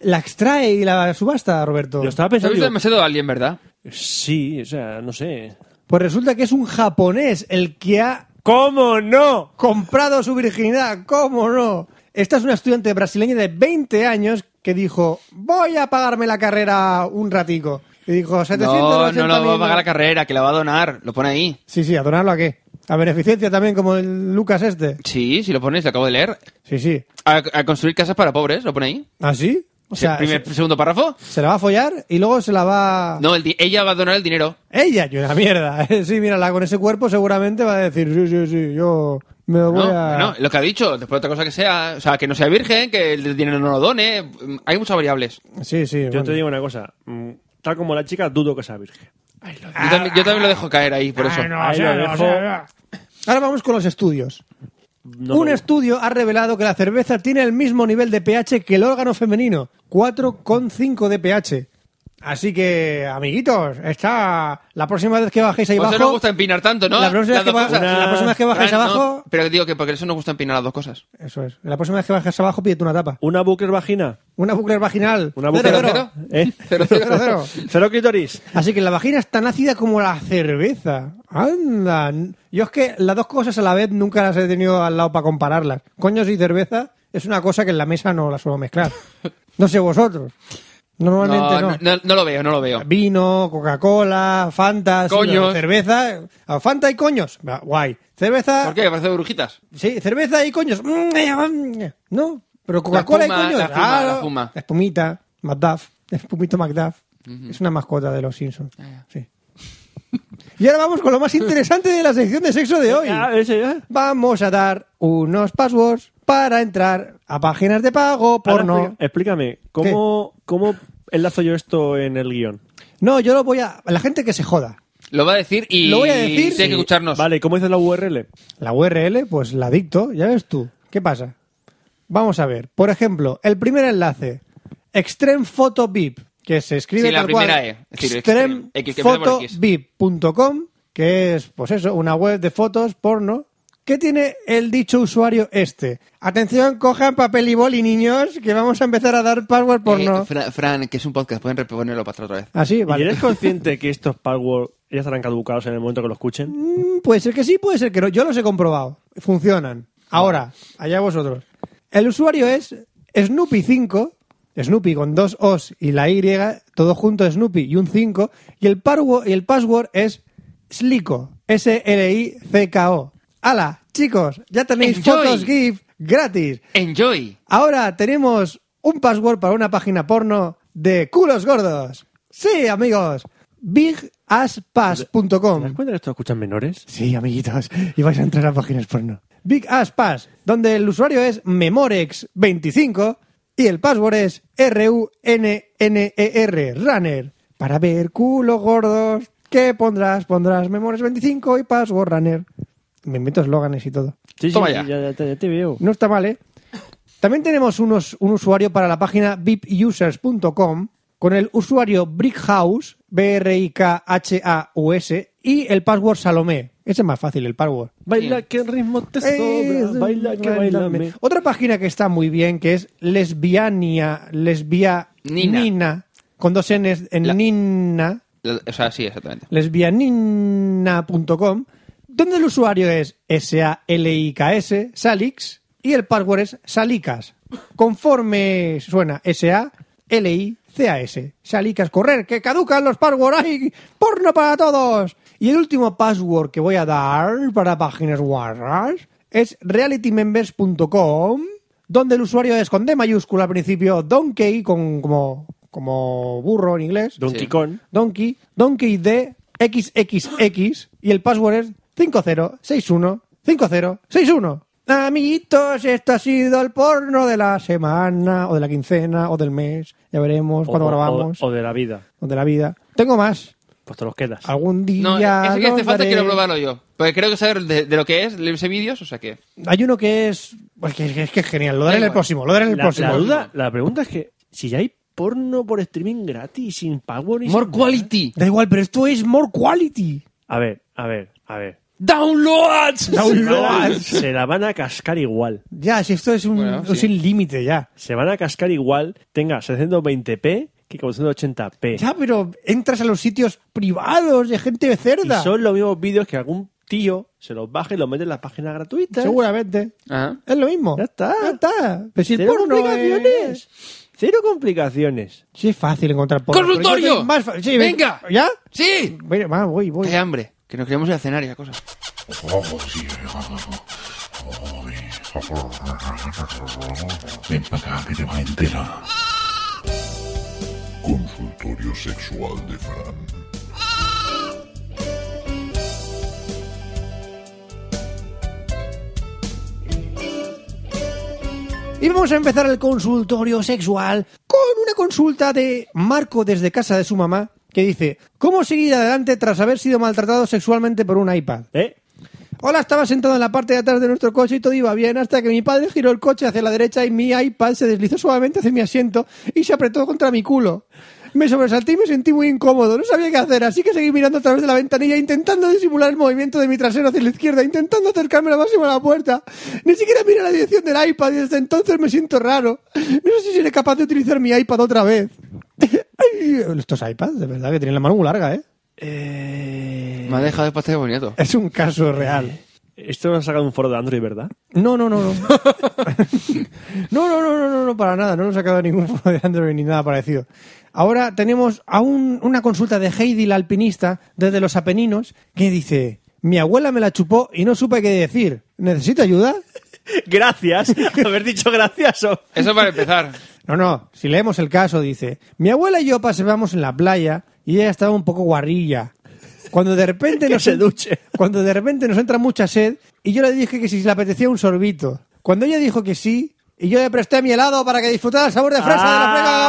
La extrae y la subasta, Roberto.
Lo
Se
estaba
ha
pensando.
visto
digo,
demasiado Alien, ¿verdad?
sí, o sea, no sé.
Pues resulta que es un japonés el que ha
¿Cómo no?
comprado su virginidad. ¿Cómo no? Esta es una estudiante brasileña de 20 años que dijo, voy a pagarme la carrera un ratico. Y dijo, 780
No, no, no, va a pagar la carrera, que la va a donar. Lo pone ahí.
Sí, sí, a donarlo a qué. A beneficencia también, como el Lucas este.
Sí, si lo pones, lo acabo de leer.
Sí, sí.
A, a construir casas para pobres, lo pone ahí.
¿Ah, sí? O sea,
El primer,
se,
segundo párrafo.
se la va a follar y luego se la va...
No, el di- ella va a donar el dinero.
Ella, yo una mierda. Sí, mírala, con ese cuerpo seguramente va a decir, sí, sí, sí, yo me voy
No,
a...
no, lo que ha dicho. Después otra cosa que sea, o sea, que no sea virgen, que el dinero no lo done. Mm, Hay muchas variables. Yo,
Sí, sí.
Yo
bueno.
te digo una cosa. mm, Tal como la chica, dudo que sea virgen.
también, yo también lo dejo caer ahí, por
Ah,
eso.
Ahí lo dejo.
Ahora vamos con los estudios.
No
Un
me-
estudio ha revelado que la cerveza tiene el mismo nivel de pH que el órgano femenino, 4,5 de pH. Así que, amiguitos, está la próxima vez que bajéis ahí
Por
abajo.
Pues eso nos gusta empinar tanto, ¿no?
La próxima
Las
vez
dos
que baja-
cosas.
la próxima vez que bajáis
Ah, no,
abajo-
Pero digo que porque eso nos gusta empinar las dos cosas.
Eso es. La próxima vez que bajes abajo, pídete una tapa.
Una Booker vagina.
Una bucle vaginal.
Una
Cero,
Booker
cero.
cero.
¿Eh?
Cero, cero,
cero.
Cero clítoris.
Así que la vagina es tan ácida como la cerveza. Anda. Yo es que las dos cosas a la vez nunca las he tenido al lado para compararlas. Coños y cerveza es una cosa que en la mesa no la suelo mezclar. No sé vosotros. Normalmente no.
no, no- no lo veo, no lo veo.
Vino, Coca-Cola, Fanta, sí,
Coños.
cerveza. Ah, Fanta y coños. Ah, Guay. Cerveza.
¿Por qué? Me parece brujitas.
Sí, cerveza y coños. Mm, eh, mm, eh. No, pero Coca-Cola y
espuma,
coños.
la espuma,
Ah,
la espuma.
la espumita, McDuff, espumito McDuff. Es una mascota de los Simpsons.
Ah,
Sí. Y ahora vamos con lo más interesante de la sección de sexo de hoy.
Ah, ese, ¿eh?
Vamos a dar unos passwords para entrar a páginas de pago
Ahora
porno.
explica- Explícame, ¿cómo, ¿cómo enlazo yo esto en el guión?
No, yo lo voy a... La gente que se joda.
Lo va a decir y
Lo voy a decir.
tiene que escucharnos.
Vale, ¿cómo dices la URL?
La URL, pues la dicto, ya ves tú. ¿Qué pasa? Vamos a ver. Por ejemplo, el primer enlace, Extreme Photo VIP, que se escribe
Sí, la
tal
primera
cual,
E, es decir,
extreme
Extreme, X, que empieza por
Photo
X.
VIP.com, que es, pues eso, una web de fotos porno. ¿Qué tiene el dicho usuario este? Atención, cojan papel y boli, niños, que vamos a empezar a dar password porno.
Eh, Fra- Fran, que es un podcast, pueden reponerlo para atrás otra vez.
Así,
¿Y
vale.
eres consciente que estos passwords ya estarán caducados en el momento que lo escuchen?
Mm, Puede ser que sí, puede ser que no. Yo los he comprobado. Funcionan. Ahora, allá vosotros. El usuario es Snoopy5, Snoopy con dos O's y la Y, todo junto Snoopy y un 5, y el, parwo- y el password es Slico, S-L-I-C-K-O. ¡Hala! Chicos, ya tenéis
Enjoy. Eh.
fotos GIF gratis.
Enjoy.
Ahora tenemos un password para una página porno de culos gordos. Sí, amigos.
¿Te das
BigAssPass.com
cuenta que esto lo escuchan menores?
Sí, amiguitos, y vais a entrar a páginas porno. Big Ass Pass, donde el usuario es Memorex25 y el password es R-U-N-N-E-R, E Runner. Para ver culo gordos, ¿qué pondrás? Pondrás Memorex25 y password Runner. Me invento eslóganes y todo.
Sí, sí,
Toma
sí,
ya.
Ya, ya te, ya te veo.
No está mal, ¿eh? También tenemos unos, un usuario para la página vipusers.com con el usuario Brickhouse, B-R-I-K-H-A-U-S, y el password Salomé. Ese es más fácil, el password.
Baila que ritmo te
Eh,
sobra, baila que
bailame.
bailame.
Otra página que está muy bien, que es lesbiania, lesbia,
Nina.
nina, con dos N's en
La-
nina,
La- O sea, sí, exactamente.
lesbianina.com, donde el usuario es S-A-L-I-K-S, Salix, y el password es Salicas, conforme suena S-A-L-I-C-A-S, Salicas, correr, que caducan los passwords, ¡ay! ¡Porno para todos! Y el último password que voy a dar para páginas guarras es realitymembers.com, donde el usuario es con D mayúscula al principio, Donkey, con, como, como burro en inglés.
Donkey
Sí.
Kong.
Donkey, Donkey D, XXX, y el password es 50615061. Amiguitos, esto ha sido el porno de la semana, o de la quincena, o del mes. Ya veremos cuando
o,
grabamos,
O,
o,
o de la vida.
de la vida. Tengo más.
Pues te los quedas.
Algún día.
No, ese que hace
los
falta
daré.
quiero probarlo yo. Porque creo que saber de, de lo que es, leerse vídeos, o sea que...
Hay uno que es. pues que, que es que es genial. Lo daré en el
Venga.
próximo. Lo daré en el
La,
próximo.
la duda, la pregunta es que si ya hay porno por streaming gratis, sin pago ni
More
sin-
quality.
Da igual, pero esto es more quality.
A ver, a ver, a ver.
Downloads.
Downloads.
Se la van a cascar igual.
Ya, si esto es un.
Bueno,
un
sí.
sin límite ya.
Se van a cascar igual, tenga 620p que 480p.
Ya, pero entras a los sitios privados de gente
Y
cerda.
son los mismos vídeos que algún tío se los baja y los mete en las páginas gratuitas.
Seguramente.
Ajá.
Es lo mismo.
Ya está. eh,
Ya está. Pero si el
Cero
porno
complicaciones.
es...
Cero complicaciones.
Sí es fácil encontrar porno. pero yo
¡Consultorio!
soy más fa- sí, ve-
¡Venga!
¿Ya?
¡Sí!
Mira, va, voy, voy.
¡Qué hambre! Que nos queremos ir a cenar y esa cosa.
Ven para acá que te va a enterar. Consultorio sexual de Fran.
Y vamos a empezar el consultorio sexual con una consulta de Marco desde casa de su mamá que dice, ¿cómo seguir adelante tras haber sido maltratado sexualmente por un iPad?
¿Eh?
Hola, estaba sentado en la parte de atrás de nuestro coche y todo iba bien hasta que mi padre giró el coche hacia la derecha y mi iPad se deslizó suavemente hacia mi asiento y se apretó contra mi culo. Me sobresalté y me sentí muy incómodo. No sabía qué hacer, así que seguí mirando a través de la ventanilla, intentando disimular el movimiento de mi trasero hacia la izquierda, intentando acercarme lo máximo a la puerta. Ni siquiera miré la dirección del iPad y desde entonces me siento raro. No sé si seré capaz de utilizar mi iPad otra vez. Ay, Estos iPads, de verdad, que tienen la mano muy larga, ¿eh?
Me ha dejado el pastel bonito.
Es un caso real.
Esto lo han sacado de un foro de Android, ¿verdad?
No, no, no, no. no, no, no, no, no, no, para nada. No nos ha quedado ningún foro de Android ni nada parecido. Ahora tenemos a un- una consulta de Heidi, la alpinista, desde los Apeninos, que dice: Mi abuela me la chupó y no supe qué decir. ¿Necesito ayuda?
Gracias. Haber dicho gracias. o-
Eso para empezar.
No, no, si leemos el caso, dice, mi abuela y yo paseábamos en la playa y ella estaba un poco guarrilla. Cuando de repente
Que
nos
se duche.
Cuando de repente nos entra mucha sed y yo le dije que si le apetecía un sorbito. Cuando ella dijo que sí, y yo le presté mi helado para que disfrutara el sabor de fresa
Ah.
de la fresa,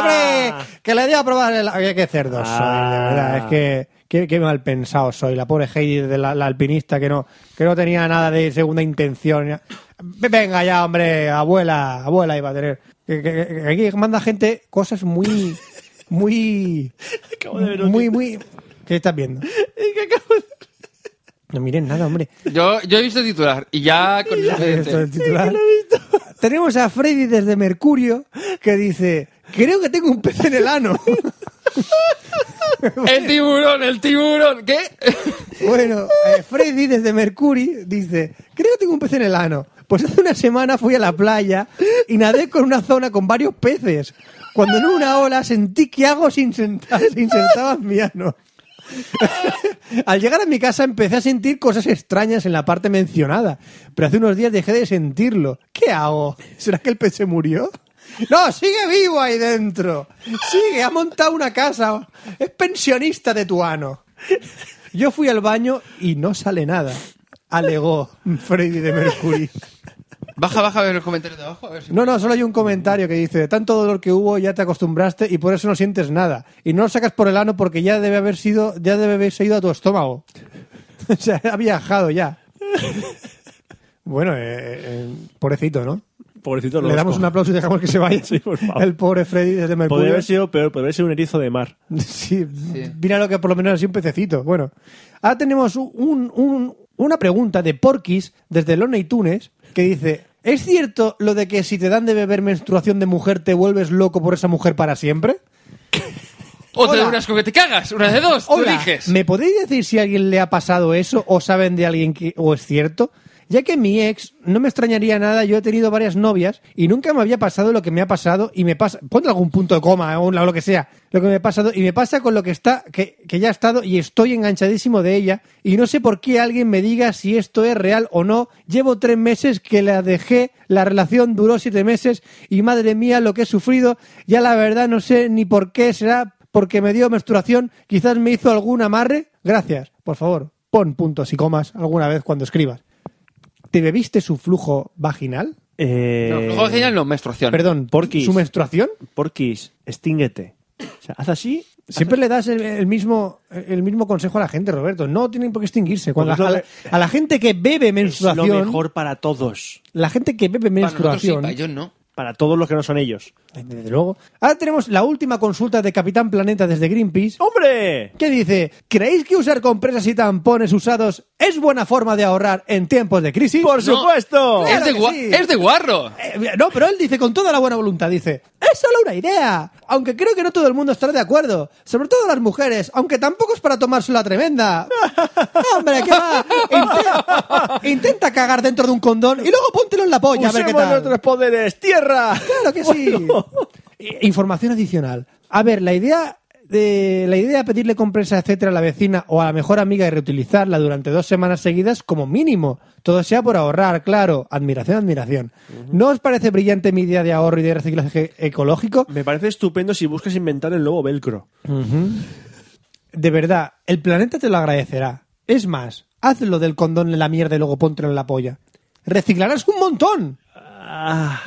hombre, que le dio a probar el Oye, qué cerdo soy, de verdad, es que qué, qué mal pensado soy, la pobre Heidi de la, la alpinista que no que no tenía nada de segunda intención. Venga ya, hombre, abuela, abuela iba a tener. Que- que- que Aquí manda gente cosas muy muy
Acabo de ver un
muy muy ¿Qué estás viendo? No miren nada, hombre.
Yo, yo he visto el titular y ya con
Esto del
suficiente.
titular. Tenemos a Freddy desde Mercurio que dice, creo que tengo un pez en el ano.
El tiburón, el tiburón. ¿Qué?
bueno, eh, Freddy desde Mercurio dice, creo que tengo un pez en el ano. Pues hace una semana fui a la playa y nadé con una zona con varios peces. Cuando en una ola sentí que algo se insenta- se insertaba en mi ano. Al llegar a mi casa empecé a sentir cosas extrañas en la parte mencionada, pero hace unos días dejé de sentirlo. ¿Qué hago? ¿Será que el pez se murió? No, sigue vivo ahí dentro. Sigue, ha montado una casa. Es pensionista de tu ano. Yo fui al baño y no sale nada, alegó Freddy de Mercury.
Baja, baja a ver los comentarios de abajo. A ver si...
No, no, solo hay un comentario que dice, de tanto dolor que hubo ya te acostumbraste y por eso no sientes nada. Y no lo sacas por el ano porque ya debe haber sido, ya debe haberse ido a tu estómago. o sea, ha viajado ya. bueno, eh, eh, pobrecito, ¿no?
Pobrecito
Le damos un aplauso y dejamos que se vaya
Sí, por favor.
el pobre Freddy desde
Podría
Mercurio.
haber sido peor, podría haber sido un erizo de mar.
Sí, mira lo que por lo menos así un pececito. Bueno, ahora tenemos un- un- una pregunta de Porquis desde Loney Tunes que dice: ¿Es cierto lo de que si te dan de beber menstruación de mujer te vuelves loco por esa mujer para siempre?
O te
Hola.
da unas con que te cagas. Una de dos. Tú
Hola,
eliges.
¿Me podéis decir si a alguien le ha pasado eso o saben de alguien que o es cierto? Ya que mi ex no me extrañaría nada, yo he tenido varias novias y nunca me había pasado lo que me ha pasado y me pasa, ponle algún punto de coma eh, o un- o lo que sea, lo que me ha pasado y me pasa con lo que está que, que ya ha estado y estoy enganchadísimo de ella y no sé por qué alguien me diga si esto es real o no. Llevo tres meses que la dejé, la relación duró siete meses y madre mía lo que he sufrido, ya la verdad no sé ni por qué será porque me dio menstruación, quizás me hizo algún amarre. Gracias. Por favor, pon puntos y comas alguna vez cuando escribas. ¿Te bebiste su flujo vaginal?
Eh,
No, Juego genial, no, menstruación.
Perdón,
Porquis.
¿su menstruación?
Porquis, extínguete. O sea, haz así.
Siempre le das el, el mismo, el mismo consejo a la gente, Roberto. No tienen por qué extinguirse. Cuando
Porque
a, la,
es
a la gente que bebe
Es lo
menstruación,
mejor para todos.
la gente que bebe
Para nosotros sí,
menstruación,
para ellos no.
Para todos los que no son ellos.
desde luego. Ahora tenemos la última consulta de Capitán Planeta desde Greenpeace.
¡Hombre!
¿Qué dice? ¿Creéis que usar compresas y tampones usados es buena forma de ahorrar en tiempos de crisis?
¡Por
No.
supuesto!
Claro
es, de
que
gua-
sí.
es de guarro.
Eh, no, pero él dice con toda la buena voluntad, dice, es solo una idea, aunque creo que no todo el mundo estará de acuerdo, sobre todo las mujeres, aunque tampoco es para tomársela tremenda. Hombre, ¿qué va? Intenta, intenta cagar dentro de un condón y luego póntelo en la polla, a ver qué
Usemos
tal.
nuestros poderes! ¡Tierra!
Claro que sí.
Bueno.
I- Eh, Información adicional. A ver, la idea de la idea de pedirle compresa, etcétera, a la vecina o a la mejor amiga y reutilizarla durante dos semanas seguidas como mínimo. Todo sea por ahorrar, claro. Admiración, admiración. ¿No os parece brillante mi idea de ahorro y de reciclaje ecológico?
Me parece estupendo si buscas inventar el nuevo velcro.
De verdad, el planeta te lo agradecerá. Es más, hazlo del condón en la mierda y luego póntelo en la polla. Reciclarás un montón. Ah.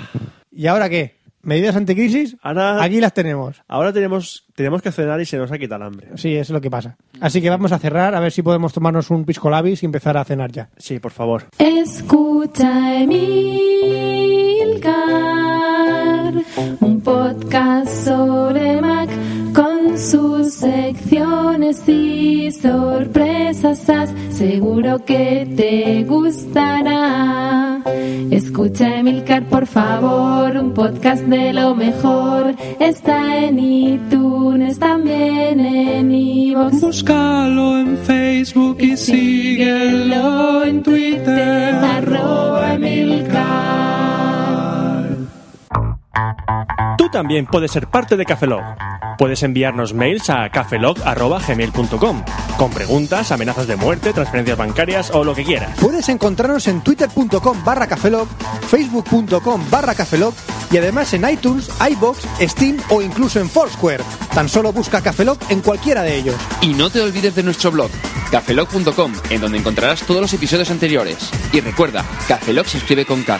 ¿Y ahora qué? ¿Medidas anticrisis?
Ahora-
Aquí las tenemos.
Ahora tenemos, tenemos que cenar y se nos ha quitado el hambre.
Sí, es lo que pasa. Así que vamos a cerrar, a ver si podemos tomarnos un pisco labis y empezar a cenar ya.
Sí, por favor.
Escucha Emilcar, un podcast sobre Mac con Con sus secciones y sorpresas, as- seguro que te gustará. Escucha Emilcar, por favor, un podcast de lo mejor. Está en iTunes, también en iVoox.
Búscalo en Facebook y síguelo en Twitter.
Arroba Emilcar.
Tú también puedes ser parte de Cafelog. Puedes enviarnos mails a cafelog.gmail.com con preguntas, amenazas de muerte, transferencias bancarias o lo que quieras.
Puedes encontrarnos en twitter.com barra cafelog, facebook.com barra cafelog y además en iTunes, iBox, Steam o incluso en Foursquare. Tan solo busca cafelog en cualquiera de ellos.
Y no te olvides de nuestro blog, cafelog.com, en donde encontrarás todos los episodios anteriores. Y recuerda, Cafelog se escribe con K.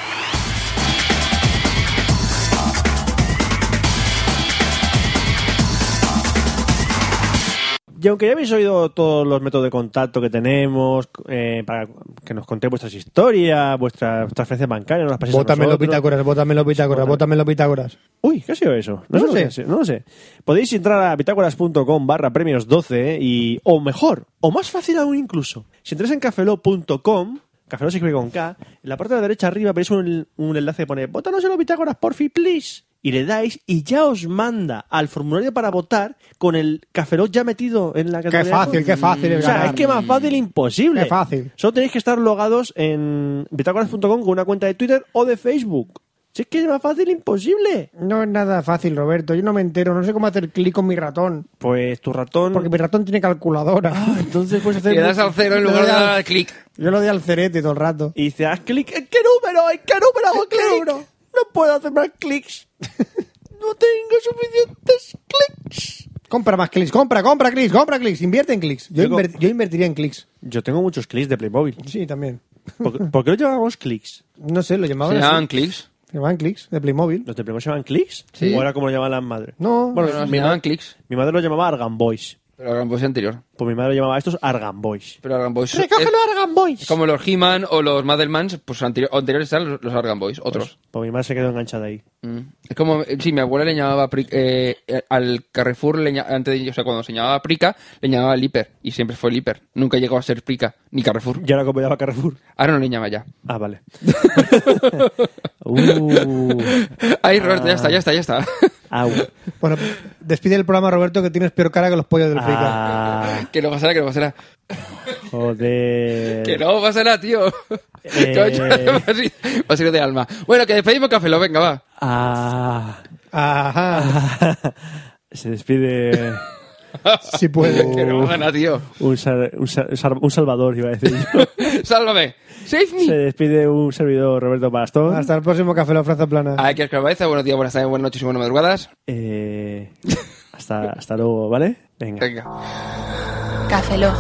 Y aunque ya habéis oído todos los métodos de contacto que tenemos eh, para que nos contéis vuestras historias, vuestras transferencias bancarias, nos las paséis a
Bótame los
nosotros.
Pitágoras, bótame los Pitágoras, bótame los Pitágoras.
Uy, ¿qué ha sido eso?
No
lo
sé.
que ha sido, no lo sé. Podéis entrar a bitácoras.com barra premios 12 y, o mejor, o más fácil aún incluso, si entráis en cafelo.com, cafelo se escribe con K, en la parte de la derecha arriba veréis un, un enlace que pone votanos en los bitácoras, porfi, please. Y le dais y ya os manda al formulario para votar con el cafelot ya metido en la categoría.
fácil, qué fácil es
O sea,
ganar.
es que más fácil imposible.
Qué fácil.
Solo tenéis que estar logados en bitácoras.com con una cuenta de Twitter o de Facebook. Si es que es más fácil imposible.
No es nada fácil, Roberto. Yo no me entero. No sé cómo hacer clic con mi ratón.
Pues tu ratón.
Porque mi ratón tiene calculadora.
Entonces puedes hacer.
Te das al cero en lugar de dar al clic.
Yo lo doy al cerete todo el rato.
Y dices, haz clic. ¿En qué número? ¿En qué número hago clic? No puedo hacer más clics. no tengo suficientes clics.
Compra más clics. Compra, compra clics, compra clics. Invierte en clics. Yo,
Yo
inver- yo invertiría en clics.
Yo tengo muchos clics de Playmobil.
Sí, también.
¿Por, qué- por qué los llamamos clics?
No sé, lo
¿Se
llamaban
llamaban
así.
clics?
Se llamaban clics de Playmobil.
¿Los de Playmobil se llaman clics?
Sí.
¿O era como lo llamaban las madres?
No,
Bueno,
Pero no, se
mi,
llamaban
madre,
clics.
mi madre lo llamaba Argan Boys.
Pero Argan Boys anterior.
Pues mi madre lo llamaba a estos Argan Boys.
Pero Argan Boys...
¡Recógelo,
es-
Argan Boys!
Como los He-Man o los Mothermans, pues anteri- anteriores están los, los Argan Boys, otros.
Pues mi madre se quedó enganchada ahí.
Mm. Es como, eh, sí, mi abuela le llamaba pri- eh, eh, al Carrefour, le ña- antes de, o sea, cuando se llamaba Prica, le llamaba Liper, y siempre fue Liper. Nunca llegó a ser Prica, ni Carrefour.
Y ahora como llamaba Carrefour.
Ahora no le llama ya.
Ah, vale. uh, Ah.
Ay, Roberto, ya está, ya está, ya está.
au.
Bueno, despide el programa, Roberto, que tienes peor cara que los pollos del Frica.
Ah,
que no pasará, que no pasará.
joder.
Que no pasará, tío.
Eh.
Coño, va a ser- va a ser de alma. Bueno, que despedimos café, lo venga, va.
Ah.
Ajá,
Se despide
si
Pues-
puede.
Que no gana, tío.
un, sal- un sal- un salvador, iba a decir yo.
Sálvame. Save
Se
me.
despide un servidor, Roberto Pastor.
Hasta el próximo Café La Franza Plana.
Aquí es Cabeza. Buenos días, buenas tardes, buenas noches y buenas madrugadas.
Eh, hasta, hasta luego, ¿vale? Venga.
Venga.
Café Lock.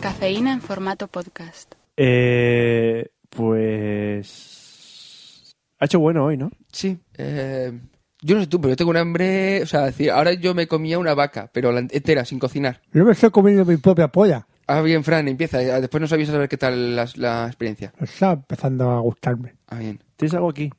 Cafeína en formato podcast.
Eh, pues... Ha hecho bueno hoy, ¿no?
Sí. eh, yo no sé tú, pero yo tengo un hambre. O sea, decir, ahora yo me comía una vaca, pero la entera, sin cocinar.
Yo me estoy comiendo mi propia polla.
Ah, bien, Fran, empieza. Después nos avisas a ver qué tal la, la experiencia.
Está empezando a gustarme.
Ah, bien.
¿Tienes algo aquí?